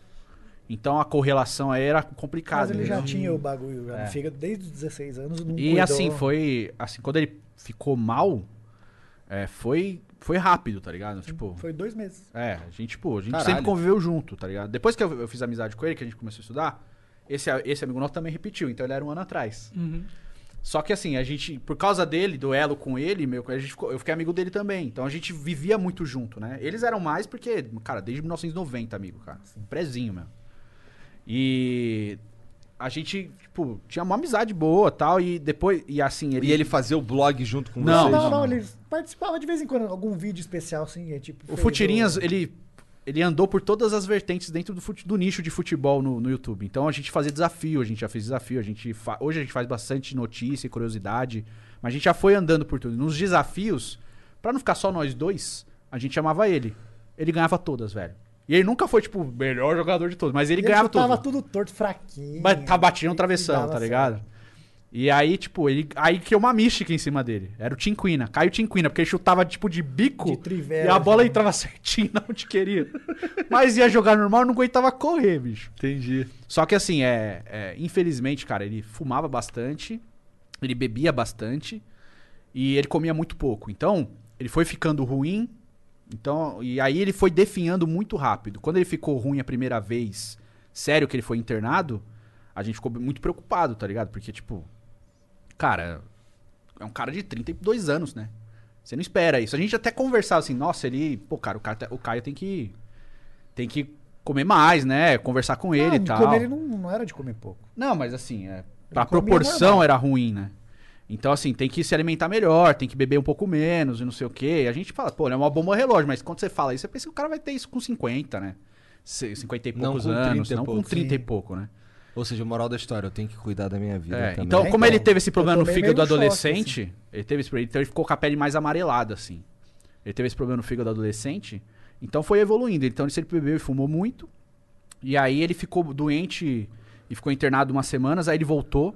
S6: Então a correlação aí era complicada.
S5: Mas ele
S6: entendeu?
S5: já tinha o bagulho já no fígado desde os 16 anos. Não
S6: É. E
S5: Uhum. cuidou.
S6: assim, foi. Assim, quando ele ficou mal, é, foi, foi rápido, tá ligado? Tipo.
S5: Foi dois meses.
S6: É, a gente, tipo, a gente
S3: Caralho.
S6: sempre conviveu junto, tá ligado? Depois que eu, eu fiz amizade com ele, que a gente começou a estudar, esse, a- esse amigo nosso também repetiu, então ele era um ano atrás. Só que assim, a gente, por causa dele, do elo com ele, meu, a gente ficou- eu fiquei amigo dele também. Então a gente vivia muito junto, né? Eles eram mais porque, cara, desde 1990, amigo, cara. Um prezinho mesmo. Assim, E a gente, tipo, tinha uma amizade boa tal. E depois. E assim, ele.
S3: E ele fazia o blog junto com
S6: Não,
S3: vocês?
S5: Não, não, ele participava de vez em quando de algum vídeo especial, assim, é tipo.
S6: O
S5: fez
S6: Futirinhas, ele, ele andou por todas as vertentes dentro do, fute- do nicho de futebol no, no YouTube. Então a gente fazia desafio, a gente já fez desafio, a gente fa- hoje a gente faz bastante notícia e curiosidade, mas a gente já foi andando por tudo. Nos desafios, pra não ficar só nós dois, a gente chamava ele. Ele ganhava todas, velho. E ele nunca foi, tipo, o melhor jogador de todos, mas ele, ganhava tudo.
S5: chutava tudo torto, fraquinho.
S6: Mas tá batido no travessão,
S5: dava
S6: tá ligado? E aí, tipo, ele. Aí criou uma mística em cima dele. Era o Tinquina. Caiu o Tinquina, porque ele chutava, tipo, de bico.
S5: trivela,
S6: e a bola entrava certinho na onde queria. Mas ia jogar normal não aguentava correr, bicho.
S3: Entendi.
S6: Só que assim, é, é, Infelizmente, cara, ele fumava bastante, ele bebia bastante e ele comia muito pouco. Então, ele foi ficando ruim. Então, e aí ele foi definhando muito rápido. Quando ele ficou ruim a primeira vez, sério que ele foi internado, a gente ficou muito preocupado, tá ligado? Porque, tipo, cara, é um cara de 32 anos, né? Você não espera isso. A gente até conversava assim, nossa, ele. Pô, cara, o, cara, tá- o Caio tem que. Tem que comer mais, né? Conversar com ele e
S5: de
S6: tal.
S5: comer ele não, não era de comer pouco.
S6: Não, mas assim, é, pra
S5: comia
S6: proporção
S5: normal.
S6: era ruim, né? Então, assim, tem que se alimentar melhor, tem que beber um pouco menos e não sei o quê. E a gente fala, pô, ele é uma bomba relógio, mas quando você fala isso, você pensa que o cara vai ter isso com 50, né? Se- 50 e
S3: Não
S6: poucos
S3: com 30 e
S6: anos, não com
S3: poucos.
S6: 30 e pouco, né?
S3: Ou seja, moral da história, eu tenho que cuidar da minha vida
S6: É,
S3: também.
S6: então, como ele teve esse
S5: eu
S6: problema no
S5: tomei
S6: fígado
S5: meio choque, assim.
S6: adolescente, ele teve esse problema, então ele ficou com a pele mais amarelada, assim. Ele teve esse problema no fígado adolescente, então foi evoluindo. Então, ele sempre bebeu e fumou muito. E aí ele ficou doente e ficou internado umas semanas, aí ele voltou.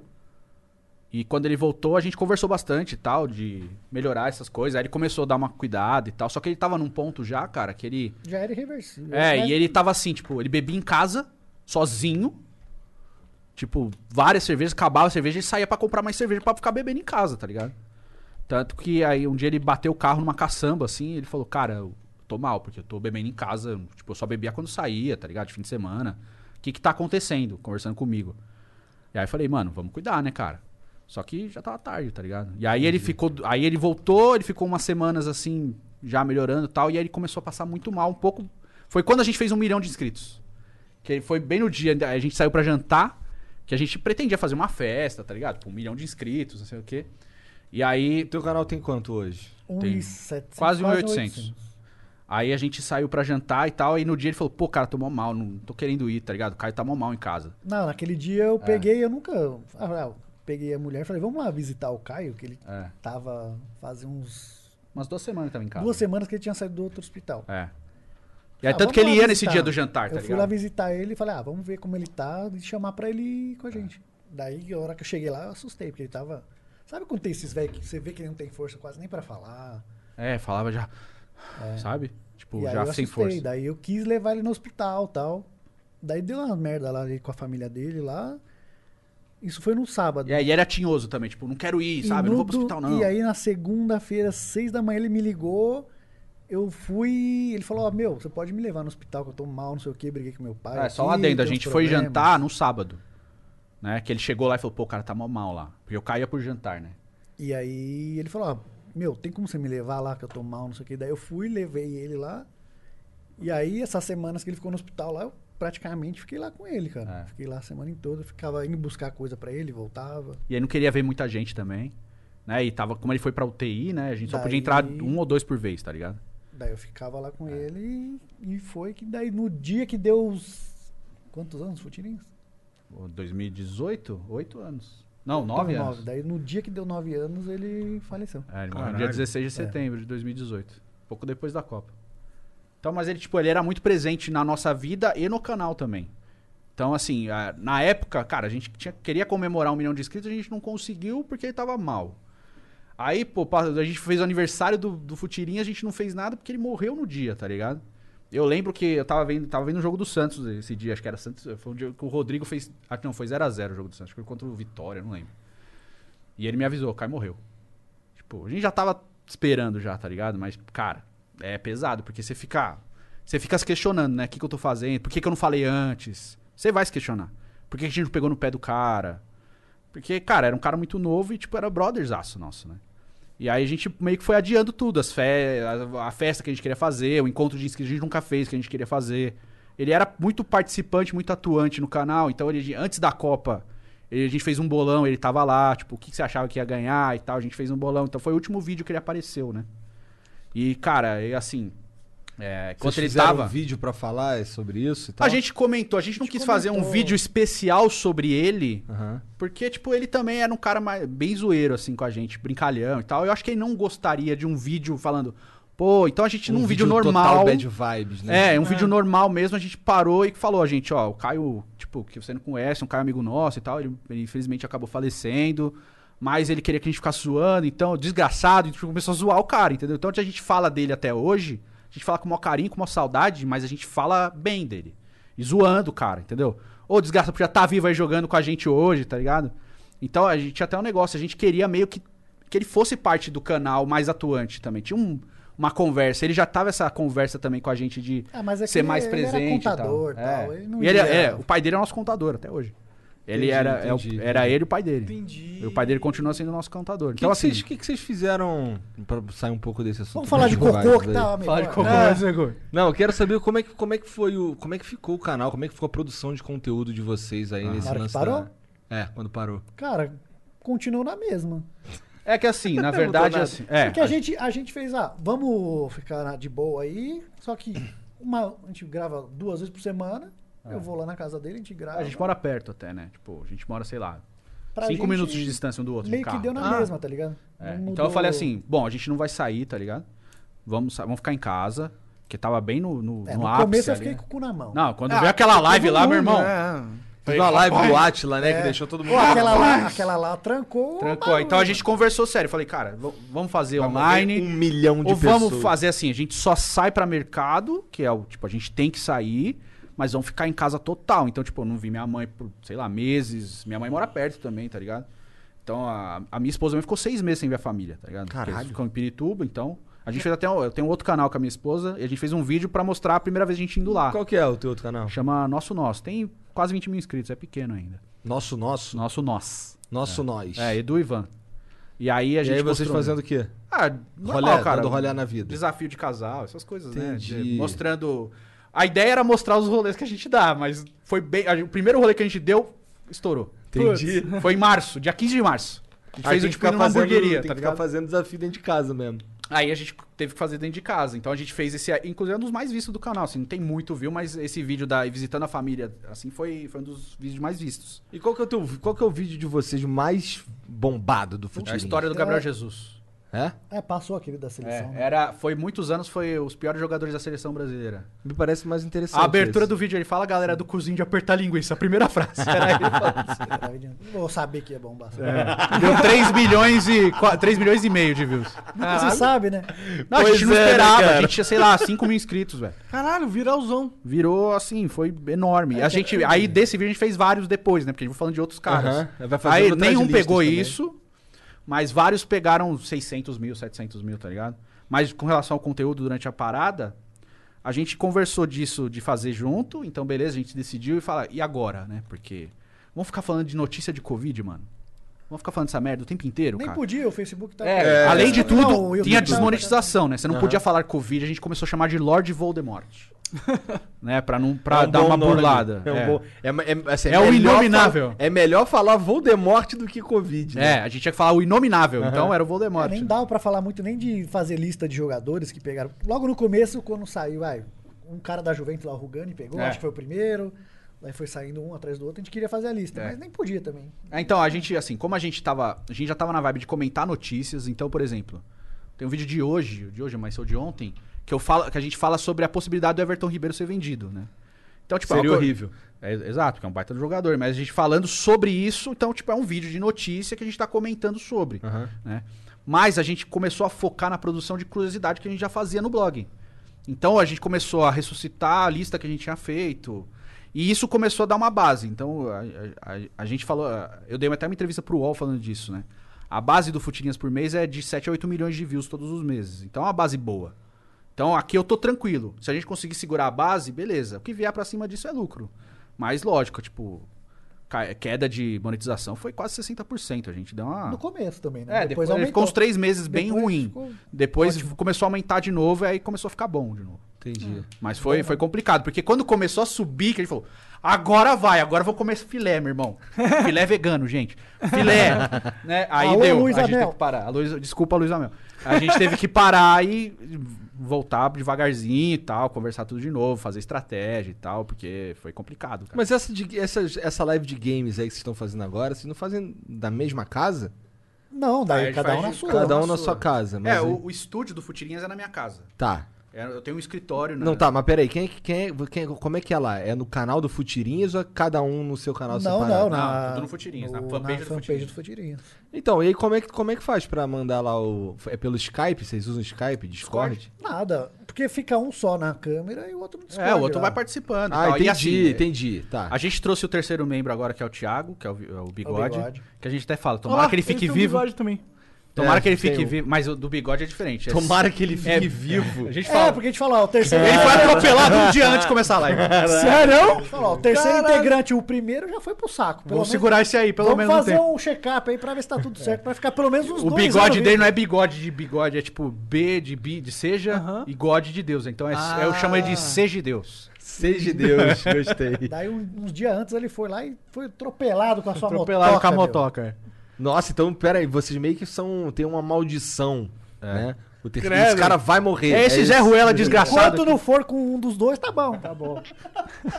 S6: E quando ele voltou, a gente conversou bastante e tal, de melhorar essas coisas. Aí ele começou a dar uma cuidada e tal. Só que ele tava num ponto já, cara, que ele.
S5: Já era irreversível.
S6: É,
S5: Mas
S6: e ele tava assim, tipo, ele bebia em casa, sozinho. Tipo, várias cervejas, acabava a cerveja e saía pra comprar mais cerveja pra ficar bebendo em casa, tá ligado? Tanto que aí um dia ele bateu o carro numa caçamba, assim, e ele falou, cara, eu tô mal, porque eu tô bebendo em casa, tipo, eu só bebia quando saía, tá ligado? De fim de semana. O que que tá acontecendo? Conversando comigo. E aí eu falei, mano, vamos cuidar, né, cara? Só que já tava tarde, tá ligado? E aí ele ficou. Aí ele voltou, ele ficou umas semanas assim, já melhorando e tal, e aí ele começou a passar muito mal, um pouco. Foi quando a gente fez um milhão de inscritos. Que foi bem no dia, a gente saiu pra jantar, que a gente pretendia fazer uma festa, tá ligado? Com um milhão de inscritos, não sei o quê. E aí.
S3: Teu canal tem quanto hoje?
S5: Um
S6: tem
S5: e setecentos,
S6: Quase
S5: quase
S6: 1.800. Aí a gente saiu pra jantar e tal, e no dia ele falou, pô, cara, tô mó mal, não tô querendo ir, tá ligado? O Caio tá mó mal em casa.
S5: Não, naquele dia
S6: É.
S5: eu peguei, eu nunca. ah, eu peguei a mulher e falei, vamos lá visitar o Caio, que ele
S6: É.
S5: tava fazendo uns.
S6: Umas duas semanas ele tava em casa.
S5: Duas semanas que ele tinha saído do outro hospital.
S6: É. E é
S5: Ah,
S6: tanto
S5: vamos
S6: que ele
S5: lá
S6: ia nesse
S5: visitar.
S6: dia do jantar, tá
S5: Eu fui
S6: ligado?
S5: lá visitar ele e falei, ah, vamos ver como ele tá e chamar pra ele
S6: É.
S5: ir com a gente. Daí, a hora que eu cheguei lá, eu assustei, porque ele tava. Sabe quando tem esses velhos que você vê que ele não tem força quase nem pra falar?
S6: É, falava já. Sabe? Tipo,
S5: É. e aí
S6: já
S5: eu
S6: sem
S5: assustei,
S6: força.
S5: Daí eu quis levar ele no hospital tal. Daí deu uma merda lá ele com a família dele lá. Isso foi no sábado.
S6: E aí era tinhoso também, tipo, não quero ir,
S5: E
S6: sabe? Não vou pro
S5: no
S6: hospital,
S5: do-
S6: não.
S5: E aí na segunda-feira, às seis da manhã, ele me ligou. Eu fui. Ele falou: ó, meu, você pode me levar no hospital que eu tô mal, não sei o que, briguei com meu pai.
S6: é, só
S5: aqui,
S6: lá dentro. A
S5: tenho uns
S6: gente foi
S5: problemas."
S6: jantar no sábado. Né? Que ele chegou lá e falou, pô, o cara tá mó mal lá. Porque eu caía por jantar, né?
S5: E aí ele falou, ó, meu, tem como você me levar lá que eu tô mal, não sei o que. Daí eu fui, levei ele lá. E aí, essas semanas que ele ficou no hospital lá, eu praticamente fiquei lá com ele, cara.
S6: É.
S5: Fiquei lá a semana em toda, eu ficava indo buscar coisa pra ele, voltava.
S6: E aí não queria ver muita gente também. Né? E tava, como ele foi pra UTI, né? A gente só podia
S5: Daí-
S6: entrar um ou dois por vez, tá ligado?
S5: Daí eu ficava lá
S6: É.
S5: com ele e, e foi que daí no dia que deu os... Quantos anos, Futirinhos?
S6: Ô, 2018? Oito anos. Não, nove
S5: Deu
S6: anos.
S5: Daí no dia que deu nove anos, ele faleceu.
S6: É, ele morreu no dia
S3: Caralho.
S6: 16 de setembro de 2018. Pouco depois da Copa. Então, mas ele, tipo, ele era muito presente na nossa vida e no canal também. Então, assim, a- na época, cara, a gente tinha- queria comemorar um milhão de inscritos, a gente não conseguiu porque ele tava mal. Aí, pô, pa- a gente fez o aniversário do, do Futirinha, a gente não fez nada porque ele morreu no dia, tá ligado? Eu lembro que eu tava vendo, tava vendo o jogo do Santos esse dia, acho que era Santos. Foi um dia que o Rodrigo fez. Ah, não, foi 0x0 o jogo do Santos, acho que foi contra o Vitória, não lembro. E ele me avisou, o Caio morreu. Tipo, a gente já tava esperando já, tá ligado? Mas, cara, é pesado, porque você fica. Você fica se questionando, né? O que, que eu tô fazendo? Por que, que eu não falei antes? Você vai se questionar. Por que, que a gente não pegou no pé do cara? Porque, cara, era um cara muito novo e, tipo, era brotherzaço nosso, né? E aí a gente meio que foi adiando tudo, as fe a, a festa que a gente queria fazer, o encontro de inscritos que a gente nunca fez, que a gente queria fazer. Ele era muito participante, muito atuante no canal. Então, ele, antes da Copa, ele- a gente fez um bolão, ele tava lá, tipo, o que, que você achava que ia ganhar e tal. A gente fez um bolão. Então, foi o último vídeo que ele apareceu, né? E, cara, e assim. É,
S3: Vocês
S6: quando ele
S3: fizeram
S6: tava.
S3: um vídeo pra falar sobre isso e tal?
S6: A gente comentou, a gente não quis fazer um
S3: Tá. comentou.
S6: vídeo especial sobre ele, porque, tipo, ele também era um cara mais, bem zoeiro, assim, com a gente, brincalhão e tal. Eu acho que ele não gostaria de um vídeo falando, pô, então a gente, num vídeo, normal.
S3: Um Total bad vibes, né?
S6: É, um vídeo normal mesmo, a gente parou e falou, a gente, ó, o Caio, tipo, que você não conhece, um Caio amigo nosso e tal, ele, ele infelizmente acabou falecendo, mas ele queria que a gente ficasse zoando, então, desgraçado, e tipo, começou a zoar o cara, entendeu? Então, a gente fala dele até hoje, a gente fala com o maior carinho, com a maior saudade, mas a gente fala bem dele. E zoando o cara, entendeu? Ô, desgraçado, já tá vivo aí jogando com a gente hoje, tá ligado? Então, a gente tinha até um negócio, a gente queria meio que que ele fosse parte do canal mais atuante também. Tinha um- uma conversa, ele já tava essa conversa também com a gente de
S5: Ah, mas é que
S6: ser mais
S5: ele era
S6: presente.
S5: contador
S6: e
S5: e
S6: tal.
S5: tal,
S6: É.
S5: ele não
S6: E ele-
S5: ia-
S6: é, o pai dele é nosso contador até hoje. Ele
S3: Entendi,
S6: era, é o-
S3: entendi,
S6: era
S3: entendi.
S6: ele e o pai dele. Entendi. E o pai dele continua sendo nosso contador.
S3: Que
S6: então,
S3: que
S6: assim.
S3: vocês- O que, que vocês fizeram pra sair um pouco desse assunto?
S5: Vamos falar de cocô que tá, amigo.
S3: Fala de cocô.
S5: É.
S3: Não, eu quero saber como é, que, como é que foi o. Como é que ficou o canal, como é que ficou a produção de conteúdo de vocês
S6: Ah,
S3: aí nesse
S5: Na hora que
S3: lance
S5: parou?
S3: da- É, quando parou.
S5: Cara, continua na mesma.
S6: É que assim,
S5: Não
S6: na verdade,
S5: mudou nada.
S6: assim. É,
S5: Porque a gente, a gente fez, ah, vamos ficar na- de boa aí, só que uma, a gente grava duas vezes por semana, eu vou lá na casa dele, a gente grava.
S6: É. a gente mora perto até, né? Tipo, a gente mora, sei lá.
S5: Pra
S6: cinco
S5: gente,
S6: minutos de distância um do outro. de
S5: Meio que
S6: carro,
S5: deu
S6: tá
S5: na
S6: ligado?
S5: mesma, tá ligado?
S6: É,
S5: Não
S6: Então eu
S5: mudou-
S6: falei assim, bom, a gente não vai sair, tá ligado? Vamos, sa- vamos ficar em casa, que tava bem no, no,
S5: É,
S6: no
S5: no
S6: ápice
S5: começo eu
S6: ali,
S5: fiquei
S6: né?
S5: com o cu na mão.
S6: Não, quando
S5: Ah,
S6: veio aquela
S5: todo
S6: live lá, meu
S5: mundo, né?
S6: irmão.
S3: É. Fez uma live do Atila, né? Que
S5: É.
S3: deixou todo
S5: Pô,
S3: mundo.
S5: aquela, lá, aquela lá trancou.
S6: Trancou. Então a gente conversou sério. Falei, cara, v- vamos fazer online.
S3: Um milhão de
S6: ou vamos
S3: pessoas.
S6: fazer assim, a gente só sai pra mercado, que é o tipo, a gente tem que sair, mas vamos ficar em casa total. Então, tipo, eu não vi minha mãe por, sei lá, meses. Minha mãe mora perto também, tá ligado? Então a, a minha esposa também ficou seis meses sem ver a família, tá ligado? Porque
S3: Caralho.
S6: Ficou em Pirituba, então. A gente fez até um, eu tenho outro canal com a minha esposa e a gente fez um vídeo pra mostrar a primeira vez a gente indo lá.
S3: Qual que é o teu outro canal?
S6: Chama Nosso Nosso. Tem quase 20 mil inscritos, é pequeno ainda.
S3: Nosso Nosso?
S6: Nosso Nós.
S3: Nosso
S6: é.
S3: Nós.
S6: É, Edu e Ivan. E aí a
S3: E
S6: gente.
S3: aí vocês
S6: mostrou-
S3: fazendo o quê?
S6: Ah, normal,
S3: Rolé,
S6: cara.
S3: dando rolé na vida.
S6: Desafio de casal, essas coisas, né?
S3: Entendi.
S6: De- Mostrando. A ideia era mostrar os rolês que a gente dá, mas foi bem. a- O primeiro rolê que a gente deu, estourou.
S3: Entendi.
S6: Putz. Foi em março, dia 15 de março. A gente
S3: Aí
S6: fez
S3: tem que
S6: o tipo
S3: ficar
S6: numa
S3: fazendo-
S6: hamburgueria,
S3: tem
S6: tá
S3: que ficar
S6: ligado?
S3: fazendo desafio dentro de casa mesmo.
S6: Aí a gente teve que fazer dentro de casa. Então a gente fez esse. Inclusive é um dos mais vistos do canal, assim. Não tem muito view, mas esse vídeo da Visitando a Família, assim, foi, foi um dos vídeos mais vistos.
S3: E qual que é o teu, qual que é o vídeo de vocês mais bombado do
S6: É
S3: futebol?
S6: a história do Gabriel Jesus.
S3: É?
S5: É, passou aquele da
S6: É,
S5: seleção. né?
S6: era, foi muitos anos, foi os piores jogadores da seleção brasileira.
S3: Me parece mais interessante.
S6: A abertura
S3: esse.
S6: do vídeo, ele fala, galera, do cozinho de apertar linguiça. A primeira frase era ele falando isso.
S5: Vou saber que é ia bombar.
S6: Deu 3 milhões e... 3 milhões e meio de views.
S5: Nunca se sabe, né?
S6: Não, a
S3: Pois
S6: gente não
S3: é, né,
S6: esperava. a
S3: cara?
S6: gente tinha, sei lá, 5 mil inscritos, velho.
S4: Caralho, viralzão.
S6: Virou, assim, foi enorme.
S3: É
S6: A gente, aí desse vídeo a gente fez vários depois, né? Porque a gente foi falando de outros caras.
S3: Aham, vai fazendo
S6: aí
S3: outras
S6: nenhum
S3: listas
S6: pegou
S3: também.
S6: isso, mas vários pegaram 600 mil, 700 mil, tá ligado? Mas com relação ao conteúdo durante a parada, a gente conversou disso de fazer junto, então beleza, a gente decidiu e fala, e agora, né? Porque vamos ficar falando de notícia de Covid, mano? Vamos ficar falando dessa merda o tempo inteiro,
S5: Nem
S6: cara?
S5: podia, o Facebook tá.
S6: É, além de tudo,
S5: Não, o
S6: tinha
S5: YouTube
S6: a
S5: tá-
S6: desmonetização, né? Você não
S3: Aham.
S6: podia falar Covid, a gente começou a chamar de Lord Voldemort. né? Pra, não, pra
S3: É um
S6: dar
S3: bom
S6: uma
S3: nome.
S6: burlada.
S3: É, um
S6: é.
S3: bom- é- é- assim,
S6: É o
S3: melhor
S6: inominável.
S3: fa- É melhor falar Voldemort do que Covid, né?
S6: É, a gente tinha que falar o inominável,
S3: Aham.
S6: então era o Voldemort.
S5: É, nem dava pra falar muito nem de fazer lista de jogadores que pegaram. Logo no começo, quando saiu, ai, um cara da Juventus lá, o Rugani, pegou,
S6: É.
S5: acho que foi o primeiro. Aí foi saindo um atrás do outro, a gente queria fazer a lista,
S6: É.
S5: mas nem podia também.
S6: É, então, a gente, assim, como a gente tava. A gente já tava na vibe de comentar notícias, então, por exemplo, tem um vídeo de hoje, de hoje, mas ou de ontem, que, eu falo, que a gente fala sobre a possibilidade do Everton Ribeiro ser vendido, né? Então, tipo, é uma
S3: Seria
S6: co-
S3: horrível.
S6: É, exato, que é um baita do jogador, mas a gente falando sobre isso, então, tipo, é um vídeo de notícia que a gente tá comentando sobre.
S3: Aham.
S6: né? Mas a gente começou a focar na produção de curiosidade que a gente já fazia no blog. Então a gente começou a ressuscitar a lista que a gente tinha feito. E isso começou a dar uma base. Então a, a- a- a gente falou. Eu dei até uma entrevista pro UOL falando disso, né? A base do Futirinhas por mês é de 7 a 8 milhões de views todos os meses. Então é uma base boa. Então aqui eu tô tranquilo. Se a gente conseguir segurar a base, beleza. O que vier pra cima disso é lucro. Mas lógico, tipo, ca- queda de monetização foi quase 60%. A gente deu uma.
S5: No começo também, né?
S6: É, depois, ele ficou uns três meses bem
S5: Depois
S6: ruim.
S5: ficou
S6: Depois
S5: ótimo.
S6: começou a aumentar de novo, aí começou a ficar bom de novo.
S3: Entendi.
S6: Mas foi, foi complicado, porque quando começou a subir, que ele falou: agora vai, agora eu vou comer esse filé, meu irmão. filé vegano, gente. Filé. né? Aí
S4: Alô,
S6: deu.
S4: Luiz
S6: a gente
S4: Amel.
S6: teve que parar. A Luiz- desculpa, Luiz Amel. A gente teve que parar e voltar devagarzinho e tal, conversar tudo de novo, fazer estratégia e tal, porque foi complicado. Cara.
S3: Mas essa, de- essa, essa live de games aí que vocês estão fazendo agora, vocês não fazem da mesma casa?
S5: Não,
S6: Aí a
S5: daí
S6: gente
S5: cada um
S6: faz
S5: na
S6: de-
S5: sua.
S3: Cada um na sua casa. Mas
S6: é,
S3: aí-
S6: o, o estúdio do Futirinhas é na minha casa.
S3: Tá.
S6: É, Eu tenho um escritório. na-
S3: Não, tá, mas peraí, quem, é que- quem, é- quem, é- como é que é lá? É no canal do Futirinhas ou é cada um no seu canal
S5: Não,
S3: separado?
S5: não, na,
S6: tudo no Futirinhas, na
S5: no-
S6: fanpage
S5: na
S6: do
S5: fanpage do Futirinhas.
S3: Então, e aí como é, que, como é que faz pra mandar lá o... É pelo Skype? Vocês usam Skype? Discord?
S5: Nada, porque fica um só na câmera e o outro no Discord.
S6: É, o outro
S5: lá.
S6: vai participando. e
S3: Ah,
S6: tal.
S3: entendi,
S6: E assim,
S3: entendi, tá.
S6: A gente trouxe o terceiro membro agora, que é o Thiago, que é o, vi- é o bigode,
S5: Bigode. Ah, é
S6: Que a gente até fala, tomara
S4: Olha lá,
S6: que ele fique
S4: tem um
S6: vivo.
S4: bigode também.
S6: Tomara
S3: É,
S6: que ele
S3: tem
S6: fique
S3: um.
S6: vivo. Mas o do bigode é diferente. é-
S3: Tomara que ele fique
S6: é-
S3: vivo.
S6: A gente
S5: É,
S6: fala.
S5: porque a gente fala, ó, o terceiro.
S6: Ele foi atropelado um dia antes de começar a live.
S4: Sério?
S5: A gente fala, ó, o terceiro
S6: Caralho.
S5: integrante, o primeiro já foi pro saco. Pelo
S6: Vamos
S5: menos-
S6: segurar esse aí, pelo
S5: Vamos
S6: menos um
S5: fazer
S6: tempo. É.
S5: um check-up aí pra ver se tá tudo certo. Pra ficar pelo menos uns
S6: O
S5: dois
S6: bigode
S5: anos
S6: dele
S5: vivos.
S6: não é bigode de bigode, é tipo B de bi de seja
S4: Aham.
S6: e God de Deus. Então é,
S3: Ah.
S6: eu chamo ele de Seja de Deus.
S3: Seja Deus, gostei.
S5: Daí um- uns dias antes ele foi lá e foi atropelado com a sua
S6: Atropelado
S5: motoca.
S6: com a
S5: meu.
S6: motoca.
S3: Nossa, então, peraí, vocês meio que são... Tem uma maldição, né? O terceiro,
S6: É. Credo.
S3: esse cara vai morrer.
S6: É esse Zé
S3: isso.
S6: Ruela desgraçado.
S5: Enquanto não for com um dos dois, tá bom, tá bom.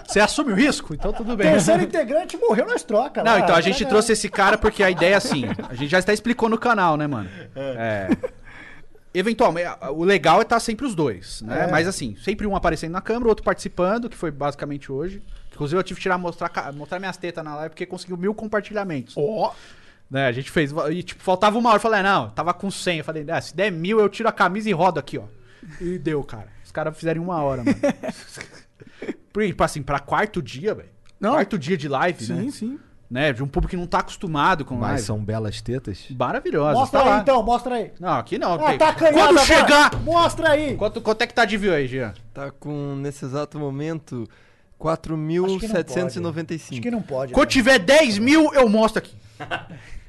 S6: Você assume o risco? Então tudo bem.
S5: Terceiro integrante morreu, nós troca.
S6: Não,
S5: lá. É,
S6: então a gente
S5: Pega-
S6: trouxe esse cara porque a ideia é assim. A gente já até explicou no canal, né, mano? É. Eventualmente, a- o legal é estar sempre os dois, né? Mas assim, sempre um aparecendo na câmera, o outro participando, que foi basicamente hoje. Inclusive, eu tive que tirar, mostrar, ca- mostrar minhas tetas na live porque conseguiu mil compartilhamentos. Ó! Né, a gente fez. E tipo, faltava uma hora. Eu falei, não, tava com 100. Eu falei, ah, se der mil, eu tiro a camisa e rodo aqui, ó. E deu, cara. Os caras fizeram em uma hora, mano. Porque, tipo assim, pra quarto dia, velho.
S4: Não.
S6: Quarto dia de live, né?
S4: Sim, sim.
S6: né? De um público que não tá acostumado com
S3: Mas
S6: live.
S3: são belas tetas?
S6: maravilhosas.
S5: Mostra
S6: tá
S5: aí
S6: lá.
S5: então, mostra aí.
S6: Não, aqui não.
S5: Ah,
S6: tem-
S5: tá canhado
S6: Quando
S5: agora.
S6: chegar...
S5: Mostra aí.
S6: Quanto, quanto é que tá de view aí, Jean?
S10: Tá com, nesse exato momento,
S5: Acho que não pode.
S10: 4.795.
S5: Acho que não pode.
S6: Quando tiver 10 mil, eu mostro aqui.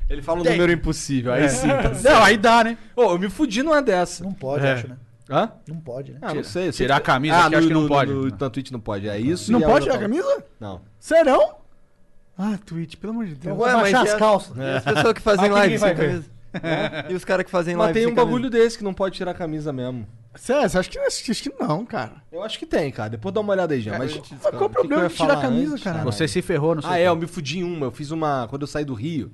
S3: Ele fala um
S6: Tem.
S3: número impossível, aí sim. tá certo.
S6: Não, aí dá, né?
S3: Ô, eu me fudi numa dessa.
S5: Não pode,
S6: É.
S5: acho, né?
S3: Hã?
S5: Não pode, né?
S3: Ah, não sei. eu sei
S6: Tirar
S3: que-
S6: a camisa aqui,
S3: no-
S6: acho que não
S3: no-
S6: pode.
S3: no- na Twitch não pode, é isso.
S6: um.
S4: Não
S3: e
S4: pode
S3: outra-
S4: tirar a camisa?
S3: Não.
S4: Serão? Ah, Twitch, pelo amor de
S5: Eu
S6: é,
S4: Deus.
S5: vou
S10: Ué, mas
S5: abaixar
S10: e
S5: as
S10: a-
S5: calças.
S10: E as pessoas que fazem
S5: Aqui
S10: live
S5: ninguém vai
S10: sem camisa. Hã? E os caras que fazem
S3: Mas
S10: live
S3: tem
S10: sem
S3: um
S10: camisa?
S3: bagulho desse que não pode tirar a camisa mesmo.
S4: Sério, você acha que, acho que não, cara?
S3: Eu acho que tem, cara. Depois dá uma olhada aí, já. Mas,
S10: eu te
S4: Mas qual o
S3: que que eu
S4: problema
S3: ia
S4: de tirar a
S3: falar
S4: camisa,
S3: antes,
S4: cara?
S3: caralho?
S6: Você se ferrou, não sei
S3: Ah, é, eu
S6: como.
S3: me fudi em uma. Eu fiz uma. Quando eu saí do Rio,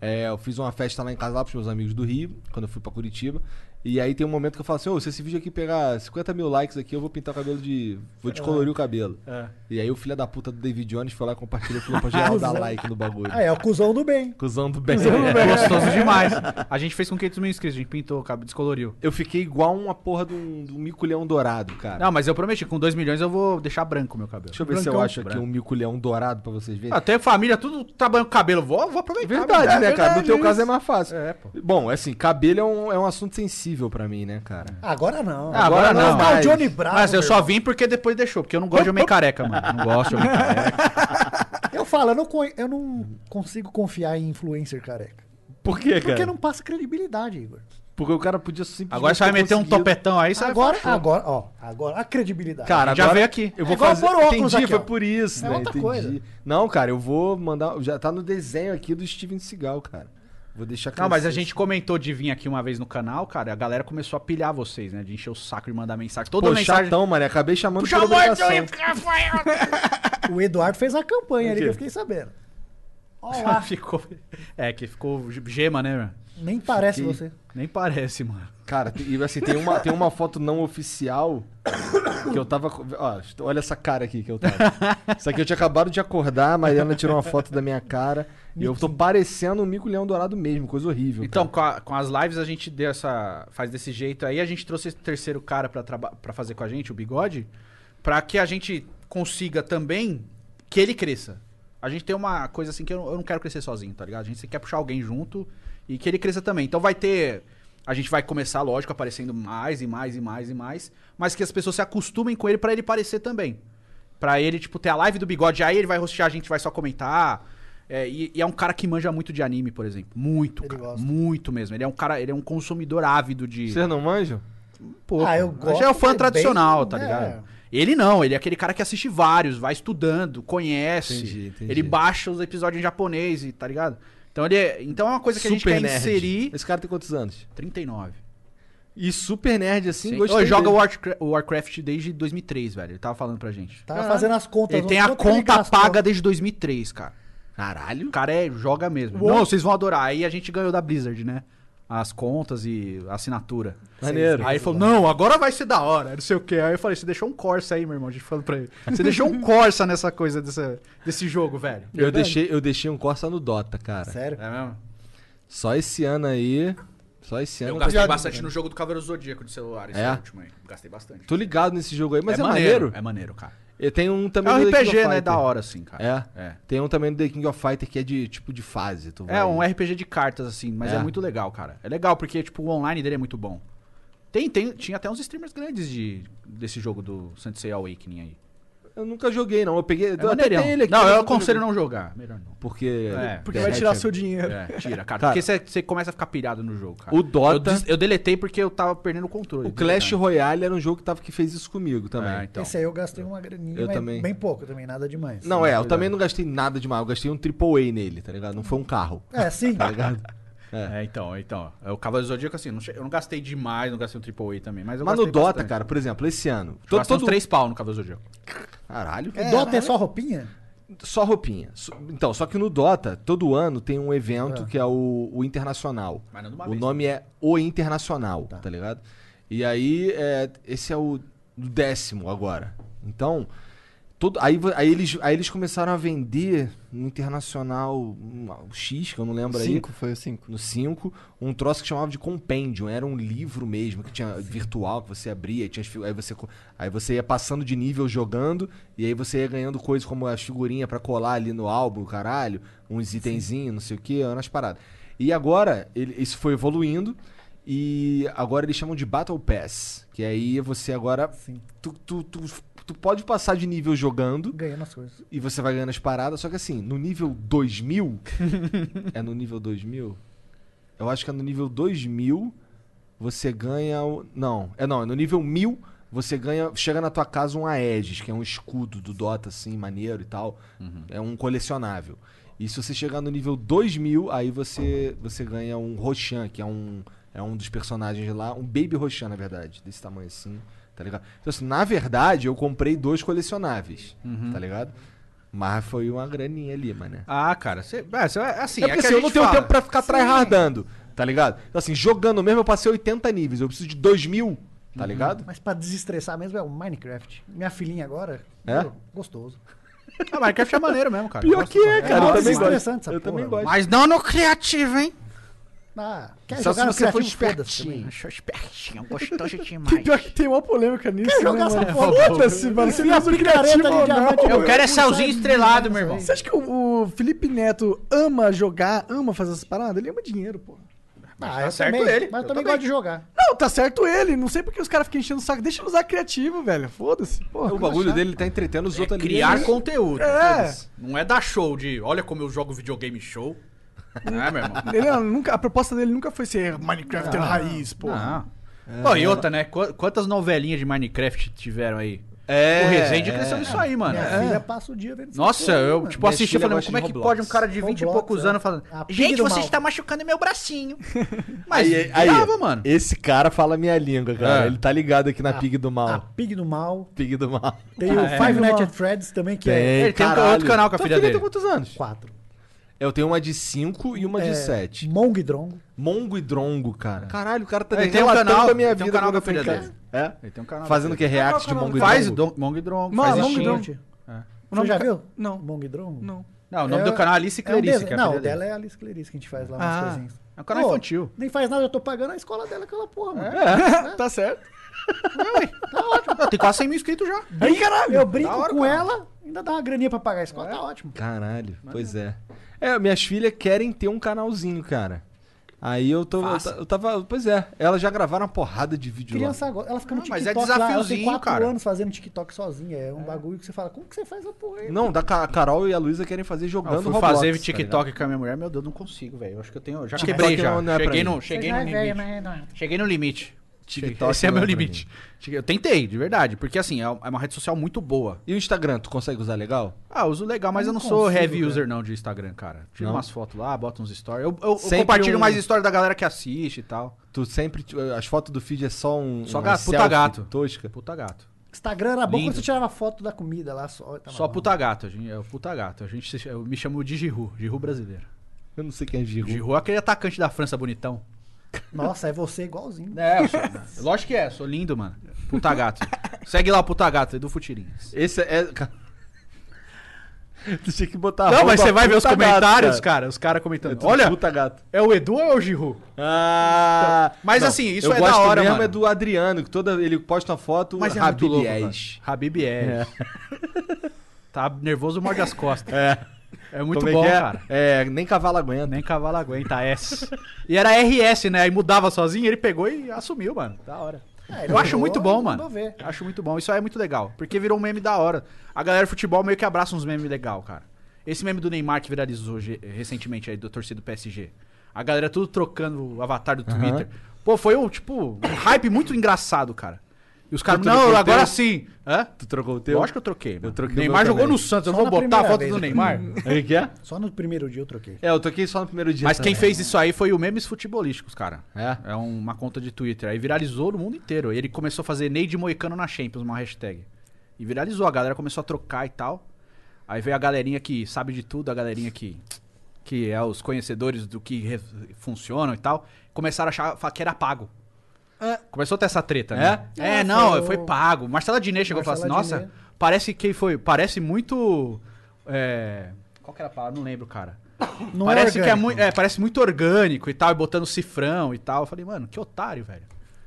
S3: é, eu fiz uma festa lá em casa lá pros meus amigos do Rio, quando eu fui pra Curitiba. E aí tem um momento que eu falo assim: ô, se esse vídeo aqui pegar 50 mil likes aqui, eu vou pintar o cabelo de. Vou descolorir o cabelo. E aí o filho da puta do David Jones foi lá e compartilhou e falou pra geral dar like no bagulho.
S5: Ah, é o cuzão do bem.
S3: Cusão do É. bem.
S6: É,
S5: né?
S6: Gostoso demais. A gente fez com 500 mil inscritos, a gente pintou, cara, descoloriu.
S3: Eu fiquei igual uma porra de um, de um mico-leão dourado, cara.
S6: Não, mas eu prometi, com 2 milhões eu vou deixar branco o meu cabelo.
S3: Deixa eu ver se eu
S6: Brancão.
S3: acho aqui um mico-leão dourado pra vocês verem.
S6: Até família, tudo trabalhando com cabelo. Vou, vou aproveitar.
S3: Ah, verdade, né, cara? No teu caso é mais fácil.
S6: É, pô.
S3: Bom, assim, cabelo é um, é um assunto sensível pra mim, né, cara?
S5: Agora não.
S6: Ah, agora não,
S5: tá
S3: mas-
S5: o Johnny Bravo.
S6: Mas eu
S5: meu
S6: só vim porque depois deixou, porque eu não gosto de homem careca, mano. Não gosto de homem
S5: irmão.
S6: careca.
S5: Eu falo, eu não, conhe- eu não consigo confiar em influencer careca.
S3: Por quê,
S5: Porque não passa credibilidade, Igor.
S3: Porque o cara podia simplesmente.
S6: Agora você vai
S3: ter
S6: meter um
S3: conseguido-
S6: topetão aí, você vai
S5: agora,
S6: falar, "Pô,
S5: agora, ó, agora a credibilidade.
S3: Cara,
S6: Já
S3: agora
S6: veio aqui.
S3: Eu vou
S5: É igual
S3: fazer.
S5: pôr óculos
S3: Entendi,
S5: aqui, ó.
S3: foi por isso,
S5: É
S3: né?
S5: outra
S3: Entendi.
S5: coisa.
S3: Não, cara, eu vou mandar. Já tá no desenho aqui do Steven Seagal, cara. Vou deixar
S6: Não, mas a
S3: crescer.
S6: gente comentou de vir aqui uma vez no canal, cara. A galera começou a pilhar vocês, né? De encher o saco e mandar mensagem. Toda
S3: Pô,
S6: mensagem.
S3: chatão, mané. Acabei chamando
S6: Puxa o morto,
S3: obrigação.
S5: O Eduardo fez a campanha ali
S3: quê?
S5: que eu fiquei sabendo. Ó
S6: Ah,
S5: lá,
S6: ficou. É, que ficou gema, né, meu?
S5: nem parece você.
S6: Nem parece, mano.
S3: Cara, tem- e assim, tem uma, tem uma foto não oficial que eu tava. co- Ó, est- olha essa cara aqui que eu tava. Isso aqui eu tinha acabado de acordar, a Mariana tirou uma foto da minha cara. e eu tô parecendo um mico leão dourado mesmo, coisa horrível.
S6: Então,
S3: cara.
S6: com, a- com as lives a gente deu essa, faz desse jeito aí. A gente trouxe esse terceiro cara pra traba- pra fazer com a gente, o Bigode, pra que a gente consiga também que ele cresça. A gente tem uma coisa assim que eu, eu não quero crescer sozinho, tá ligado? A gente quer puxar alguém junto e que ele cresça também. Então vai ter. A gente vai começar, lógico, aparecendo mais e mais e mais e mais, mas que as pessoas se acostumem com ele pra ele parecer também. Pra ele, tipo, ter a live do bigode, aí ele vai rostear, a gente vai só comentar. É, e, e é um cara que manja muito de anime, por exemplo. Muito,
S5: Ele
S6: cara.
S5: gosta.
S6: Muito mesmo. Ele é um cara, ele é um consumidor ávido de.
S3: Vocês não manjam?
S6: um pouco.
S4: Ah, eu
S6: Mas
S4: gosto,
S6: Já é o fã
S4: mas
S6: tradicional,
S4: bem-
S6: tá
S4: é.
S6: ligado? Ele não, ele é aquele cara que assiste vários, vai estudando, conhece. Ele baixa os episódios em japonês, e tá ligado? Então ele é, então é uma coisa que a gente quer inserir.
S3: Esse cara tem quantos anos?
S6: 39.
S3: E super nerd assim,
S6: Sim,
S3: gostei.
S6: Ô, joga o
S3: dele.
S6: Warcra- o Warcraft desde 2003, velho. Ele tava falando pra gente.
S5: Tava fazendo as contas,
S6: Ele
S5: não
S6: tem a
S5: quanto ele
S6: conta
S5: gastou.
S6: paga desde 2003, cara. Caralho. O cara é, joga mesmo.
S5: Uou.
S6: Não, vocês vão adorar. Aí a gente ganhou da Blizzard, né? As contas e a assinatura.
S3: Maneiro.
S6: Aí ele falou, não, agora vai ser da hora, não sei o quê. Aí eu falei, você deixou um Corsa aí, meu irmão. A gente falou pra ele. Você deixou um Corsa nessa coisa, dessa, desse jogo, velho.
S3: Eu deixei, eu deixei um Corsa no Dota, cara.
S5: Sério?
S6: É mesmo?
S3: Só esse ano aí. Só esse ano.
S6: Eu gastei bastante no jogo do Cavaleiro Zodíaco de celular, esse
S3: É?
S6: último aí. Gastei bastante.
S3: Tô ligado nesse jogo aí, mas é, maneiro.
S6: É maneiro, cara.
S3: E tem um também
S6: É um
S3: do The
S6: RPG,
S3: King of
S6: né?
S3: Fighter.
S6: Da hora, assim, cara.
S3: É.
S6: É.
S3: Tem um também do The King of Fighter que é de tipo de fase. Tu vai-
S6: É um RPG de cartas, assim, mas é.
S3: É.
S6: muito legal, cara. É legal porque, tipo, o online dele é muito bom. Tem, tem, tinha até uns streamers grandes de, desse jogo do Sensei Awakening aí.
S3: Eu nunca joguei, não. Eu peguei.
S6: É maneirão.
S3: né?
S6: não, eu aconselho não jogar. Melhor não.
S3: Porque.
S6: É,
S4: Porque vai tirar seu dinheiro.
S6: É, tira, cara.
S3: Cara.
S6: Porque você- você começa a ficar pirado no jogo, cara.
S3: O Dota-
S6: Eu, des- eu deletei porque eu tava perdendo o controle.
S3: O Clash Royale era um jogo que, tava, que fez isso comigo também.
S6: É, então.
S5: Esse aí eu gastei uma graninha,
S3: Eu
S5: mas
S3: também.
S5: bem pouco também, nada demais.
S3: Não, é, eu também não gastei nada demais. Eu gastei um AAA nele, tá ligado? Não foi um carro.
S5: É, sim.
S3: Tá ligado?
S6: É, então, então. O Cavaleiro Zodíaco, assim, não che- eu não gastei demais, não gastei um AAA também. Mas, eu
S3: Mas no
S6: gastei
S3: Dota,
S6: bastante.
S3: cara, por exemplo, esse ano.
S6: Acho que
S3: Todo,
S6: gastei uns
S3: todo...
S6: três pau no Cavaleiro Zodíaco.
S3: Caralho.
S5: O Dota é só roupinha?
S3: Só roupinha. So- Então, só que no Dota, todo ano tem um evento
S5: Ah.
S3: que é o, o Internacional.
S6: Mas não de uma
S3: o
S6: vez,
S3: nome é O Internacional, tá, ligado? E aí, é, esse é o do décimo agora. Então, todo, aí, vo- aí, eles, aí eles começaram a vender no Internacional um, o X, que eu não lembro
S10: Cinco,
S3: aí. foi o 5. No 5, um troço que chamava de Compendium. Era um livro mesmo, que tinha virtual, que você abria, e tinha as fi- aí você, co- aí você ia passando de nível jogando, e aí você ia ganhando coisas como as figurinhas pra colar ali no álbum, caralho, uns itenzinhos, não sei o que, umas paradas. E agora, ele- isso foi evoluindo, e agora eles chamam de Battle Pass, que aí você agora. Tu, tu, tu, tu pode passar de nível jogando.
S5: Ganhando as coisas.
S3: E você vai ganhando as paradas, só que assim, no nível 2000. é no nível 2000? Eu acho que é no nível 2000 você ganha. o- Não, é não, é no nível 1000 você ganha. Chega na tua casa um Aegis, que é um escudo do Dota, assim, maneiro e tal. É um colecionável. E se você chegar no nível 2000, aí você, você ganha um Roshan, que é um, é um dos personagens lá. Um Baby Roshan, na verdade, desse tamanho assim, tá ligado? Então, assim, na verdade, eu comprei dois colecionáveis, tá ligado? Mas foi uma graninha ali, mané.
S6: Ah, cara, você, é, cê- é assim,
S3: É porque
S6: que a
S3: assim, eu
S6: gente
S3: não tenho
S6: fala.
S3: tempo pra ficar tryhardando, tá ligado? Então, assim, jogando mesmo, eu passei 80 níveis. Eu preciso de 2 mil, tá ligado?
S5: Mas pra desestressar mesmo é o Minecraft. Minha filhinha agora,
S3: É?
S5: meu, gostoso.
S6: Ah, Minecraft é maneiro mesmo, cara.
S3: Pior
S6: Eu gosto
S3: que é,
S6: bastante.
S3: cara.
S5: É
S3: eu também gosto.
S5: desestressante essa
S3: Eu também
S5: porra,
S3: gosto.
S6: Mas não no criativo, hein?
S5: Ah, quer
S3: Só se
S5: jogar no
S3: você for
S5: criativo, foda-se também.
S3: espertinho.
S5: né?
S6: Achou espertinho, gostoso
S4: Que
S6: demais.
S4: pior que tem uma polêmica nisso,
S5: Quer jogar
S4: né,
S5: essa
S4: mano?
S5: porra?
S4: Foda-se, mano. Se não criativo
S5: picareta de
S4: ou
S5: diamante,
S4: não.
S6: Eu quero é céuzinho estrelado, meu irmão.
S4: Você acha que o, o Felipe Neto ama jogar, ama fazer essas paradas? Ele ama dinheiro, pô.
S5: Ah, eu
S6: certo
S5: também,
S6: ele.
S5: Mas eu,
S6: Eu
S5: também
S6: também.
S5: gosto de jogar.
S4: Não, tá certo ele. Não sei porque os caras ficam enchendo o saco. Deixa ele usar criativo, velho. Foda-se,
S6: É
S4: porra.
S3: O bagulho dele tá entretendo os outros ali.
S6: Criar
S3: né?
S6: conteúdo.
S4: É.
S6: foda-se. Não é dar show de olha como eu jogo videogame show. Não é, meu irmão?
S4: assim? Ele, não, nunca, a proposta dele nunca foi ser Minecraft raiz, pô.
S6: Não. Pô, e outra, né? Qu- Quantas novelinhas de Minecraft tiveram aí?
S3: É,
S6: o Resende
S3: é.
S6: cresceu nisso aí, mano.
S5: Minha filha passa o dia vendo essa
S6: Ah, é? Nossa,
S5: porra,
S6: eu
S5: mano.
S6: tipo
S3: Minha
S6: assisti e
S3: filha
S6: falei,
S3: gosta de
S6: como é que
S3: Roblox,
S6: pode um cara de 20 e
S5: Roblox,
S6: poucos
S5: é.
S6: anos falando,
S5: A pig
S6: gente,
S5: do
S6: você
S5: mal."
S6: está machucando meu bracinho. Mas
S3: Aí, aí,
S6: virava, mano.
S3: Esse cara fala minha língua, cara.
S6: É.
S3: Ele tá ligado aqui na Pig do Mal.
S5: A Pig do Mal.
S3: Pig do Mal.
S5: Tem o Five Nights at Freddy's também, que é
S6: Ele tem um outro canal com a
S3: Tua
S6: filha
S3: tem
S6: dele.
S3: quantos anos?
S5: quatro.
S3: Eu tenho uma de 5 e uma
S5: É,
S3: de 7.
S5: Mong e Drongo.
S3: Mongo e Drongo, cara. Caralho, o cara tá
S6: Ele tem um
S3: relatando
S6: canal-
S3: a minha
S6: ele tem um
S3: vida
S6: canal
S3: quando eu
S6: com a
S3: fui em
S6: filha
S3: casa. É?
S6: Ele tem um canal.
S3: Fazendo o que? React de Mongo e
S6: Faz
S3: Drongo?
S6: Don- Ah, Mong e Drongo.
S4: Mano,
S6: faz assim.
S4: Mong e
S6: Steam.
S4: Drongo. O
S5: Você
S4: nome
S5: já
S4: do ca-
S5: viu?
S4: Não.
S5: Mong e Drongo?
S4: Não.
S6: Não, o nome
S5: É-
S6: do canal é Alice
S5: É um
S6: Clarice,
S5: desenho-
S6: que é a
S5: Não,
S6: filha
S5: o dela
S6: dele.
S5: é a Alice Clarice que a gente faz lá umas
S4: Ah.
S5: coisinhas.
S6: É um canal
S5: Pô,
S6: infantil. É.
S5: Nem faz nada, eu tô pagando a escola dela aquela porra, mano.
S4: Tá certo.
S3: Tá
S6: Não, tem quase 100 mil inscritos já.
S5: Brinca, Eu brinco
S6: Da hora,
S5: com
S6: cara. É.
S5: ela, ainda dá uma graninha pra pagar a escola, tá ótimo.
S3: Caralho, pois é. É, minhas filhas querem ter um canalzinho, cara. Aí eu tô. Eu,
S6: Faça.
S3: ta- eu tava. Pois é, elas já gravaram uma porrada de vídeo
S5: Criança agora, ela fica no
S6: Ah,
S5: TikTok
S6: mas é
S5: lá, ela tem
S6: desafiozinho,
S5: 4
S6: cara.
S5: anos fazendo TikTok sozinha, é um bagulho que você fala, como que você faz essa porra aí?
S3: lá. Não, da Ca- a Carol e a Luísa querem fazer
S6: Ah, Eu
S3: jogando
S6: fui
S3: Roblox.
S6: fazer
S3: tá
S6: TikTok com a minha mulher, meu Deus, não consigo, velho. Eu acho que eu tenho. eu Já
S3: TikTok
S6: quebrei já.
S3: não- não é pra
S6: cheguei
S3: mim.
S6: no, cheguei
S5: Você já
S6: no
S5: é velho,
S6: limite.
S5: né, Eduardo?
S6: Cheguei no limite.
S3: TikTok
S6: Esse é
S3: não pra
S6: meu limite. Eu tentei, de verdade, porque assim, é uma rede social muito boa.
S3: E o Instagram, tu consegue usar legal?
S6: Ah, uso legal, mas eu
S3: Eu
S6: não
S3: não
S6: sou
S3: consigo,
S6: heavy
S3: cara.
S6: user não de Instagram, cara. Tiro
S3: Não?
S6: umas fotos lá, boto uns stories. Eu, eu- eu
S3: Sempre
S6: compartilho
S3: um- Tá
S6: mais stories da galera que assiste e tal.
S3: Tu sempre. tu- As fotos do feed é só um.
S6: Só
S3: uma
S6: gato, puta
S3: selfie
S6: gato.
S3: Tosca.
S6: Puta gato.
S5: Instagram era bom
S6: Lindo.
S5: quando você tirava foto da comida lá só. tava
S6: Só
S5: bom.
S6: puta gato, a gente, é o puta gato. A gente se- eu me chamo de Giroud, Giroud brasileiro.
S3: Eu não sei quem é Giroud.
S6: Giroud é aquele atacante da França bonitão.
S5: Nossa, é você igualzinho.
S6: É, eu sou, lógico que é, sou lindo, mano. Puta gato. Segue lá o puta gato, Edu Futirinhas.
S3: Esse é. tu tinha que botar.
S6: Não,
S3: arroba
S6: mas você vai ver os
S3: puta gato,
S6: comentários, cara. Os caras
S3: É
S6: comentando.
S3: tudo
S6: Olha,
S3: Puta gato.
S6: é o Edu ou é o Giroud?
S3: Ah,
S6: Mas assim, isso
S3: eu
S6: é
S3: gosto
S6: da hora,
S3: mesmo
S6: mano.
S3: é do Adriano, que toda ele posta uma foto
S6: Mas é muito
S3: Habib
S6: louco, mano.
S3: Yes.
S6: Habib
S3: É.
S6: Yes. Tá nervoso, morde as costas.
S3: É.
S6: É muito
S3: Como é
S6: bom,
S3: que é?
S6: cara.
S3: É, nem cavalo aguenta.
S6: Nem cavalo aguenta, S. E era RS, né? Aí mudava sozinho, ele pegou e assumiu, mano. Da hora.
S5: É, ele
S6: Eu acho
S5: mandou-
S6: muito bom,
S5: ele
S6: mano.
S5: mandou ver.
S6: Acho muito bom. Isso aí é muito legal. Porque virou um meme da hora. A galera do futebol meio que abraça uns memes legal, cara. Esse meme do Neymar que viralizou ge- recentemente aí, do torcida do PSG. A galera tudo trocando o avatar do
S3: Aham.
S6: Twitter. Pô, foi um, tipo, um hype muito engraçado, cara. E os caras,
S3: Tu trocou
S6: não,
S3: o
S6: agora
S3: teu?
S6: sim. Hã?
S3: Tu trocou o teu?
S6: Eu acho que eu troquei. Mano.
S3: Eu troquei o
S6: Neymar
S3: meu
S6: jogou
S3: também.
S6: no Santos, eu não
S5: Só
S6: vou
S5: na
S6: botar a
S5: primeira
S6: foto
S5: vez
S6: do
S5: eu
S6: Neymar.
S3: Aí que é?
S5: Só no primeiro dia eu troquei.
S3: É, eu toquei só no primeiro dia.
S6: Mas quem
S3: também.
S6: fez isso aí foi o Memes Futebolísticos, cara.
S3: É?
S6: É uma conta de Twitter. Aí viralizou no mundo inteiro. E ele começou a fazer Neide Moicano na Champions, uma hashtag. E viralizou, a galera começou a trocar e tal. Aí veio a galerinha que sabe de tudo, a galerinha que, que é os conhecedores do que re- funciona e tal. Começaram a achar fa- que era pago. Começou a ter essa treta, né? É,
S5: É,
S6: não,
S5: foi
S6: foi,
S5: o-
S6: pago. Marcela Diné chegou e falou assim,
S5: Marcela
S6: nossa,
S5: Diné.
S6: parece que foi... Parece muito... é, Qual que era a palavra? Não lembro, cara
S5: Não
S6: parece que é
S5: orgânico.
S6: muito, é, parece muito orgânico e tal, e botando cifrão e tal. Eu falei, mano, que otário, velho.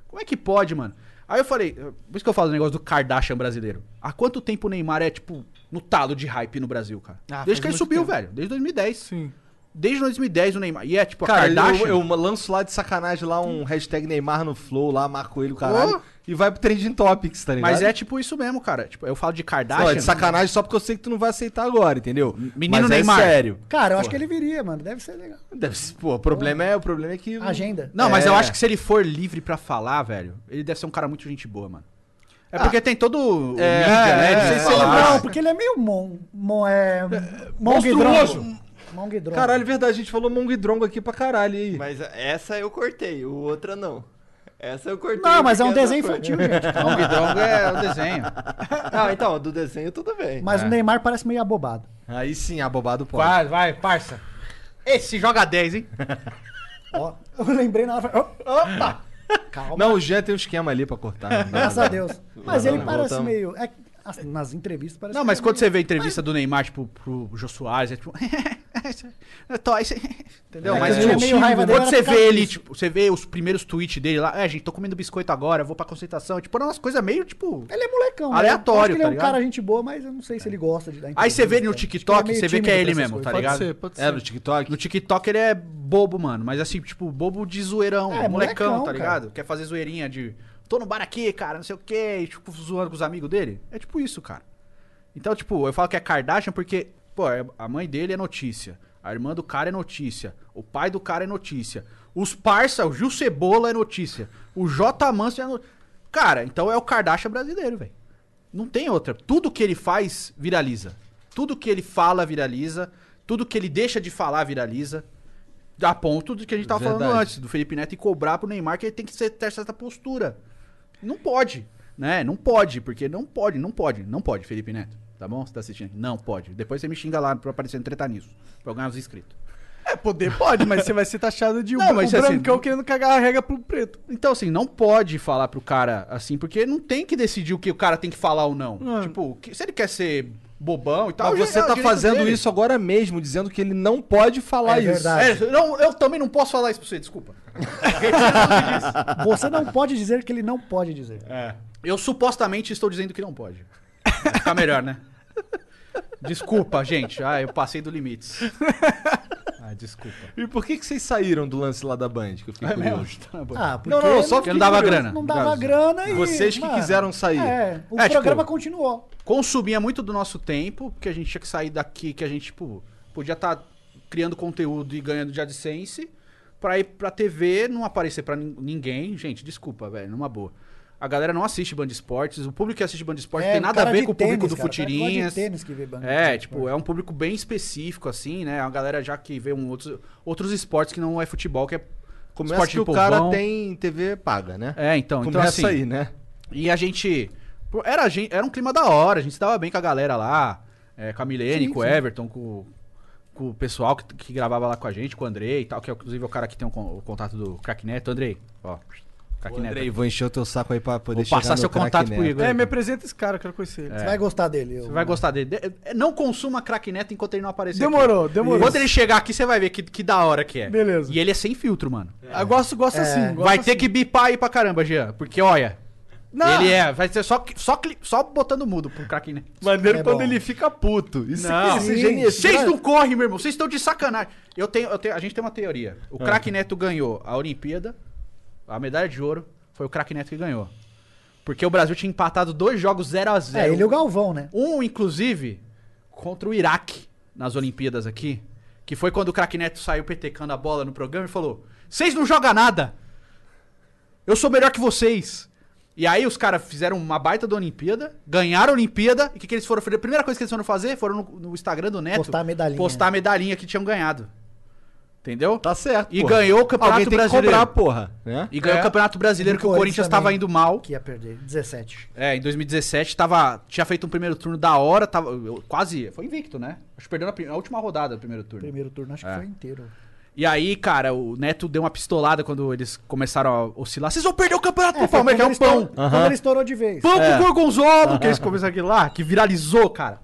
S6: Como é que pode, mano? Aí eu falei, por isso que eu falo do negócio do Kardashian brasileiro. Há quanto tempo o Neymar é, tipo, no talo de hype no Brasil, cara?
S4: Ah, faz
S6: Desde que ele
S4: muito
S6: subiu,
S4: tempo.
S6: velho. Desde 2010.
S4: Sim.
S6: Desde 2010 o Neymar. E é, tipo, a
S3: Cara,
S6: Kardashian.
S3: eu, eu lanço lá de sacanagem lá um hashtag Neymar no Flow, lá, marco ele o caralho. E vai pro Trending Topics, tá ligado?
S6: Mas é tipo isso mesmo, cara. Tipo, eu falo de Kardashian.
S3: Não, é de sacanagem só porque eu sei que tu não vai aceitar agora, entendeu?
S6: Menino
S3: Mas é
S6: Neymar.
S3: sério.
S5: Cara, eu acho que ele viria, mano. Deve ser legal.
S3: Deve ser- pô, o problema é, o problema é que.
S6: Hum.
S5: Agenda.
S6: Não, mas
S3: É.
S6: eu acho que se ele for livre pra falar, velho, ele deve ser um cara muito gente boa, mano. É porque tem todo o
S3: É,
S6: mídia, né?
S3: é,
S6: de
S3: é.
S6: falar.
S5: Não, porque ele é meio mon. mon é,
S3: monstruoso.
S5: monstruoso. Monguidron.
S3: Caralho, é verdade, a gente falou Mongidrongo aqui pra caralho. E aí?
S10: Mas essa eu cortei, o outra não. Essa eu cortei.
S5: Não, mas é um
S10: porque
S5: desenho
S10: essa foi-
S5: infantil, gente.
S6: Long Drong é o desenho.
S10: Não, então, do desenho tudo bem.
S6: É.
S5: Mas o Neymar parece meio abobado.
S3: Aí sim, abobado pode.
S6: Vai, vai, parça. Esse joga 10, hein?
S5: Ó, eu lembrei na hora. falei, "Oh, Opa! Calma.
S3: Não, o Jean tem um esquema ali pra cortar. Não,
S5: Graças a Deus. Mas ele
S10: Voltamos.
S5: parece meio. é que as- nas entrevistas parece.
S6: Não,
S5: que
S6: mas
S5: é
S6: quando
S5: meio-
S6: você vê a entrevista do Neymar, tipo, pro Jô Soares, é tipo... é Toys. Entendeu?
S5: É,
S6: mas, tipo,
S5: ele é meio raiva dele,
S6: quando
S5: era
S6: você
S5: por
S6: vê
S5: causa
S6: ele,
S5: disso.
S6: tipo, você vê os primeiros tweets dele lá, é, gente, tô comendo biscoito agora, eu vou pra concentração. Tipo, eram umas coisas meio, tipo...
S5: Ele é molecão. né?
S6: Aleatório,
S5: Eu acho que ele é
S6: tá
S5: um
S6: ligado? É.
S5: cara gente boa, mas eu não sei se ele gosta de dar
S6: Aí você vê ele no
S5: entrevista.
S6: TikTok,
S5: Acho que ele
S6: você
S5: meio
S6: vê que é
S5: tímido
S6: ele
S5: pra essas
S6: mesmo,
S5: coisas.
S6: tá ligado?
S4: Pode ser, pode ser.
S3: É, no TikTok?
S6: No TikTok ele é bobo, mano, mas assim, tipo, bobo de zoeirão,
S5: É,
S6: molecão,
S5: molecão,
S6: tá
S5: cara.
S6: ligado? Quer fazer zoeirinha de... Tô no bar aqui, cara, não sei o quê, e, tipo, zoando com os amigos dele. É tipo isso, cara. Então, tipo, eu falo que é Kardashian porque, pô, é- a mãe dele é notícia. A irmã do cara é notícia. O pai do cara é notícia. Os parça, o Gil Cebola é notícia. O J. Manso é notícia. Cara, então é o Kardashian brasileiro, velho. Não tem outra. Tudo que ele faz viraliza. Tudo que ele fala viraliza. Tudo que ele deixa de falar viraliza. A ponto do que a gente tava falando
S3: Verdade.
S6: antes, do Felipe Neto e cobrar pro Neymar que ele tem que ser- ter essa postura. Não pode, né? Não pode, porque não pode, não pode, não pode, Felipe Neto. Tá bom? Você tá assistindo aqui? Não pode. Depois você me xinga lá pra aparecer no Treta News, pra eu ganhar os inscritos.
S4: É, poder pode, mas você vai ser taxado de um,
S6: Não, mas
S4: um
S6: assim,
S4: brancão
S6: não-
S4: querendo cagar a regra pro preto.
S6: Então, assim, não pode falar pro cara assim, porque não tem que decidir o que o cara tem que falar ou não.
S4: Não.
S6: Tipo, que- se ele quer ser bobão e tal.
S3: Mas
S6: é o
S3: você tá
S6: direito
S3: fazendo
S6: dele.
S3: isso agora mesmo, dizendo que ele não pode falar
S5: É
S3: isso.
S5: verdade.
S6: É, não, eu também não posso falar isso pra você, desculpa.
S5: Você não pode dizer o que ele não pode dizer.
S6: Eu supostamente estou dizendo que não pode. Vai ficar melhor, né? Desculpa, gente. Ah, eu passei do limite. Ah, desculpa.
S3: E por que, que vocês saíram do lance lá da Band? Que eu fiquei
S6: É mesmo?
S3: curioso.
S6: Tá bom.
S5: Ah, porque
S3: Não, não, só
S6: Porque não dava grana.
S5: não
S6: no
S5: dava
S6: caso.
S5: grana e.
S3: Vocês que quiseram sair.
S5: É, o
S6: É, tipo-
S5: programa continuou.
S6: Consumia muito do nosso tempo, porque a gente tinha tá que sair daqui, que a gente, tipo, podia estar criando conteúdo e ganhando de AdSense. pra ir pra TV, não aparecer pra nin- ninguém. Gente, desculpa, velho, numa boa. A galera não assiste Band Esportes. O público que assiste Band Esportes
S5: É,
S6: tem
S5: o
S6: nada a
S5: cara
S6: ver
S5: de
S6: com o público
S5: tênis,
S6: do
S5: cara, o cara que gosta de
S6: Futirinhas.
S5: tênis que vê Band
S6: é,
S5: Esportes.
S6: tipo, é um público bem específico, assim, né? É uma galera já que vê um outros, outros esportes que não é futebol, que é
S3: Começa
S6: esporte
S3: que
S6: de
S3: o cara
S6: povão.
S3: tem TV paga, né?
S6: É, então, então
S3: Começa
S6: assim,
S3: aí, né?
S6: E a gente. pô, Era, gen- era um clima da hora, a gente se dava bem com a galera lá, é, com a Milene,
S3: Sim,
S6: com o
S3: sim.
S6: Everton, com, com o pessoal que, que gravava lá com a gente, com o Andrei e tal, que é inclusive o cara que tem o, con- o contato do Crack Neto. Andrei, ó. Crack Neto.
S3: Andrei, vou encher o teu saco aí pra poder
S6: é Vou passar seu contato pro Igor.
S4: É, me apresenta esse cara, eu quero conhecer ele.
S6: É. Você vai
S5: gostar dele.
S6: Você vai gostar dele. De- é, Não consuma crack neto enquanto ele não aparecer.
S4: Demorou,
S6: aqui.
S4: demorou.
S6: Quando ele chegar aqui, você vai ver que, que da hora que é.
S4: Beleza.
S6: E ele é sem filtro, mano.
S4: Eu gosto, gosto
S10: É,
S4: assim. Gosto
S6: vai ter
S4: assim.
S6: que bipar aí pra caramba, Jean. Porque, olha.
S4: Não.
S6: Ele é, vai ser só, cli- só, cli- só botando mudo pro né? crack neto.
S3: Maneiro quando ele fica puto. Isso
S6: É Não,
S3: que esse gênio. é
S6: vocês não correm, meu irmão. Vocês estão de sacanagem. Eu tenho, eu tenho- a gente tem uma teoria. O
S3: Ah.
S6: craque Neto ganhou a Olimpíada, a medalha de ouro. Foi o craque Neto que ganhou. Porque o Brasil tinha empatado dois jogos 0 a 0
S5: É, ele é o Galvão, né?
S6: Um, inclusive, contra o Iraque nas Olimpíadas aqui. Que foi quando o craque Neto saiu petecando a bola no programa e falou: Vocês não jogam nada! Eu sou melhor que vocês! E aí os caras fizeram uma baita da Olimpíada, ganharam a Olimpíada, e o que, que eles foram fazer? A primeira coisa que eles foram fazer foram no, no Instagram do Neto
S5: Postar a medalhinha.
S6: postar a medalhinha que tinham ganhado. Entendeu?
S3: Tá certo.
S6: E
S3: porra.
S6: ganhou o Campeonato
S3: Alguém tem
S6: Brasileiro.
S3: Que cobrar, porra. né?
S6: E ganhou o Campeonato Brasileiro
S5: Do
S6: que o Corinthians estava
S5: também,
S6: indo mal.
S5: Que ia perder. 17.
S6: É, em 2017 tava, tinha feito um primeiro turno da hora, tava eu- quase, foi invicto, né? Acho que perdeu na, pri- na última rodada do primeiro turno.
S5: Primeiro turno, acho
S6: É.
S5: que foi inteiro.
S6: E aí, cara, o Neto deu uma pistolada quando eles começaram a oscilar. Vocês vão perder o campeonato
S5: É,
S6: pro
S5: foi
S6: Palmeiras, que é um
S5: quando ele
S6: pão.
S5: estourou- Quando ele estourou de vez.
S6: Pão
S5: É.
S6: com gorgonzola, que eles começaram aquilo lá, que viralizou, cara.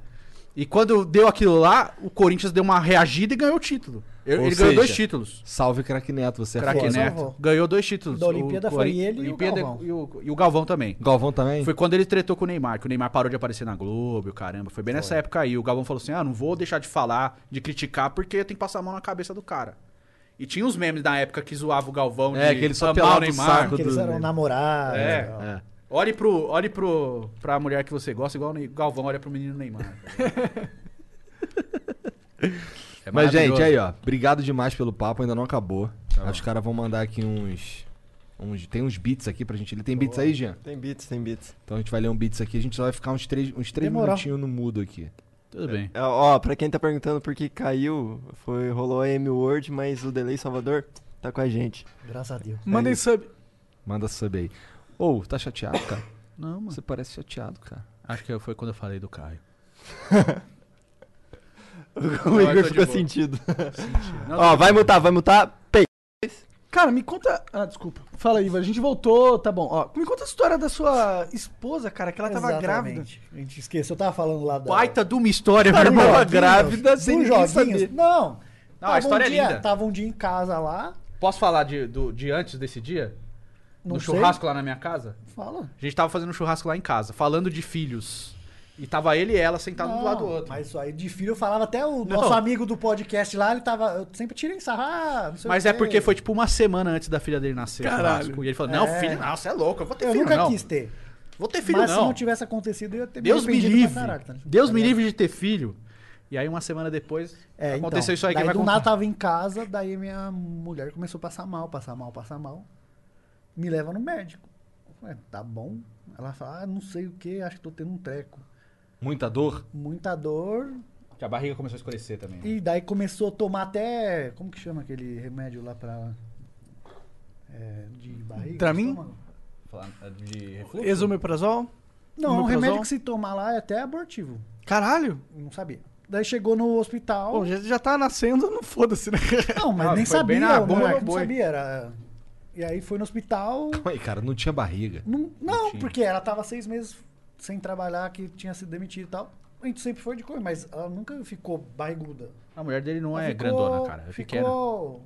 S6: E quando deu aquilo lá, o Corinthians deu uma reagida e ganhou o título. Eu-
S3: Ou
S6: ele ganhou dois
S3: seja,
S6: títulos.
S3: Salve Crack Neto, você é
S6: Craque
S3: foda.
S6: Neto ganhou dois títulos.
S5: Da Olimpíada
S6: O-
S5: foi
S6: Ori-
S5: ele e o
S6: Olimpíada
S5: Galvão.
S6: E o, e o Galvão também.
S3: Galvão também?
S6: Foi quando ele tretou com o Neymar, que o Neymar parou de aparecer na Globo, e o caramba. Foi bem nessa época aí. O Galvão falou assim: ah, não vou deixar de falar, de criticar, porque eu tenho que passar a mão na cabeça do cara. E tinha uns memes na época que zoava o Galvão
S3: É,
S6: de
S3: que ele só
S6: amar
S3: pelava o saco
S5: Porque eles eram namorados.
S6: É. Olhe, pro, olhe pro, pra mulher que você gosta, igual o Ney- Galvão olha pro menino Neymar. É
S3: Mas, gente,
S6: maravilhoso. Tá
S3: aí, ó. Obrigado demais pelo papo, ainda não acabou. Acho que os caras vão mandar aqui uns, uns. Tem uns beats aqui pra gente. Ele tem beats aí, Jean?
S10: Tem beats, tem beats.
S3: Então a gente vai ler um beats aqui, a gente só vai ficar uns três, uns três
S10: Demorou.
S3: minutinhos no mudo aqui.
S6: Tudo bem.
S10: É, ó, pra quem tá perguntando por que caiu, foi, rolou a M-Word, mas o Delay Salvador tá com a gente.
S5: Graças a Deus.
S4: Mandem
S3: isso.
S4: sub.
S3: Manda sub aí. Ô, tá chateado, cara?
S6: Não, mano.
S3: Você parece chateado, cara.
S6: Acho que foi quando eu falei do Caio.
S10: O Igor ficou sentido. Ó, vai mutar, vai mutar. Pei.
S4: Cara, me conta. Ah, desculpa. Fala aí, a gente voltou, tá bom. Ó, me conta a história da sua esposa, cara, que ela tava grávida.
S5: A gente esqueceu, eu tava falando lá da.
S6: Baita de uma história, meu
S5: Cara,
S6: irmão.
S5: joguinhos, dos joguinhos. Não.
S6: Não, a história
S5: um
S6: é
S5: dia,
S6: linda.
S5: Tava um dia em casa lá.
S6: Posso falar de, do- de antes desse dia?
S5: Não
S6: no
S5: sei.
S6: churrasco lá na minha casa?
S5: Fala.
S6: A gente tava fazendo um churrasco lá em casa, falando de filhos. E tava ele e ela sentados um do lado do outro.
S5: Mas isso aí de filho eu falava até o
S6: Não.
S5: nosso amigo do podcast lá, ele tava. Eu sempre tiro em sarra, ah, não sei o
S6: Mas é
S5: quê.
S6: porque foi tipo uma semana antes da filha dele nascer. o
S5: Caralho.
S6: churrasco. E ele falou: Não,
S5: É.
S6: filho, não, você é louco, eu vou ter
S5: Eu
S6: filho.
S5: nunca
S6: não.
S5: quis ter.
S6: Vou ter filho,
S5: Mas se
S6: não.
S5: não tivesse acontecido, eu ia ter
S6: Deus me
S5: arrependido pra
S6: livre.
S5: caralho, tá ligado?
S6: Deus me livre de ter filho. E aí, uma semana depois,
S5: É, então,
S6: aconteceu isso aí que
S5: daí
S6: vai
S5: do
S6: contar.
S5: nada tava em casa, daí minha mulher começou a passar mal, passar mal, passar mal. Me leva no médico. Eu falei, tá bom. Ela fala, ah, não sei o que, acho que tô tendo um treco.
S3: Muita dor?
S5: Muita dor.
S6: Que a barriga começou a escurecer também.
S5: E daí começou a tomar até. Como que chama aquele remédio lá pra. É, de barriga?
S4: Dramin?
S5: estômago?
S6: Falar ah, De refluxo?
S4: Exomeprazol?
S5: Não, o
S4: Omeprazol?
S5: remédio que se tomar lá é até abortivo.
S4: Caralho!
S5: Não sabia. Daí chegou no hospital.
S4: Bom, já, já tá nascendo, não foda-se, né?
S5: Não, mas
S4: Ah,
S5: nem
S4: foi
S5: sabia,
S4: bem na
S5: o
S4: bomba,
S5: moleque não
S4: boi.
S5: sabia. Era... E aí foi no hospital.
S3: Calma aí, cara, não tinha barriga.
S5: Não, não
S3: tinha.
S5: porque ela tava seis meses sem trabalhar, que tinha sido demitida e tal. A gente sempre foi de cor, mas ela nunca ficou barriguda.
S6: A mulher dele não
S5: Ela
S6: é grandona, cara. É pequena.
S5: Ficou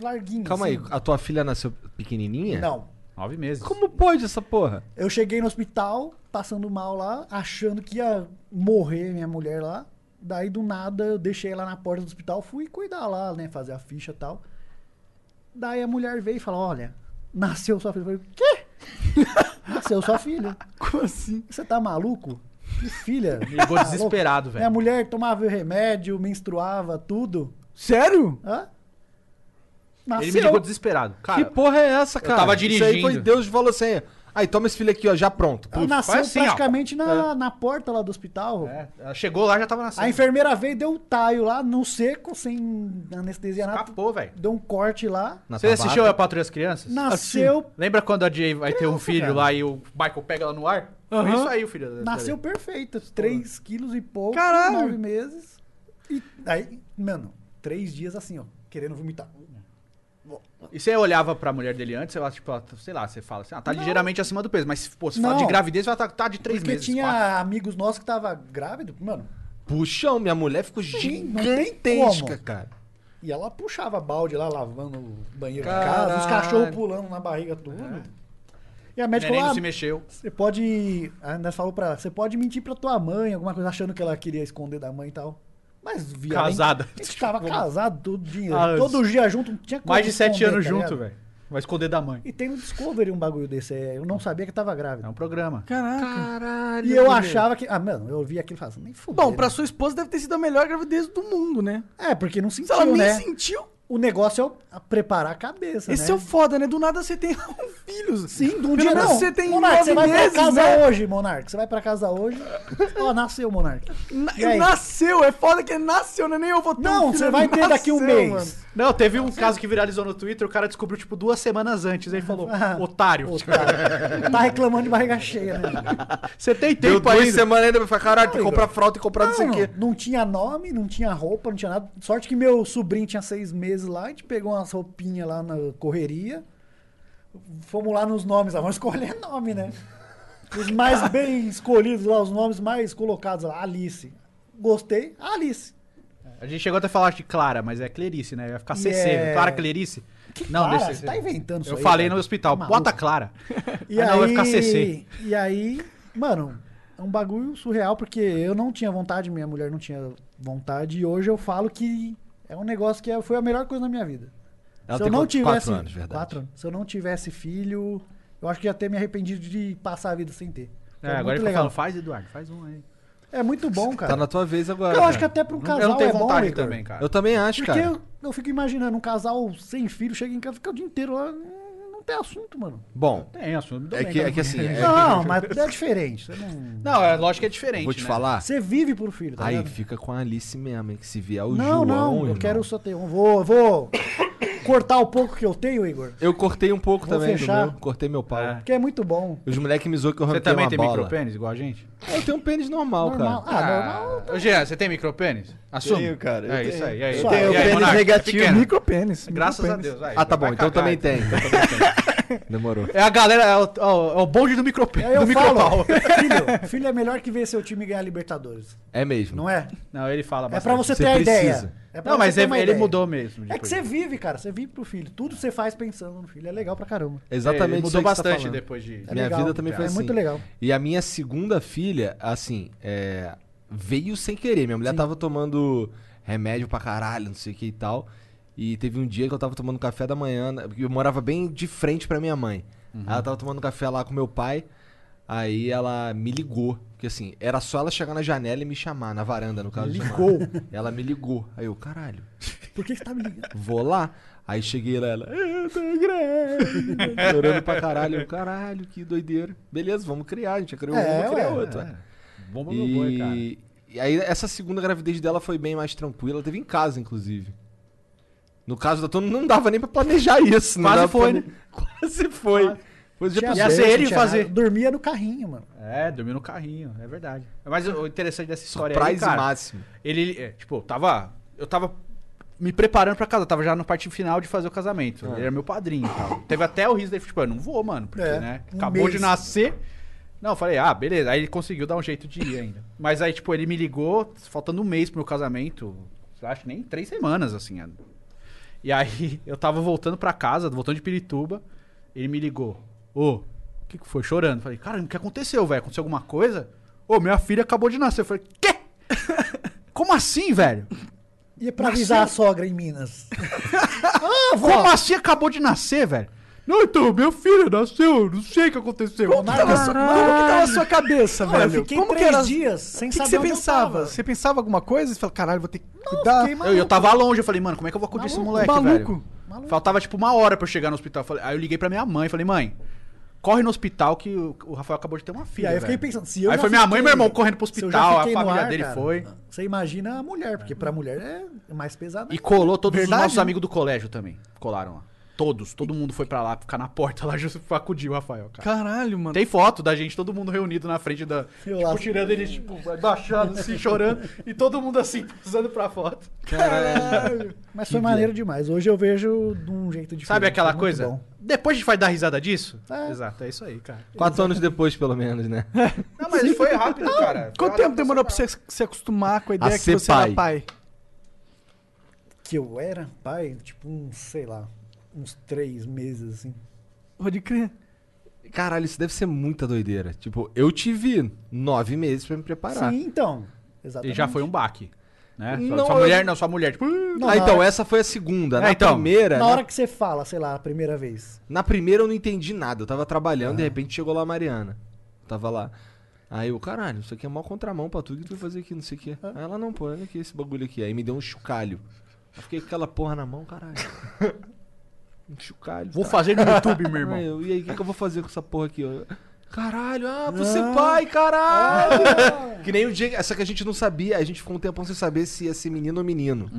S5: larguinha.
S3: Calma aí,
S5: assim.
S3: a tua filha nasceu pequenininha?
S5: Não.
S6: Nove meses.
S3: Como pode essa porra?
S5: Eu cheguei no hospital, passando mal lá, achando que ia morrer minha mulher lá. Daí do nada eu deixei ela na porta do hospital, fui cuidar lá, né? Fazer a ficha e tal. Daí a mulher veio e falou: Olha, nasceu sua filha. Eu falei: Quê? Nasceu sua filha.
S4: Como assim?
S5: Você tá maluco? Que filha?
S6: Me ligou
S5: Tá louco?
S6: desesperado, velho.
S5: Minha mulher tomava remédio, menstruava, tudo.
S4: Sério?
S5: Hã?
S6: Ele
S3: Nasceu.
S6: me ligou desesperado. Cara,
S3: que porra é essa,
S6: eu
S3: cara?
S6: tava
S3: Isso aí foi
S6: dirigindo.
S3: Deus que falou assim, aí toma esse filho aqui, ó, já pronto.
S5: Ela
S3: Puf,
S5: nasceu
S3: faz assim, ó.
S5: praticamente
S6: É.
S5: na, na porta lá do hospital.
S4: É.
S6: ela chegou lá já tava nascendo.
S5: A enfermeira veio, deu um taio lá, no seco, sem anestesia nada.
S6: Escapou, velho.
S5: Deu um corte lá.
S6: Você assistiu a Patrulha das Crianças?
S5: Nasceu-
S6: Assisti. Lembra quando a Jay vai ter um filho
S5: cara.
S6: lá e o Michael pega ela no ar? Foi
S5: Aham.
S6: isso aí, o filho da-
S5: Nasceu
S6: da-
S5: perfeito. 3 quilos e pouco.
S6: Caralho!
S5: 9 meses. E aí, mano, três dias assim, ó, querendo vomitar.
S6: E você olhava pra mulher dele antes, ela, tipo, ela- sei lá, você fala assim, ah, tá
S5: Não.
S6: ligeiramente acima do peso, mas pô, se
S5: Não.
S6: fala de gravidez, vai tá, tá de três
S5: Porque
S6: meses.
S5: tinha
S6: quatro.
S5: amigos nossos que tava grávido, mano,
S3: Puxão, minha mulher ficou
S5: não tem
S3: gigantesca,
S5: como.
S3: cara.
S5: e ela puxava balde lá, lavando o banheiro
S3: Caralho.
S5: de casa, os cachorros pulando na barriga, tudo.
S6: É.
S5: E a médica
S6: Neném
S5: falou,
S6: não
S5: "Ah,
S6: se mexeu.
S5: Você pode. Ainda falou pra ela, você pode mentir pra tua mãe, alguma coisa, achando que ela queria esconder da mãe e tal. Mas via.
S6: Casada. Tipo,
S5: A gente tava casado todo dia.
S6: Ah,
S5: todo dia junto, não tinha como
S6: Mais de sete
S5: esconder,
S6: anos
S5: tá
S6: junto,
S5: ligado?
S6: velho. Vai esconder da mãe.
S5: E tem no Discovery um bagulho desse. é, Eu não sabia que tava grávida.
S6: É um programa.
S4: Caraca.
S3: Caralho.
S5: E eu
S4: Caralho,
S5: achava que. Ah, mano, eu ouvi aquilo e falava, nem fudeu. né?
S4: Bom, pra sua esposa deve ter sido a melhor gravidez do mundo, né?
S5: É, porque não
S4: Se ela
S5: sentiu,
S4: nem
S5: né?
S4: sentiu,
S5: O negócio é o- a preparar a cabeça.
S4: esse
S5: né?
S4: é o foda, né? Do nada você tem um filho.
S5: Sim, de um
S4: Pelo
S5: dia
S4: menos
S5: não.
S4: você tem
S5: Monark, você
S4: nove
S5: vai
S4: meses,
S5: pra casa
S4: né?
S5: hoje, Monark. Você vai pra casa hoje. Ó, nasceu, Monark.
S4: Na-
S5: E aí?
S4: Nasceu, é foda que nasceu, né? Nem eu vou ter um
S5: Não,
S4: filho,
S5: você vai ter daqui um
S4: nasceu,
S5: mês.
S4: mano.
S6: Não, teve um caso que viralizou no Twitter, o cara descobriu, tipo, duas semanas antes. Ele falou,
S5: Ah,
S6: otário. Tipo,
S5: Tá reclamando de barriga cheia, né?
S6: Você tem
S3: Deu
S6: tempo
S3: duas
S6: ainda.
S3: semanas ainda pra falar, caralho, tem que
S5: Não,
S3: comprar fralda e comprar não sei o
S5: Não,
S3: quê.
S5: não tinha nome, não tinha roupa, não tinha nada. Sorte que meu sobrinho tinha seis meses lá, a gente pegou umas roupinhas lá na correria. Fomos lá nos nomes, lá, vamos escolher nome, né? Os mais bem escolhidos lá, os nomes mais colocados lá, Alice. Gostei, Alice.
S6: A gente chegou até a falar de Clara, mas é Clerice, né? Vai ficar CC.
S5: Yeah.
S6: Clara Clerice. não,
S5: Clara?
S6: deixa
S5: Você tá inventando isso
S6: Eu
S5: aí,
S6: falei
S5: cara.
S6: no hospital,
S5: Tá
S6: bota
S5: maluco.
S6: Clara.
S5: E
S6: Ah,
S5: aí,
S6: não, vai ficar CC.
S5: E aí, mano, é um bagulho surreal, porque eu não tinha vontade, minha mulher não tinha vontade, e hoje eu falo que é um negócio que é- foi a melhor coisa na minha vida.
S3: Ela
S5: Se eu
S3: tem
S5: não
S3: quanto-
S5: tivesse.
S3: quatro anos, verdade.
S5: Quatro anos. Se eu não tivesse filho, eu acho que ia ter me arrependido de passar a vida sem ter.
S6: É,
S5: Foi
S6: agora
S5: muito
S6: ele
S5: legal.
S6: falando, faz, Eduardo, faz um aí.
S5: É muito bom, cara.
S3: Tá na tua vez agora.
S5: Eu acho que
S3: cara.
S5: até pra um
S6: Eu
S5: casal
S6: não tenho
S5: é bom,
S6: vontade
S5: Igor. É
S6: também, cara. é.
S3: Eu também acho,
S5: Porque
S3: cara.
S5: eu, eu fico imaginando, um casal sem filho chega em casa, fica o dia inteiro lá, não não tem assunto, mano.
S3: Bom,
S6: Tem assunto.
S3: é que, é que assim, é-
S5: Não, mas é diferente. Você, não-
S6: Não, é lógico que é diferente.
S3: vou te
S6: né?
S3: falar.
S5: você vive pro filho, tá
S3: Aí
S5: ligado?
S3: fica com a Alice mesmo, hein, que se vier o
S5: não,
S3: João...
S5: não, eu
S3: irmão.
S5: quero só ter um. Vou, vou cortar o pouco que eu tenho, Igor.
S3: Eu cortei um pouco
S5: Vou
S3: também
S5: fechar.
S3: do meu. Cortei meu pau.
S6: É.
S5: Porque é muito bom.
S3: Os moleques me zoam que eu
S6: Você
S3: arranquei
S6: também
S3: uma
S6: tem
S3: bola.
S6: micropênis igual a gente?
S3: Eu tenho um pênis normal,
S5: Normal.
S3: cara.
S5: Ah, normal.
S6: Ô, Jean, você tem micropênis? Assume.
S10: Tenho, cara, eu
S6: é
S10: tenho.
S6: isso aí. e aí?
S10: Eu tenho
S6: E aí,
S10: pênis
S6: Monark?
S10: negativo.
S6: Pequeno. É
S4: Micropênis.
S6: Graças a
S4: micropênis.
S6: Deus. vai,
S3: Ah, tá
S6: vai
S3: bom, então
S6: cagar,
S3: também
S6: então.
S3: tem. então também tem. Demorou.
S6: É a galera, é o, ó, é o bonde do micropênis,
S5: Aí
S6: do
S5: eu falo,
S6: micropau.
S5: filho, filho é melhor que ver seu time ganhar Libertadores,
S3: É mesmo.
S5: não é?
S6: Não, ele fala
S5: É
S6: bastante.
S5: pra você
S3: Você
S5: ter a
S3: precisa.
S5: ideia. É pra
S6: Não,
S5: você
S6: mas
S5: ter
S6: ele,
S5: uma
S6: ele
S5: ideia.
S6: mudou mesmo.
S5: É que
S6: depois.
S5: você vive, cara. Você vive pro filho. Tudo você faz pensando no filho. É legal pra caramba.
S3: Exatamente.
S6: Ele
S3: isso
S6: mudou
S3: aí que você tá
S6: bastante
S3: falando.
S6: depois de...
S5: É
S3: Minha
S5: legal.
S3: vida também foi
S5: É
S3: assim.
S5: muito legal.
S3: E a minha segunda filha, assim, é, veio sem querer. Minha mulher tava tomando remédio pra caralho, não sei o que e tal. E teve um dia que eu tava tomando café da manhã, na- porque eu morava bem de frente pra minha mãe.
S5: Uhum.
S3: Ela tava tomando café lá com meu pai. Aí ela me ligou. Porque assim, era só ela chegar na janela e me chamar, na varanda, no caso. Ligou? Ela me ligou. Aí eu, caralho,
S5: Por que você tá me ligando?
S3: vou lá. Aí cheguei lá, ela, eu tô grávida. Chorando pra caralho. Eu, caralho, que doideira. Beleza, vamos criar. A gente já criou um,
S5: É,
S3: vamos criar
S5: ué,
S3: outro. ué.
S6: Bomba no boi, cara.
S3: E... e aí, essa segunda gravidez dela foi bem mais tranquila. Ela teve em casa, inclusive. No caso da Tona, não dava nem pra planejar isso. não
S6: Quase
S3: dava pra
S6: foi,
S3: plane- Quase foi. Pois já
S4: é
S5: Tinha
S3: pensou?
S6: ser
S5: berço,
S6: ele
S5: tinha
S6: fazer.
S5: nada. Dormia no carrinho, mano.
S6: É, dormiu no carrinho, é verdade. Mas o o interessante dessa história aí,
S3: Surprise
S6: cara,
S3: máximo.
S6: ele, é, tipo, tava, eu tava me preparando pra casa, eu tava já no parte final de fazer o casamento.
S3: Ah.
S6: Ele era meu padrinho e tal. Teve até o riso dele, tipo, eu não vou, mano, porque,
S5: É,
S6: né,
S5: um
S6: acabou de
S5: mês.
S6: nascer. Não, eu falei, ah, beleza. Aí ele conseguiu dar um jeito de ir ainda. Mas aí, tipo, ele me ligou, faltando um mês pro meu casamento, acho que nem três semanas, assim, é. E aí eu tava voltando pra casa, voltando de Pirituba, ele me ligou. Ô, o que, que foi? Chorando. Falei, caramba, o que aconteceu, velho? Aconteceu alguma coisa? Ô, minha filha acabou de nascer. Eu falei, quê? Como assim, velho?
S5: E pra
S6: Nasceu.
S5: avisar a sogra em Minas. ah, vó.
S6: Como assim acabou de nascer, velho? Não, então, meu filho nasceu, não sei o que aconteceu.
S4: Tava sua- Como que tava a sua cabeça,
S5: Não, eu
S4: velho?
S5: fiquei
S4: Como
S5: três
S4: que era...
S5: dias sem
S4: O que que,
S5: saber
S4: você
S5: onde eu
S4: pensava?
S5: tava.
S4: Você pensava alguma coisa? Você falou, caralho, vou ter que cuidar.
S5: fiquei maluco.
S6: Eu, eu tava longe, eu falei, mano, como é que eu vou acudir esse
S5: Maluco,
S6: moleque,
S4: maluco.
S6: velho?
S5: Maluco.
S6: Faltava tipo uma hora pra eu chegar no hospital. Falei- Aí eu liguei pra minha mãe, falei, mãe, corre no hospital que o o Rafael acabou de ter uma
S5: E
S6: filha.
S5: aí eu fiquei
S6: velho."
S5: pensando, se eu
S6: Aí
S5: já
S6: foi minha mãe e meu
S5: fiquei-
S6: irmão correndo pro
S5: se eu já
S6: hospital, a
S5: fiquei no
S6: família
S5: ar,
S6: dele
S5: cara,
S6: foi.
S5: Você imagina a mulher, porque pra mulher é mais pesado.
S6: E colou todos
S5: Verdade,
S6: os nossos
S5: né?
S6: amigos do colégio também. Colaram lá. Todos, todo mundo foi pra lá ficar na porta lá, justo pra acudir o Rafael, cara.
S4: Caralho, mano.
S6: Tem foto da gente, todo mundo reunido na frente da.
S5: Eu
S6: tipo,
S5: lá-
S6: tirando eles, tipo, baixado, assim, chorando. E todo mundo assim, passando pra foto.
S5: Caralho. Mas foi maneiro demais. Hoje eu vejo de um jeito diferente.
S6: Sabe aquela
S5: Muito
S6: coisa?
S5: bom.
S6: Depois a gente vai dar risada disso?
S5: É.
S6: Exato, é isso aí, cara.
S3: Quatro anos depois, pelo menos, né?
S6: Não, mas foi rápido, cara.
S4: Quanto
S3: tá
S4: tempo demorou pra você se acostumar Tá com a ideia
S3: A
S4: que
S3: ser
S4: você era pai?
S5: Que eu era pai, tipo, uns, sei lá, uns três meses, assim.
S4: Pode crer.
S3: Caralho, isso deve ser muita doideira. Tipo, eu tive nove meses pra me preparar.
S5: Sim, então. Exatamente.
S6: E já foi um baque. Né? Sua-
S3: Não,
S6: sua
S3: eu-
S6: mulher, não, sua mulher. Tipo,
S5: Não,
S3: ah,
S5: na
S3: então,
S5: hora-
S3: essa foi a segunda.
S6: É,
S3: na
S6: então.
S3: primeira.
S5: Na
S3: na-
S5: hora que você fala, sei lá, a primeira vez.
S3: Na primeira eu não entendi nada. Eu tava trabalhando e de repente chegou lá a Mariana. Tava lá. Aí eu, caralho, isso aqui é mó contramão pra tudo que tu vai fazer aqui, não sei o quê. Aí ela, não, pô, olha aqui esse bagulho aqui. Aí me deu um chocalho. Eu fiquei com aquela porra na mão, caralho. um chocalho.
S6: Vou fazer no YouTube, meu irmão.
S3: Aí eu, e aí, o que, que eu vou fazer com essa porra aqui? Eu, caralho, ah, você pai, caralho! que nem o dia. Só que a gente não sabia, a gente ficou um tempão sem saber se ia ser menino ou menino.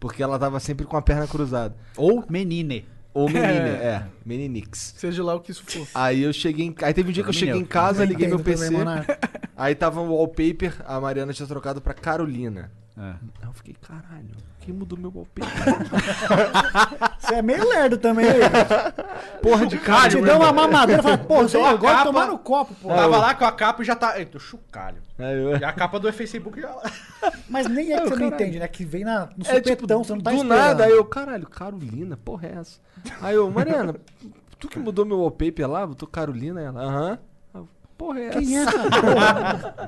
S3: Porque ela tava sempre com a perna cruzada.
S6: Ou menine.
S3: Ou menina, é. Meninix.
S4: Seja lá o que isso for.
S3: Aí eu cheguei em Aí teve um dia que eu cheguei em casa,
S5: Eu
S3: liguei meu
S5: entendo
S3: PC.
S5: também, Monarca.
S3: Aí tava o wallpaper, a Mariana tinha trocado pra Carolina.
S6: É.
S3: Aí eu fiquei, caralho, quem mudou meu wallpaper?
S5: Você é meio lerdo também. hein?
S3: Porra de
S6: Ah,
S3: cara,
S5: Te deu uma mamadeira e fala, pô, você
S6: Mudou a
S5: agora
S6: capa.
S5: tomar no copo, pô.
S6: Tava lá com a capa e já tá. Eita, chocalho.
S3: Aí eu-
S6: E a capa do Facebook já.
S5: Mas nem é que você não entende, né? Que vem na, no
S6: É, tipo,
S5: supetão, você não tá
S3: É, tipo, do
S5: esperando.
S3: nada, aí eu, caralho, Carolina, porra é essa? Aí eu, Mariana, tu que mudou meu wallpaper lá, botou Carolina, ela, aham. Aí eu, Porra é essa?
S5: Quem é essa?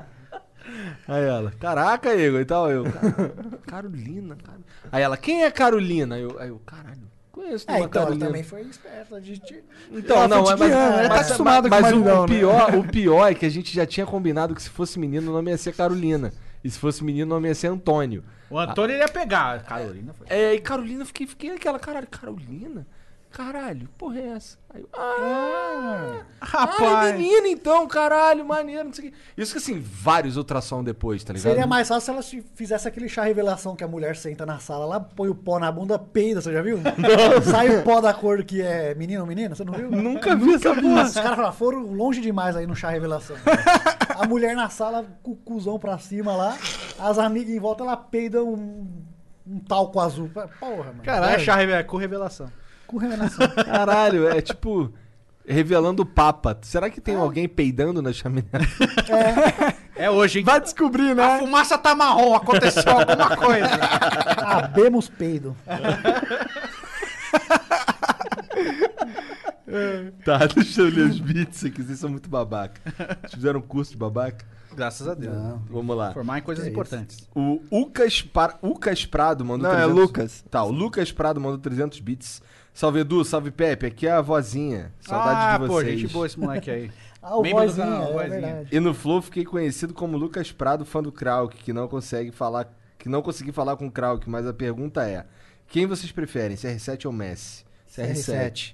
S3: Aí ela, caraca, Igor, e tal, eu, "Cara- Carolina, cara. Aí ela, quem é Carolina? Aí eu, aí eu caralho, conheço
S5: É,
S3: nenhuma
S5: então ela
S3: Carolina.
S5: também foi esperta. de te-
S3: Então, não, mas, mas,
S4: ela tá
S3: mas-
S4: acostumada
S3: mas
S4: com o
S3: o,
S4: maridão,
S3: o
S4: né?
S3: pior, o pior é que a gente já tinha combinado que se fosse menino o nome ia ser Carolina. E se fosse menino o nome ia ser Antônio.
S6: O Antônio ele ia pegar. A Carolina foi.
S3: É, e Carolina, eu fiquei, fiquei aquela, caralho, Carolina? Caralho, que porra é essa? Aí eu, ah, ah, é
S6: Rapaz.
S3: menina então, caralho, maneiro, não sei o quê. Isso que assim, vários ultrassom depois, tá ligado?
S5: Seria mais fácil se ela se fizesse aquele chá revelação que a mulher senta na sala lá, põe o pó na bunda, peida, você já viu? Sai o pó da cor que é menino ou menina, você não viu?
S3: Nunca vi essa porra.
S5: Os caras falaram, foram longe demais aí no chá revelação. A mulher na sala, com o cuzão pra cima lá, as amigas em volta, ela peida um, um talco azul. Porra, mano. é
S6: Caralho. Vai achar revela- com revelação.
S5: Com revelação.
S3: Caralho, é tipo. Revelando o Papa. Será que
S4: É.
S3: tem alguém peidando na chaminé?
S6: É hoje, hein?
S4: Vai descobrir,
S6: A
S4: né?
S6: fumaça tá marrom, aconteceu alguma coisa.
S5: Abemos peido.
S3: Tá, deixa eu ler os beats aqui, vocês são muito babaca. Vocês fizeram um curso de babaca?
S6: Graças a Deus.
S3: Vamos lá.
S6: Formar em coisas importantes.
S3: O Lucas, Par... Lucas Prado mandou
S10: Não, é Lucas.
S3: Tá, o Lucas Prado mandou 300 bits. Salve Edu, salve Pepe, aqui é a vozinha. Saudade
S6: ah,
S3: de
S6: pô,
S3: vocês.
S6: gente boa esse moleque aí.
S5: Ah, o
S6: Membro do
S5: vozinha,
S6: canal,
S5: é
S6: vozinha.
S5: verdade.
S3: E no Flow fiquei conhecido como Lucas Prado, fã do Krauk, que não consegue falar, que não consegui falar com o Krauk, mas a pergunta é: quem vocês preferem, CR7 ou Messi? CR7.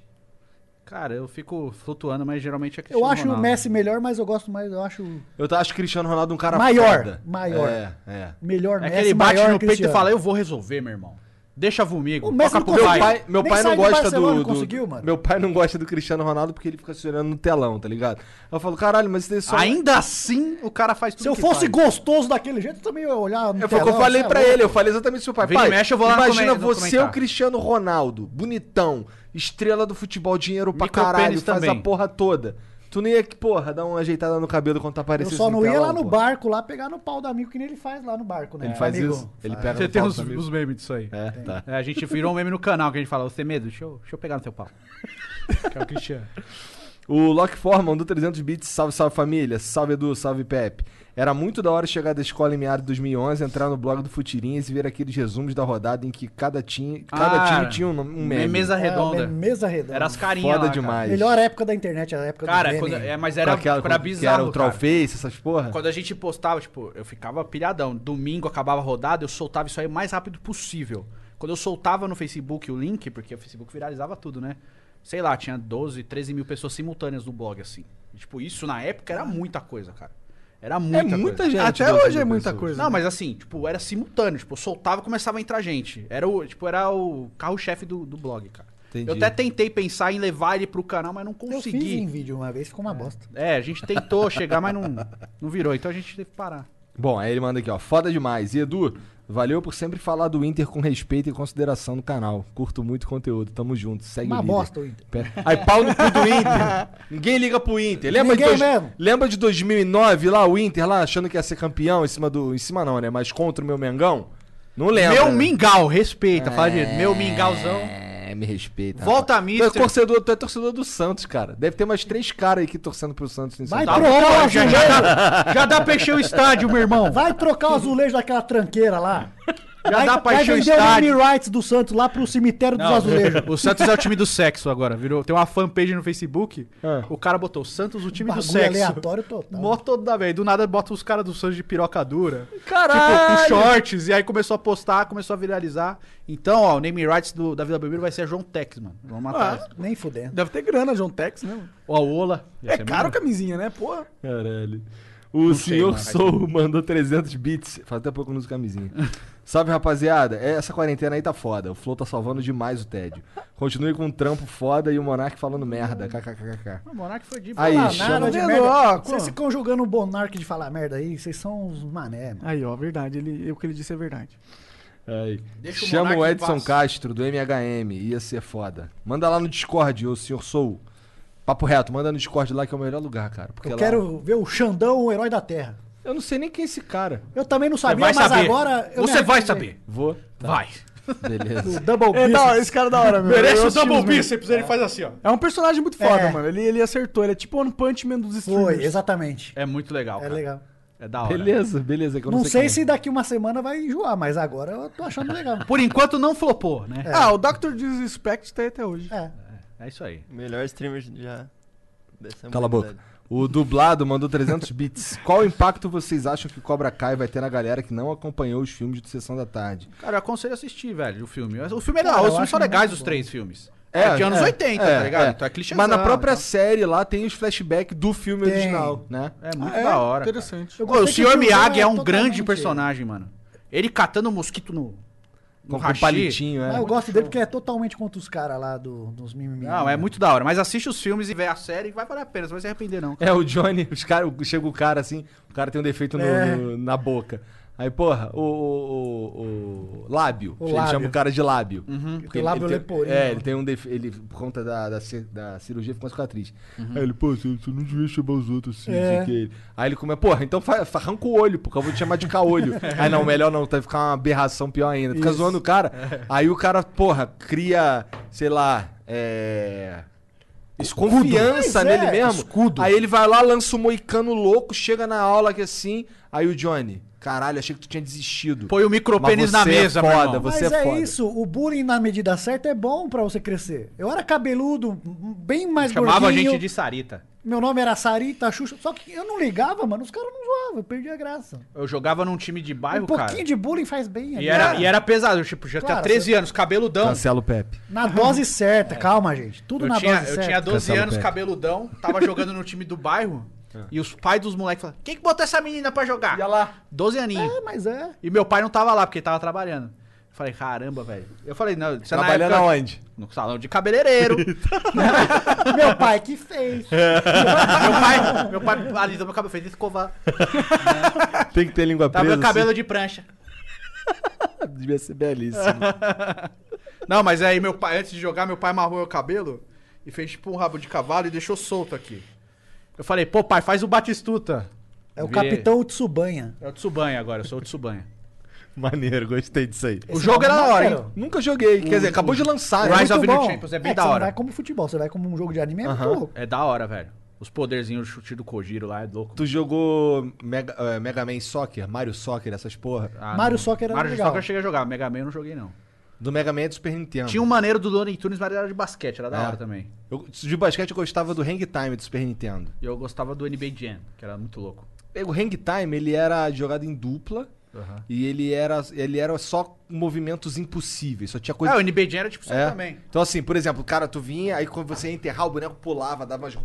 S6: Cara, eu fico flutuando, mas geralmente é
S5: Eu
S6: Cristiano
S5: acho o
S6: Ronaldo.
S5: Messi melhor, mas eu gosto mais, eu acho
S3: Eu acho Cristiano Ronaldo um cara
S5: Maior,
S3: foda.
S5: maior.
S3: É, é.
S5: melhor
S6: É
S5: Messi,
S6: que ele bate
S5: maior
S6: no peito e
S5: Cristiano.
S6: fala, eu vou resolver, meu irmão. Deixa comigo.
S5: O Messi
S6: toca
S5: não
S6: pro
S3: Meu
S5: Vai.
S3: pai, meu
S5: Nem
S3: pai não
S5: sair do
S3: gosta do,
S5: Barcelona
S3: do-
S5: conseguiu, mano.
S3: Meu pai não gosta do Cristiano Ronaldo porque ele fica se olhando no telão, tá ligado? Aí eu falo, caralho, mas isso daí é só.
S6: Ainda assim, o cara faz tudo
S5: Se eu
S6: que
S5: fosse
S6: faz.
S5: gostoso daquele jeito, eu também ia olhar no
S3: É, foi o que eu
S5: telão,
S3: falei
S5: você é
S3: pra
S5: louco.
S3: ele, eu falei exatamente isso pro pai.
S6: Vira e
S3: pai
S6: mexe, eu vou lá no
S3: imagina
S6: comen- no
S3: você,
S6: comentário.
S3: o Cristiano Ronaldo, bonitão, estrela do futebol, dinheiro pra
S6: Micropênis
S3: caralho, faz
S6: também.
S3: a porra toda. Tu nem ia, que, porra, dar uma ajeitada no cabelo quando tá
S5: Eu
S3: aparecendo
S5: só não ia lá no barco, lá pegar no pau do amigo, que nem ele faz lá no barco, né?
S3: Ele faz
S5: Amigo,
S3: isso, ele pega
S6: Você
S3: no
S6: tem
S3: pau
S6: os,
S3: também.
S6: os memes disso aí.
S3: É, tá.
S6: É, a gente virou um meme no canal que a gente fala, você tem medo? Deixa eu, deixa eu pegar no teu pau. Que é o Cristiano.
S3: O Lock Forman do 300 Bits, salve, salve família, salve Edu, salve Pepe. Era muito da hora chegar da escola em meados de 2011, entrar no blog do Futirinhas e ver aqueles resumos da rodada em que cada time, cada
S6: Ah,
S3: time tinha um, nome- um meme.
S6: Mesa
S5: é,
S6: redonda.
S5: me- Mesa redonda.
S6: Era as carinhas
S3: Foda
S6: lá, cara.
S3: demais.
S5: Melhor época da internet, a época
S6: Cara,
S5: do
S6: quando-
S5: meme.
S6: é, mas
S3: Com
S6: era,
S3: aquela,
S6: era
S3: que era
S6: bizarro,
S3: o
S6: cara.
S3: Trollface, essas porra.
S6: Quando a gente postava, tipo, eu ficava pilhadão. Domingo acabava a rodada, eu soltava isso aí o mais rápido possível. Quando eu soltava no Facebook o link, porque o Facebook viralizava tudo, né? Sei lá, tinha 12, 13 mil pessoas simultâneas no blog, assim. E, tipo, isso na época era muita coisa, cara. Era
S5: É
S6: muita,
S4: muita
S6: coisa.
S4: gente, Até 12 hoje é mil muita pessoas. coisa,
S6: Não,
S4: né?
S6: mas assim, tipo, era simultâneo. Tipo, eu soltava e começava a entrar gente. Era o, tipo, era o carro-chefe do, do blog, cara.
S3: Entendi.
S6: Eu até tentei pensar em levar ele pro canal, mas não
S5: Eu fiz
S6: consegui.
S5: em vídeo uma vez, ficou uma bosta.
S6: É, a gente tentou chegar, mas não, não virou. Então a gente teve que parar.
S3: Bom, aí ele manda aqui, ó. Foda demais. E Edu, valeu por sempre falar do Inter com respeito e consideração no canal. Curto muito o conteúdo. Tamo junto. Segue
S5: Uma
S3: o líder.
S5: bosta o Inter.
S3: Pera- Aí pau no cu do Inter. Ninguém liga pro Inter. Lembra,
S5: Ninguém
S3: de
S5: mesmo.
S3: Lembra de 2009 lá, o Inter lá achando que ia ser campeão em cima do... Em cima não, né? Mas contra o meu Mengão? Não lembro.
S6: Meu
S3: né?
S6: mingau, respeita, fala direito. Meu mingauzão.
S3: É, me respeita.
S6: Volta,
S3: rapaz.
S6: mister.
S3: Tu é, torcedor, tu é torcedor do Santos, cara. Deve ter umas três caras aí que torcendo pro Santos. nesse
S5: Vai
S3: São Paulo.
S5: trocar o
S6: já,
S5: azulejo.
S6: já dá, já dá pra encher o estádio, meu irmão.
S5: Vai trocar o azulejo daquela tranqueira lá.
S6: Já
S5: vai,
S6: dá pra
S5: vai
S6: encher o
S5: vender o name
S6: estádio.
S5: rights do Santos lá pro cemitério dos
S6: Não,
S5: azulejos.
S6: o Santos é o time do sexo agora. Virou, tem uma fanpage no Facebook. O cara botou Santos, o time do
S5: Bagulho
S6: sexo.
S5: aleatório total.
S6: Mó toda vez. Do nada bota os caras do Santos de piroca dura.
S3: Caralho!
S6: Tipo, com shorts. E aí começou a postar, começou a viralizar. Então, ó, o name rights do, da Vila Belmiro vai ser João Tex, mano. Vamos matar.
S5: Ah, nem fudendo.
S4: Deve ter grana, John Tex, né? mano?
S6: Ó, o Ola. Ia
S4: É
S6: ser
S4: caro a
S6: maneiro.
S4: camisinha, né? Porra.
S3: Caralho. O
S6: sei,
S3: senhor
S6: mano.
S3: Sou mandou 300 bits. Faz até pouco que eu não uso camisinha. Salve, rapaziada. É, Essa quarentena aí tá foda. O Flow tá salvando demais o tédio. Continue com um trampo foda e o Monark falando merda. KKKK.
S6: O Monark foi de
S3: Aí,
S5: Falar
S3: chama-
S5: nada de
S4: Tá vendo,
S5: merda.
S4: ó,
S5: Vocês ficam jogando o Bonark de falar merda aí, vocês são uns mané, mano.
S4: Aí, ó, verdade. Ele, o que ele disse é verdade.
S3: Aí.
S6: Deixa o
S3: Chama o
S6: Monark em
S3: Edson
S6: paz.
S3: Castro do MHM. Ia ser foda. Manda lá no Discord, o senhor Sou. Papo reto, manda no Discord lá que é o melhor lugar, cara. Porque
S5: Eu
S3: lá-
S5: quero ver o Xandão, o herói da terra.
S3: Eu não sei nem quem é esse cara.
S5: Eu também não
S6: Você
S5: sabia,
S6: vai
S5: mas
S6: saber.
S5: agora. eu me
S6: Você vai
S5: arrependi.
S6: saber.
S3: Vou. Tá,
S6: Vai.
S3: beleza.
S5: O Double
S4: É,
S5: Beast.
S4: da hora, esse cara é da
S5: um
S4: hora, meu.
S6: Merece
S4: Eu
S6: o
S4: assisti os
S6: double
S4: memes.
S6: bíceps, ele faz assim, ó.
S4: É um personagem muito foda,
S5: É.
S4: mano. Ele, ele acertou. Ele é tipo One Punch Man dos streamers.
S5: Foi, exatamente.
S6: É muito legal,
S5: É
S6: cara.
S5: legal.
S6: É da hora.
S3: Beleza, beleza. que eu
S5: Não
S3: quem
S5: sei
S3: é.
S5: se daqui uma semana vai enjoar, mas agora eu tô achando legal.
S6: Por enquanto não flopou, né?
S4: Ah, o Dr. Disrespect tá aí até hoje.
S5: É.
S6: É isso aí.
S10: Melhor streamer já dessa
S3: Cala a boca.
S10: humanidade.
S3: O dublado mandou 300 bits. Qual impacto vocês acham que Cobra Kai vai ter na galera que não acompanhou os filmes de Sessão da Tarde?
S6: Cara, eu aconselho a assistir, velho, o filme. O filme é da
S5: Cara,
S6: hora,
S5: eu
S6: os filmes
S5: acho
S6: são legais,
S5: muito
S6: os
S5: bom.
S6: três filmes. É, de anos 80, tá ligado? Então é clichêzão.
S3: Mas na própria
S6: então.
S3: série lá tem os flashbacks do filme
S5: Tem.
S3: original, né?
S6: É muito
S4: É,
S6: da hora. cara.
S4: Interessante.
S5: Eu
S6: Pô,
S5: gostei
S6: o
S5: que
S6: Sr.
S5: Jujutsu
S6: Miyagi é um
S5: totalmente
S6: grande
S5: ele.
S6: personagem, mano. Ele catando um mosquito no. No
S3: Com, com
S6: hashi.
S3: palitinho,
S6: né?
S5: Mas
S3: é.
S5: eu gosto dele porque é totalmente contra os caras lá do, dos mimimi. né?
S6: Não, é muito da hora. Mas assiste os filmes e vê a série, vai valer a pena, você vai se arrepender, não.
S3: É, o Johnny, os cara, o- chega o cara assim, o cara tem um defeito no-
S5: É.
S3: no- na boca. Aí, porra, o, o, o- o lábio.
S5: O
S3: ele
S5: lábio.
S3: chama o cara de lábio.
S5: Tem lábio leporino.
S3: É, ele tem um defeito. Ele, por conta da, da, ci- da cirurgia, ficou uma cicatriz.
S5: Uhum.
S3: Aí ele, pô, você, você não devia chamar os outros assim,
S5: É.
S3: não sei o que. Aí ele come, porra, então fa- fa- arranca o olho, porque eu vou te chamar de caolho. aí não, melhor não, vai ficar uma aberração pior ainda. Fica zoando o cara. Aí o cara, porra, cria, sei lá, é. Confiança
S5: Pois é,
S3: nele mesmo. Aí ele vai lá, lança o moicano louco, chega na aula que assim. Aí o Johnny, caralho, achei que tu tinha desistido.
S6: Põe o
S3: Mas
S6: micropênis na
S3: você
S6: mesa,
S3: é
S6: meu
S3: foda,
S6: irmão.
S3: você
S5: Mas
S3: é
S5: é,
S3: foda.
S5: isso, o bullying na medida certa é bom pra você crescer. Eu era cabeludo, bem mais
S6: Chamava a
S5: É, gordinho.
S6: gente de Sarita.
S5: Meu nome era Sarita, Xuxa, só que eu não ligava, mano, os caras não zoavam, eu perdi a graça.
S6: Eu jogava num time de
S5: um
S6: bairro,
S5: pouquinho
S6: cara.
S5: de bullying faz bem.
S6: E
S5: né?
S6: era, e era pesado, eu, tipo, já tinha
S5: Claro,
S6: 13 anos, cabeludão.
S3: Cancela o Pepe.
S5: Na dose certa, calma, gente. Tudo
S6: É. Eu
S5: na
S6: tinha,
S5: dose
S6: eu
S5: certa.
S6: tinha 12
S3: Cancela o
S6: anos,
S3: Pepe.
S6: cabeludão, tava jogando no time do bairro.
S3: É.
S6: E os pais dos moleques falaram: Quem que botou essa menina pra jogar?
S3: Ia lá.
S6: 12 aninhos.
S5: É, mas é.
S6: E meu pai não tava lá, porque ele tava trabalhando. Eu falei, caramba, velho. Eu falei, não, você
S3: Trabalhando
S6: na época,
S3: aonde?
S6: No salão de cabeleireiro.
S5: Meu pai que fez.
S6: meu pai, meu pai alisou meu cabelo, fez escovar.
S3: Tem que ter língua
S6: Tava
S3: presa.
S6: meu cabelo de prancha.
S3: assim. Devia ser belíssimo.
S6: Não, mas aí meu pai, antes de jogar, meu pai amarrou meu cabelo e fez tipo um rabo de cavalo e deixou solto aqui. Eu falei, pô, pai, faz o Batistuta.
S5: É o
S6: Virei-
S5: Capitão Tsubanha.
S6: É o Tsubanha agora, eu sou o Tsubanha.
S3: Maneiro, gostei disso aí.
S6: o jogo era
S5: é
S6: da hora, hein?
S3: Nunca joguei, quer dizer, acabou de lançar. né? muito
S6: Rise of the
S3: bom.
S6: Champions é bem
S5: que
S6: da
S5: você
S6: hora.
S5: não vai como futebol, você vai como um jogo de anime, é muito louco.
S6: É da hora, velho. Os poderzinhos do chute do Kojiro lá é louco.
S3: Tu jogou Mega, eh, Mega Man Soccer, Mario Soccer, essas porra.
S6: Ah,
S5: Mario
S6: não.
S5: Soccer era
S6: Mario
S5: legal.
S6: Soccer eu cheguei a jogar, Mega Man eu não joguei não.
S3: Do Mega Man é do Super Nintendo.
S6: Tinha um maneiro do Looney Tunes, mas era de basquete, era da
S3: É.
S6: hora também.
S3: Eu- de basquete eu gostava do Hang Time do Super Nintendo. É,
S6: E eu gostava do NBA Jam, que era muito louco.
S3: O Hang Time, ele era jogado em dupla.
S6: Aham.
S3: E ele era, ele era só movimentos impossíveis, só tinha coisa.
S5: Ah,
S6: É, o NBA Jam era tipo isso
S3: É.
S6: também.
S3: Então, assim, por exemplo, o cara, tu vinha, aí quando você ia enterrar, o boneco pulava, dava umas.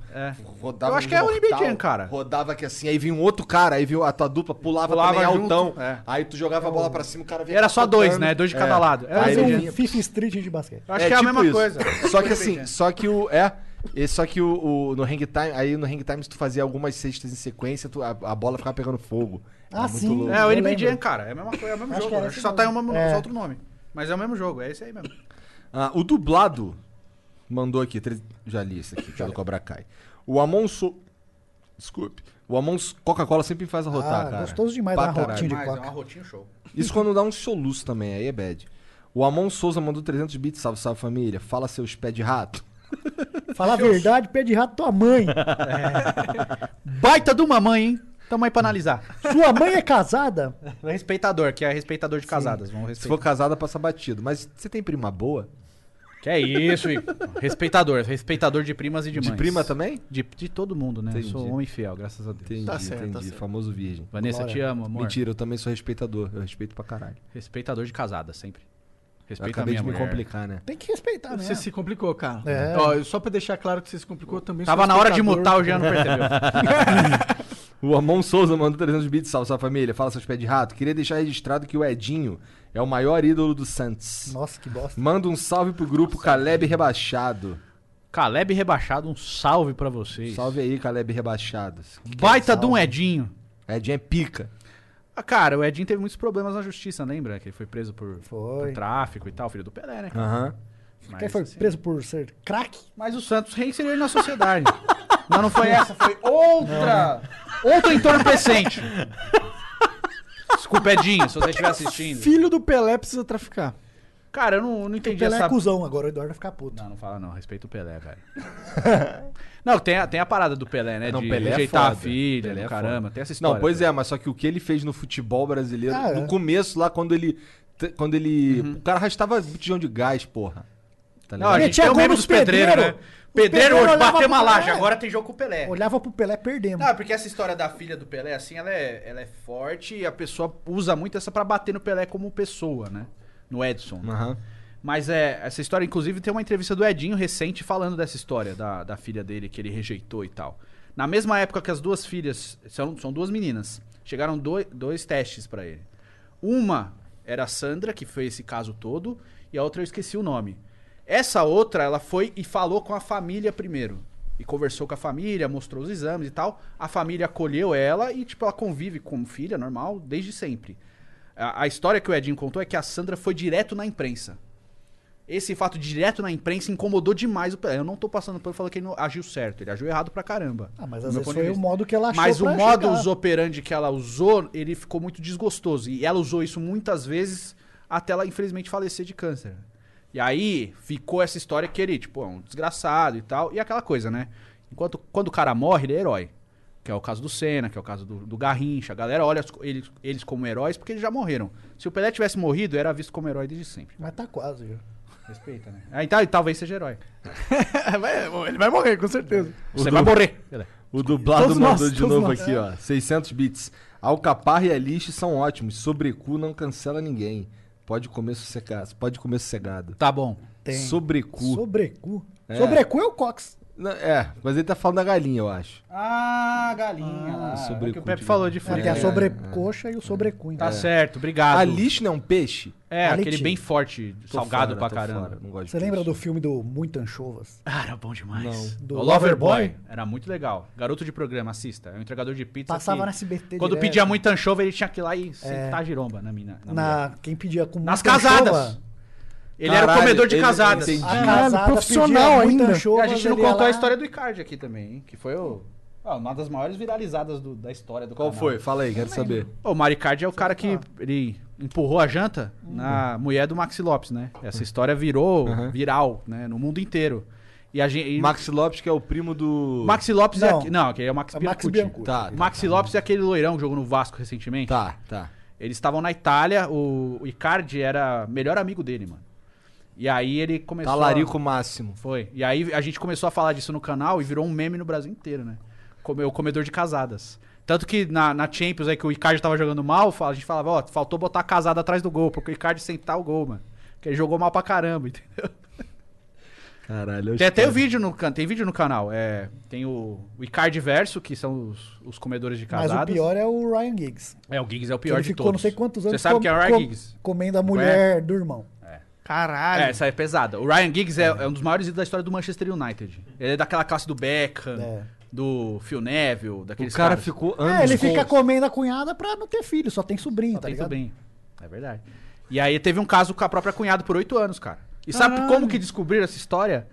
S3: Rodava
S6: Eu acho
S3: uns
S6: que é o
S3: mortal,
S6: NBA Jam, cara.
S3: Rodava aqui assim, aí vinha um outro cara, aí vinha a tua dupla, pulava,
S6: Pulava
S3: também
S6: junto,
S3: altão.
S6: é.
S3: Aí tu jogava a bola pra cima, o cara vinha.
S6: Era só dois,
S3: tocando.
S6: né? Dois de
S3: É.
S6: cada lado. Era
S3: Aí um- ele
S6: o NBA
S3: vinha-
S6: Jam.
S5: um FIFA Street de basquete.
S6: Eu acho que é a mesma coisa.
S3: Só que assim, só que o. É. e Só que o, o- no hang time, aí no hang time, se tu fazia algumas cestas em sequência, tu- a, a bola ficava pegando fogo.
S5: Ah,
S3: Era muito
S5: sim.
S3: louco.
S6: É, o
S5: Eu
S6: NBA
S5: lembro.
S6: Jam, cara. É a mesma coisa, é o mesmo
S5: Acho que
S6: jogo.
S5: era
S6: Acho que
S5: esse
S6: só tá em
S5: mesmo.
S6: uma,
S5: É.
S6: só outro nome. Mas é o mesmo jogo, é esse aí mesmo.
S3: Ah, o dublado mandou aqui, tre- já li isso aqui, já do Cobra Kai. O Amon So... Desculpe. O Amon S- Coca-Cola sempre faz arrotar,
S5: Ah,
S3: cara.
S5: gostoso demais
S3: Pra
S5: dar uma
S3: caralho.
S5: rotinha de
S6: Mas é
S5: coca.
S6: uma rotinha show.
S3: Isso quando dá um soluço também, aí é bad. O Amon Souza mandou 300 bits, salve, salve família. Fala seus pé de rato.
S5: Falar a verdade, pé de rato tua mãe.
S6: Baita de uma mãe, hein? Tamo aí pra analisar.
S5: Sua mãe é casada?
S6: Respeitador, que é respeitador de casadas. Vamos
S3: Se
S6: respeitar.
S3: for casada, passa batido. Mas você tem prima boa?
S6: Que é isso, Igor. Respeitador. Respeitador de primas e de
S3: De
S6: mães.
S3: prima também?
S6: De, de todo mundo, né? Eu sou
S3: Entendi.
S6: homem fiel, graças a Deus.
S3: Entendi,
S10: Tá certo,
S3: entendi.
S10: tá certo.
S3: Famoso virgem.
S6: Vanessa,
S5: Glória.
S6: te amo, amor.
S3: Mentira, eu também sou respeitador. Eu respeito pra caralho.
S6: Respeitador de casada, sempre.
S3: Eu
S6: Respeita a
S3: acabei
S6: minha
S3: de me
S6: mulher.
S3: complicar, né?
S5: Tem que respeitar, né?
S4: Você se complicou, cara.
S5: É.
S4: Ó, só pra deixar claro que você se complicou eu também. sou
S6: Tava na hora de
S4: espectador.
S6: mutar, o Jean não percebeu.
S3: O Amon Souza mandou 300 bits, salve, salve família. Fala seus pés de rato. Queria deixar registrado que o Edinho é o maior ídolo do Santos.
S5: Nossa, que bosta.
S3: Manda um salve pro grupo Caleb Rebaixado.
S6: Caleb Rebaixado, um salve pra vocês.
S3: Salve aí, Caleb Rebaixado.
S6: Baita de um Edinho.
S3: Edinho é pica.
S6: Ah, cara, o Edinho teve muitos problemas na justiça, lembra? Que ele foi preso por,
S5: Foi.
S6: por tráfico e tal, filho do Pelé, né? cara?
S3: Aham.
S5: Quem
S6: Mas,
S5: foi
S6: assim,
S5: preso por ser craque?
S6: mas o Santos reinseriu ele na sociedade. Não, não foi essa, foi outra.
S5: né?
S6: Outro entorno crescente. Desculpa, Edinho, se você estiver assistindo.
S4: Filho do Pelé precisa traficar.
S6: Cara, eu não, não entendi
S5: Pelé é
S6: essa.
S5: cuzão agora, o Eduardo vai ficar puto.
S6: Não, não fala não, respeita o Pelé, velho. não, tem a, tem a parada do Pelé, né?
S3: Não,
S6: de
S3: Pelé é
S6: rejeitar a
S3: foda.
S6: filha,
S3: Pelé é
S6: do caramba, tem essa história. né?
S3: Não, pois é, mas só que o que ele fez no futebol brasileiro,
S5: Ah,
S3: no
S5: é.
S3: começo lá, quando ele. t- Quando ele. O cara arrastava botijão de gás, porra. Tá
S6: Não, a gente
S5: Metia
S6: tem o
S5: gol
S6: meme
S5: nos
S6: dos pedreiros,
S5: pedreiro.
S6: né?
S5: Os pedreiro
S6: Pedreiro hoje
S5: olhava
S6: bateu uma
S5: pro
S6: laje,
S5: Pelé.
S6: agora tem jogo com o Pelé.
S5: Olhava pro Pelé, perdemos.
S6: Não, é porque essa história da filha do Pelé, assim, ela é, ela é forte e a pessoa usa muito essa pra bater no Pelé como pessoa, né? No Edson.
S3: Aham.
S6: Mas é, essa história, inclusive, tem uma entrevista do Edinho recente falando dessa história da, da filha dele que ele rejeitou e tal. Na mesma época que as duas filhas, são, são duas meninas, chegaram dois, dois testes pra ele. Uma era a Sandra, que foi esse caso todo, e a outra eu esqueci o nome. Essa outra, ela foi e falou com a família primeiro. E conversou com a família, mostrou os exames e tal. A família acolheu ela e, tipo, ela convive como filha normal desde sempre. A, a história que o Edinho contou é que a Sandra foi direto na imprensa. Esse fato direto na imprensa incomodou demais o Pelé. Eu não tô passando pano falando que ele não agiu certo. Ele agiu errado pra caramba.
S5: Ah, mas
S6: do
S5: às vezes
S6: meu ponto de
S5: foi o
S6: vista.
S5: modo que ela achou
S6: Mas o
S5: pra
S6: modus
S5: chegar.
S6: operandi que ela usou, ele ficou muito desgostoso. E ela usou isso muitas vezes até ela, infelizmente, falecer de câncer. E aí ficou essa história que ele, tipo, é um desgraçado e tal. E aquela coisa, né? Enquanto quando o cara morre, ele é herói. Que é o caso do Senna, que é o caso do, do Garrincha. A galera olha as co- eles, eles como heróis porque eles já morreram. Se o Pelé tivesse morrido, era visto como herói desde sempre.
S5: Mas tá quase, viu?
S6: Respeita, né? Ah, então, talvez seja herói.
S4: Vai- Ele vai morrer, com certeza.
S6: Você vai morrer. Pelé.
S3: O dublado
S4: Todos
S3: mandou
S4: nós,
S3: de
S4: todos
S3: novo
S4: nós.
S3: aqui, ó. 600 bits. Alcaparra e Alice são ótimos. Sobrecu não cancela ninguém. Pode comer sossegado. Pode comer sossegado.
S6: Tá bom.
S5: Tem.
S3: Sobrecu.
S5: Sobrecu.
S3: É.
S5: Sobrecu é o Cox.
S3: Não, É, mas ele tá falando da galinha, eu acho.
S6: Ah, galinha. lá.
S3: sobre É.
S6: É o que o
S3: cu
S6: Pepe
S3: de
S6: falou
S3: galinha.
S6: de
S5: É,
S6: frente.
S5: tem a sobrecoxa e o sobrecu.
S6: Tá
S5: então.
S6: certo, obrigado.
S3: A Alice não é um peixe?
S6: É,
S5: Ali
S6: aquele
S5: tinha.
S6: bem forte,
S3: Tô
S6: salgado
S3: fora,
S6: pra
S3: tô
S6: caramba.
S3: fora, Não gosto de
S5: Você lembra
S3: peixe.
S5: do filme do Muito Anchovas?
S6: Ah, era bom demais.
S3: Não.
S5: Do
S6: o Loverboy
S5: Loverboy?
S6: era muito legal. Garoto de programa, assista. É um entregador de pizza.
S5: Passava
S6: que
S5: na SBT
S6: Quando
S5: direto. É.
S6: pedia muito anchova, ele tinha que ir lá e sentar a giromba na mina. na mulher.
S5: Na, quem pedia com
S6: Nas
S5: muita
S6: casadas.
S5: anchova,
S6: Ele era
S3: Caralho,
S6: o comedor de
S3: ele-
S6: casadas.
S3: entendi.
S5: A
S3: Ah,
S5: casada
S4: profissional
S5: pedia muita
S4: ainda.
S6: E
S5: anchovas,
S6: a gente não
S5: ele ia
S6: contou
S5: lá-
S6: a história do Icardi aqui também, hein? Que foi o- ah, uma das maiores viralizadas do- da história do
S3: Qual
S6: canal.
S3: foi? Fala aí, quero saber.
S6: O Mario Cardi é o cara que ele empurrou a janta na mulher do Maxi Lopes, né? Essa história virou
S3: Uhum.
S6: viral, né? No mundo inteiro. E a gente.
S3: Maxi Lopes, que é o primo do.
S6: Maxi Lopes é.
S5: Não.
S6: aque- Não, aquele é o Max
S5: É Max
S6: Biancucci.
S5: Biancucci.
S3: Tá, tá.
S6: Maxi Lopes é aquele loirão que jogou no Vasco recentemente.
S3: Tá, tá.
S6: Eles estavam na Itália, o o Icardi era melhor amigo dele, mano. E aí ele começou. a-
S3: Talarico máximo.
S6: Foi. E aí a gente começou a falar disso no canal e virou um meme no Brasil inteiro, né? Come- O comedor de casadas. Tanto que na, na Champions aí que o Icardi tava jogando mal, a gente falava, ó, faltou botar a casada atrás do gol, porque o Icardi sentar o gol, mano. Porque ele jogou mal pra caramba, entendeu?
S3: Caralho,
S6: Tem até o vídeo no, can- tem vídeo no canal. É, tem o, o Icardi Verso, que são os, os comedores de
S5: Mas
S6: casadas.
S5: o pior é o Ryan Giggs.
S6: É, o Giggs é o
S5: Que
S6: pior
S5: ele
S6: de
S5: ficou
S6: todos.
S5: não sei quantos anos
S6: Você sabe
S5: com-
S6: que é o Ryan
S5: com-
S6: Giggs.
S5: comendo a
S6: Não é?
S5: mulher do irmão.
S6: Caralho. É, essa é pesada. O Ryan Giggs é, é um dos maiores ídolos da história do Manchester United. Ele é daquela classe do Beckham, do Phil Neville, daqueles
S10: O cara
S6: caras.
S10: ficou
S5: É, ele fica comendo a cunhada pra não ter filho, só tem sobrinho, tá
S6: Tem
S5: ligado?
S6: também. É verdade. E aí teve um caso com a própria cunhada por oito anos, cara. E sabe
S3: Ah.
S5: Caralho.
S6: como que descobriram essa história?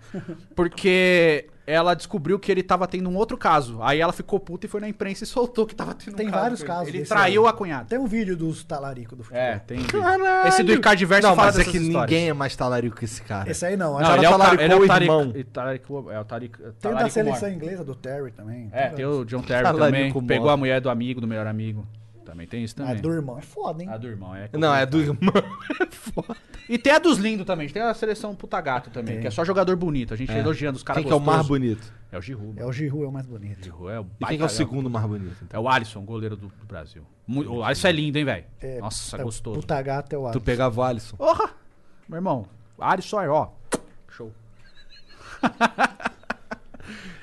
S6: Porque ela descobriu que ele tava tendo um outro caso. Aí ela ficou puta e foi na imprensa e soltou que tava tendo
S5: Tem
S6: um caso.
S5: vários
S6: com
S5: casos.
S6: Ele, ele
S5: desse
S6: traiu
S5: aí.
S6: a cunhada.
S5: Tem um vídeo dos talarico do futebol.
S6: É, tem.
S5: Caralho!
S6: Esse do Icardi Verso
S3: Não,
S6: fala
S3: mas é
S6: dessas
S3: que
S6: histórias.
S3: ninguém é mais talarico que esse cara.
S5: Esse aí não,
S6: Não, ele é o
S3: talaricou
S6: ta- ele é o
S3: o
S6: tarico-
S3: irmão.
S6: ele tarico- É o tarico.
S5: Tem o da
S6: talarico
S5: seleção
S6: mórbido.
S5: inglesa, do Terry também.
S6: É, tem o John Terry
S3: Talarico
S6: também. que
S3: mórbido.
S6: Pegou a mulher do amigo, do melhor amigo. Também tem isso também.
S5: A do irmão é foda, hein?
S6: A do irmão, é.
S3: Não, é do irmão.
S6: E tem a dos lindos também. Tem a seleção puta gato também, que é só jogador bonito. A gente elogiando os caras
S3: Quem que é o
S6: gostosos.
S3: mais bonito?
S6: É o Giroud.
S5: É o Giroud, é o mais bonito.
S6: Giroud é o
S3: E quem que é o segundo mais bonito?
S6: É o Alisson, goleiro do, do Brasil. Mu- O Alisson é lindo, hein, velho?
S5: É,
S6: Nossa,
S5: é o
S6: gostoso.
S5: Puta gato é o
S3: Tu
S5: Alisson.
S3: pegava o Alisson.
S6: Porra! Meu irmão, Alisson é, ó. Show.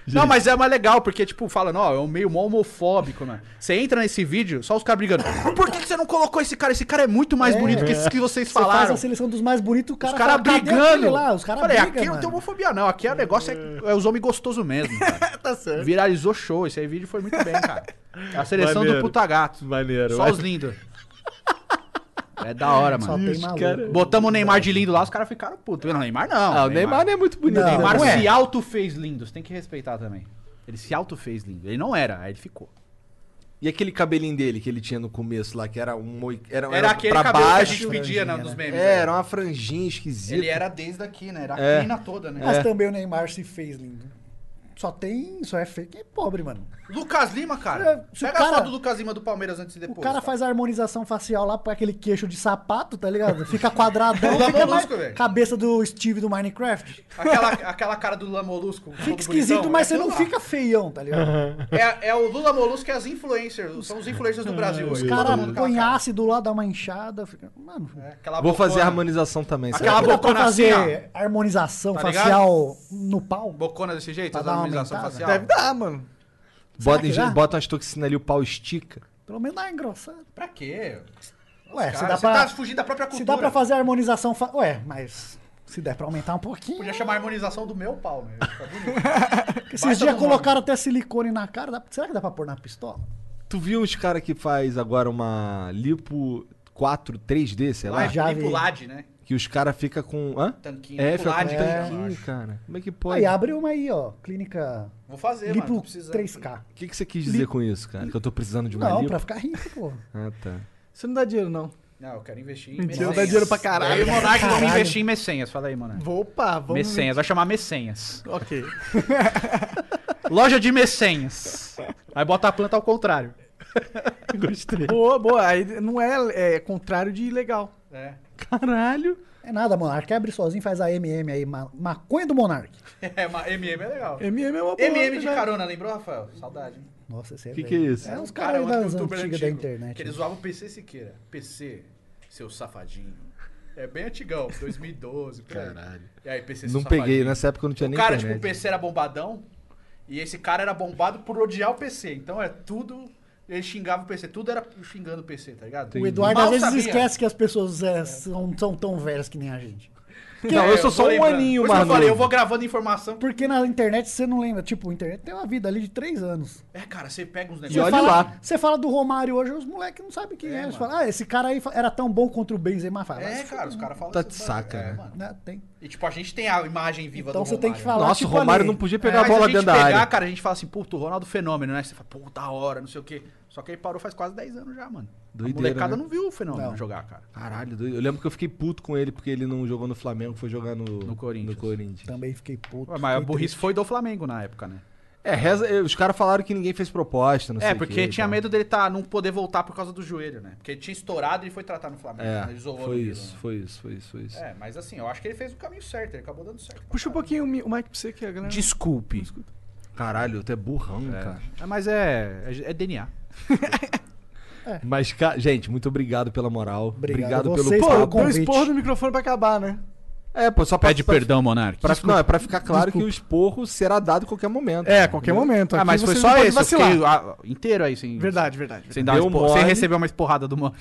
S6: Não, mas é mais legal, porque, tipo, falando, ó, é um meio mó homofóbico, né? Você entra nesse vídeo, só os caras brigando. Por que que você não colocou esse cara? Esse cara é assim, muito mais bonito que esses que vocês
S5: Você faz
S6: falaram.
S5: a seleção dos mais bonitos, o cara
S6: os caras
S5: fala, "Cadê
S6: brigando.
S5: aquele Lá, os caras
S6: Falei,
S5: brigam,
S6: aqui não tem homofobia, não. Aqui o negócio é, é os homens gostosos mesmo. cara.
S5: Tá certo.
S6: Viralizou show. Esse aí vídeo foi muito bem, cara. É A seleção do
S3: Maneiro.
S6: puta gato.
S3: Maneiro.
S6: Só os lindos. É da hora,
S5: Só
S6: mano.
S5: tem maluco.
S6: Botamos o Neymar de lindo lá, os caras ficaram putos. Não, Neymar não.
S3: Ah, o Neymar não é muito bonito.
S6: O Neymar
S3: não é.
S6: se autofez lindo. Você tem que respeitar também. Ele se autofez lindo. Ele não era, aí ele ficou.
S3: né? E aquele cabelinho dele que ele tinha no começo lá, que era um moi... era,
S6: Era
S3: era
S6: aquele
S3: pra
S6: cabelo que a
S3: baixo.
S6: gente pedia, né, nos memes,
S3: É,
S6: né?
S3: era uma franjinha esquisita.
S6: Ele era desde aqui, né? Era a
S3: É.
S6: crina toda, né?
S5: Mas também o Neymar se fez lindo. Só tem. Só é feio quem é pobre, mano.
S6: Lucas Lima, cara.
S5: É, se o
S6: Pega a
S5: cara-
S6: foto do Lucas Lima do Palmeiras antes e
S5: O
S6: depois.
S5: cara faz a harmonização facial lá pra aquele queixo de sapato, tá ligado? Fica quadradão,
S6: Lula
S5: fica mais
S6: Molusco, velho.
S5: cabeça do Steve do Minecraft.
S6: Aquela, aquela cara do Lula Molusco. todo
S5: Fica esquisito,
S6: bonitão,
S5: mas
S6: é
S5: você não
S6: aquilo lá.
S5: fica feião, tá ligado?
S6: É, é o Lula Molusco e as influencers. São os influencers do Brasil
S5: Os
S6: hoje. Todo
S5: caras
S6: mundo É. com
S5: põem
S6: aquela
S5: ácido lá, dá uma inchada. Fica... Mano,
S6: cara. Aquela
S3: Vou fazer a
S6: bocona-
S3: harmonização também. sabe?
S6: Aquela
S5: será que dá pra
S6: bocona assim,
S5: fazer
S6: ó.
S5: harmonização
S6: Tá ligado?
S5: facial no pau?
S6: Bocona desse jeito?
S5: Pra
S6: Essa
S5: dar uma
S6: harmonização
S5: aumentada?
S6: facial?
S10: Deve dar, mano.
S3: Bota,
S5: que dá?
S3: bota umas toxinas ali, o pau estica.
S5: Pelo menos dá uma engrossada.
S6: Pra quê?
S5: Ué, se
S6: Cara,
S5: dá
S6: você
S5: pra...
S6: tá fugindo da própria
S5: Se
S6: cultura.
S5: dá pra fazer a harmonização... Fa... Ué, mas... Se der pra aumentar um pouquinho...
S6: Podia chamar a harmonização do meu pau, né? Tá bonito.
S5: Esses
S6: baita
S5: dias
S6: do
S5: colocaram até silicone na cara. dá- Será que dá pra pôr na pistola?
S3: Tu viu uns cara que faz agora uma lipo 4, 3D, sei lá?
S5: Ah, já vi.
S6: Tipo Lade, né?
S3: Que os cara fica com... Hã?
S6: Tanquinho.
S3: É, fica
S6: Tipo
S3: com
S6: Lade, né? Eu
S3: tanquinho,
S6: acho.
S3: cara. Como é que
S5: Aí
S3: pode?
S5: abre uma aí, ó. Clínica
S6: Vou fazer, mano.
S5: Lipo
S6: Tô precisando.
S5: 3K.
S3: O que, que você quis dizer com isso, cara? Que eu tô precisando de uma
S5: Não,
S3: lipo?
S5: pra ficar rico, pô.
S3: Ah, tá.
S4: Você não dá dinheiro, não.
S6: Não, eu quero investir em
S4: Mentira, dá dinheiro pra caralho.
S6: Eu e o Monark vamos
S5: Caralho.
S6: investir em Messenhas. Fala aí, Monark.
S4: Opa, vamos.
S6: Messenhas, vai chamar Messenhas.
S4: Ok.
S6: Loja de Messenhas. Aí bota a planta ao contrário.
S3: Gostei.
S4: Boa, boa. Aí não é, é contrário de legal.
S6: É.
S3: Caralho.
S5: É nada, Monark. Abre sozinho, faz a MM aí. ma- maconha do Monark.
S6: É, uma MM é legal.
S4: MM é uma boa.
S6: MM de
S4: né?
S6: carona, lembrou, Rafael? Saudade. hein?
S5: Nossa, esse é
S3: O que,
S5: velho.
S3: que é isso?
S5: É uns
S6: Cara, é
S5: caras
S6: um
S5: das
S6: youtuber
S5: antigas
S6: antigo.
S5: da internet. né?
S6: Que ele zoava o PC Siqueira. PC, seu safadinho. É bem antigão, 2012, por aí.
S3: Caralho.
S6: E aí, PC, seu
S3: Não peguei,
S6: safadinho.
S3: nessa época eu não tinha
S6: O
S3: nem
S6: cara,
S3: internet.
S6: tipo, o PC era bombadão. E esse cara era bombado por odiar o PC. Então é tudo. Ele xingava o PC. Tudo era xingando o PC, tá ligado?
S5: O Eduardo
S6: Mal
S5: às vezes
S6: sabia.
S5: esquece que as pessoas é, são, são tão velhas que nem a gente.
S3: Não,
S6: É,
S3: eu sou só
S6: vou
S3: um
S6: lembrando.
S3: aninho,
S6: Por isso que
S3: mano.
S6: Eu falei, eu vou gravando informação.
S5: Porque na internet você não lembra. Tipo, a internet tem uma vida ali de três anos.
S6: É, cara, você pega uns
S3: E
S6: negócios.
S3: olha
S5: fala,
S3: lá.
S5: Você fala do Romário hoje, os moleques não sabem quem é. Eles falam, ah, esse cara aí fa- era tão bom contra o Benzema. Fala,
S6: É,
S5: "Mas
S6: cara, os caras falam
S3: Tá
S6: essas
S3: de
S6: coisas.
S3: saca,
S6: É,
S3: né?
S6: mano.
S5: Não, tem.
S6: E tipo, a gente tem a imagem viva
S5: Então
S6: do
S5: você tem que
S6: Romário.
S5: falar.
S3: Nossa,
S5: tipo,
S3: o Romário
S5: ali.
S3: não podia pegar
S6: É,
S3: a
S6: mas
S3: bola
S6: gente
S3: dentro da
S6: pegar,
S3: área.
S6: cara, a gente fala assim, puta, o Ronaldo Fenômeno, né? Você fala, pô, da hora, não sei o quê. Só que ele parou faz quase 10 anos já, mano.
S3: Doideira,
S6: a molecada
S3: né?
S6: não viu o Fenômeno
S5: Não.
S6: jogar, cara.
S3: Caralho, doido. eu lembro que eu fiquei puto com ele porque ele não jogou no Flamengo, foi jogar no,
S6: No Corinthians.
S3: no Corinthians.
S5: Também fiquei puto.
S6: Ué, mas a
S5: fiquei
S6: burrice foi do Flamengo na época, né?
S3: É, reza- eh, os caras falaram que ninguém fez proposta, não sei
S6: É,
S3: o
S6: porque
S3: quê e
S6: tinha
S3: tal.
S6: medo dele tá, não poder voltar por causa do joelho, né? Porque ele tinha estourado e ele foi tratar no Flamengo. né?
S3: É,
S6: Ele isolou
S3: foi
S6: aquilo,
S3: isso,
S6: né?
S3: foi isso, foi isso, foi isso.
S6: É, mas assim, eu acho que ele fez o caminho certo, ele acabou dando certo.
S4: Puxa um pouquinho o mi- o mic pra você que a galera.
S6: Desculpe.
S3: Caralho, tu é burrão, cara.
S6: É, Mas é, é, é DNA.
S3: Mas, ca- gente, muito obrigado pela moral. Obrigado,
S6: a
S3: pelo
S6: vocês
S4: Pô,
S3: papo.
S4: deu um esporro do microfone pra acabar, né?
S3: É, pô, só pra-
S6: Pede
S3: pra-
S6: perdão, Monark.
S3: pra-
S6: Desculpa.
S3: não, é pra ficar claro
S6: Desculpa.
S3: que o esporro será dado a qualquer momento.
S4: É, a qualquer
S3: Entendeu?
S4: momento.
S6: Ah,
S4: Aqui
S6: mas foi
S4: você não
S6: só
S4: pode
S6: esse, eu
S4: vacilar.
S6: fiquei ah, inteiro aí, sem,
S4: Verdade, verdade.
S6: sem,
S4: verdade.
S6: dar uma
S3: Deu
S6: espo- sem
S3: mole.
S6: receber uma esporrada do mano.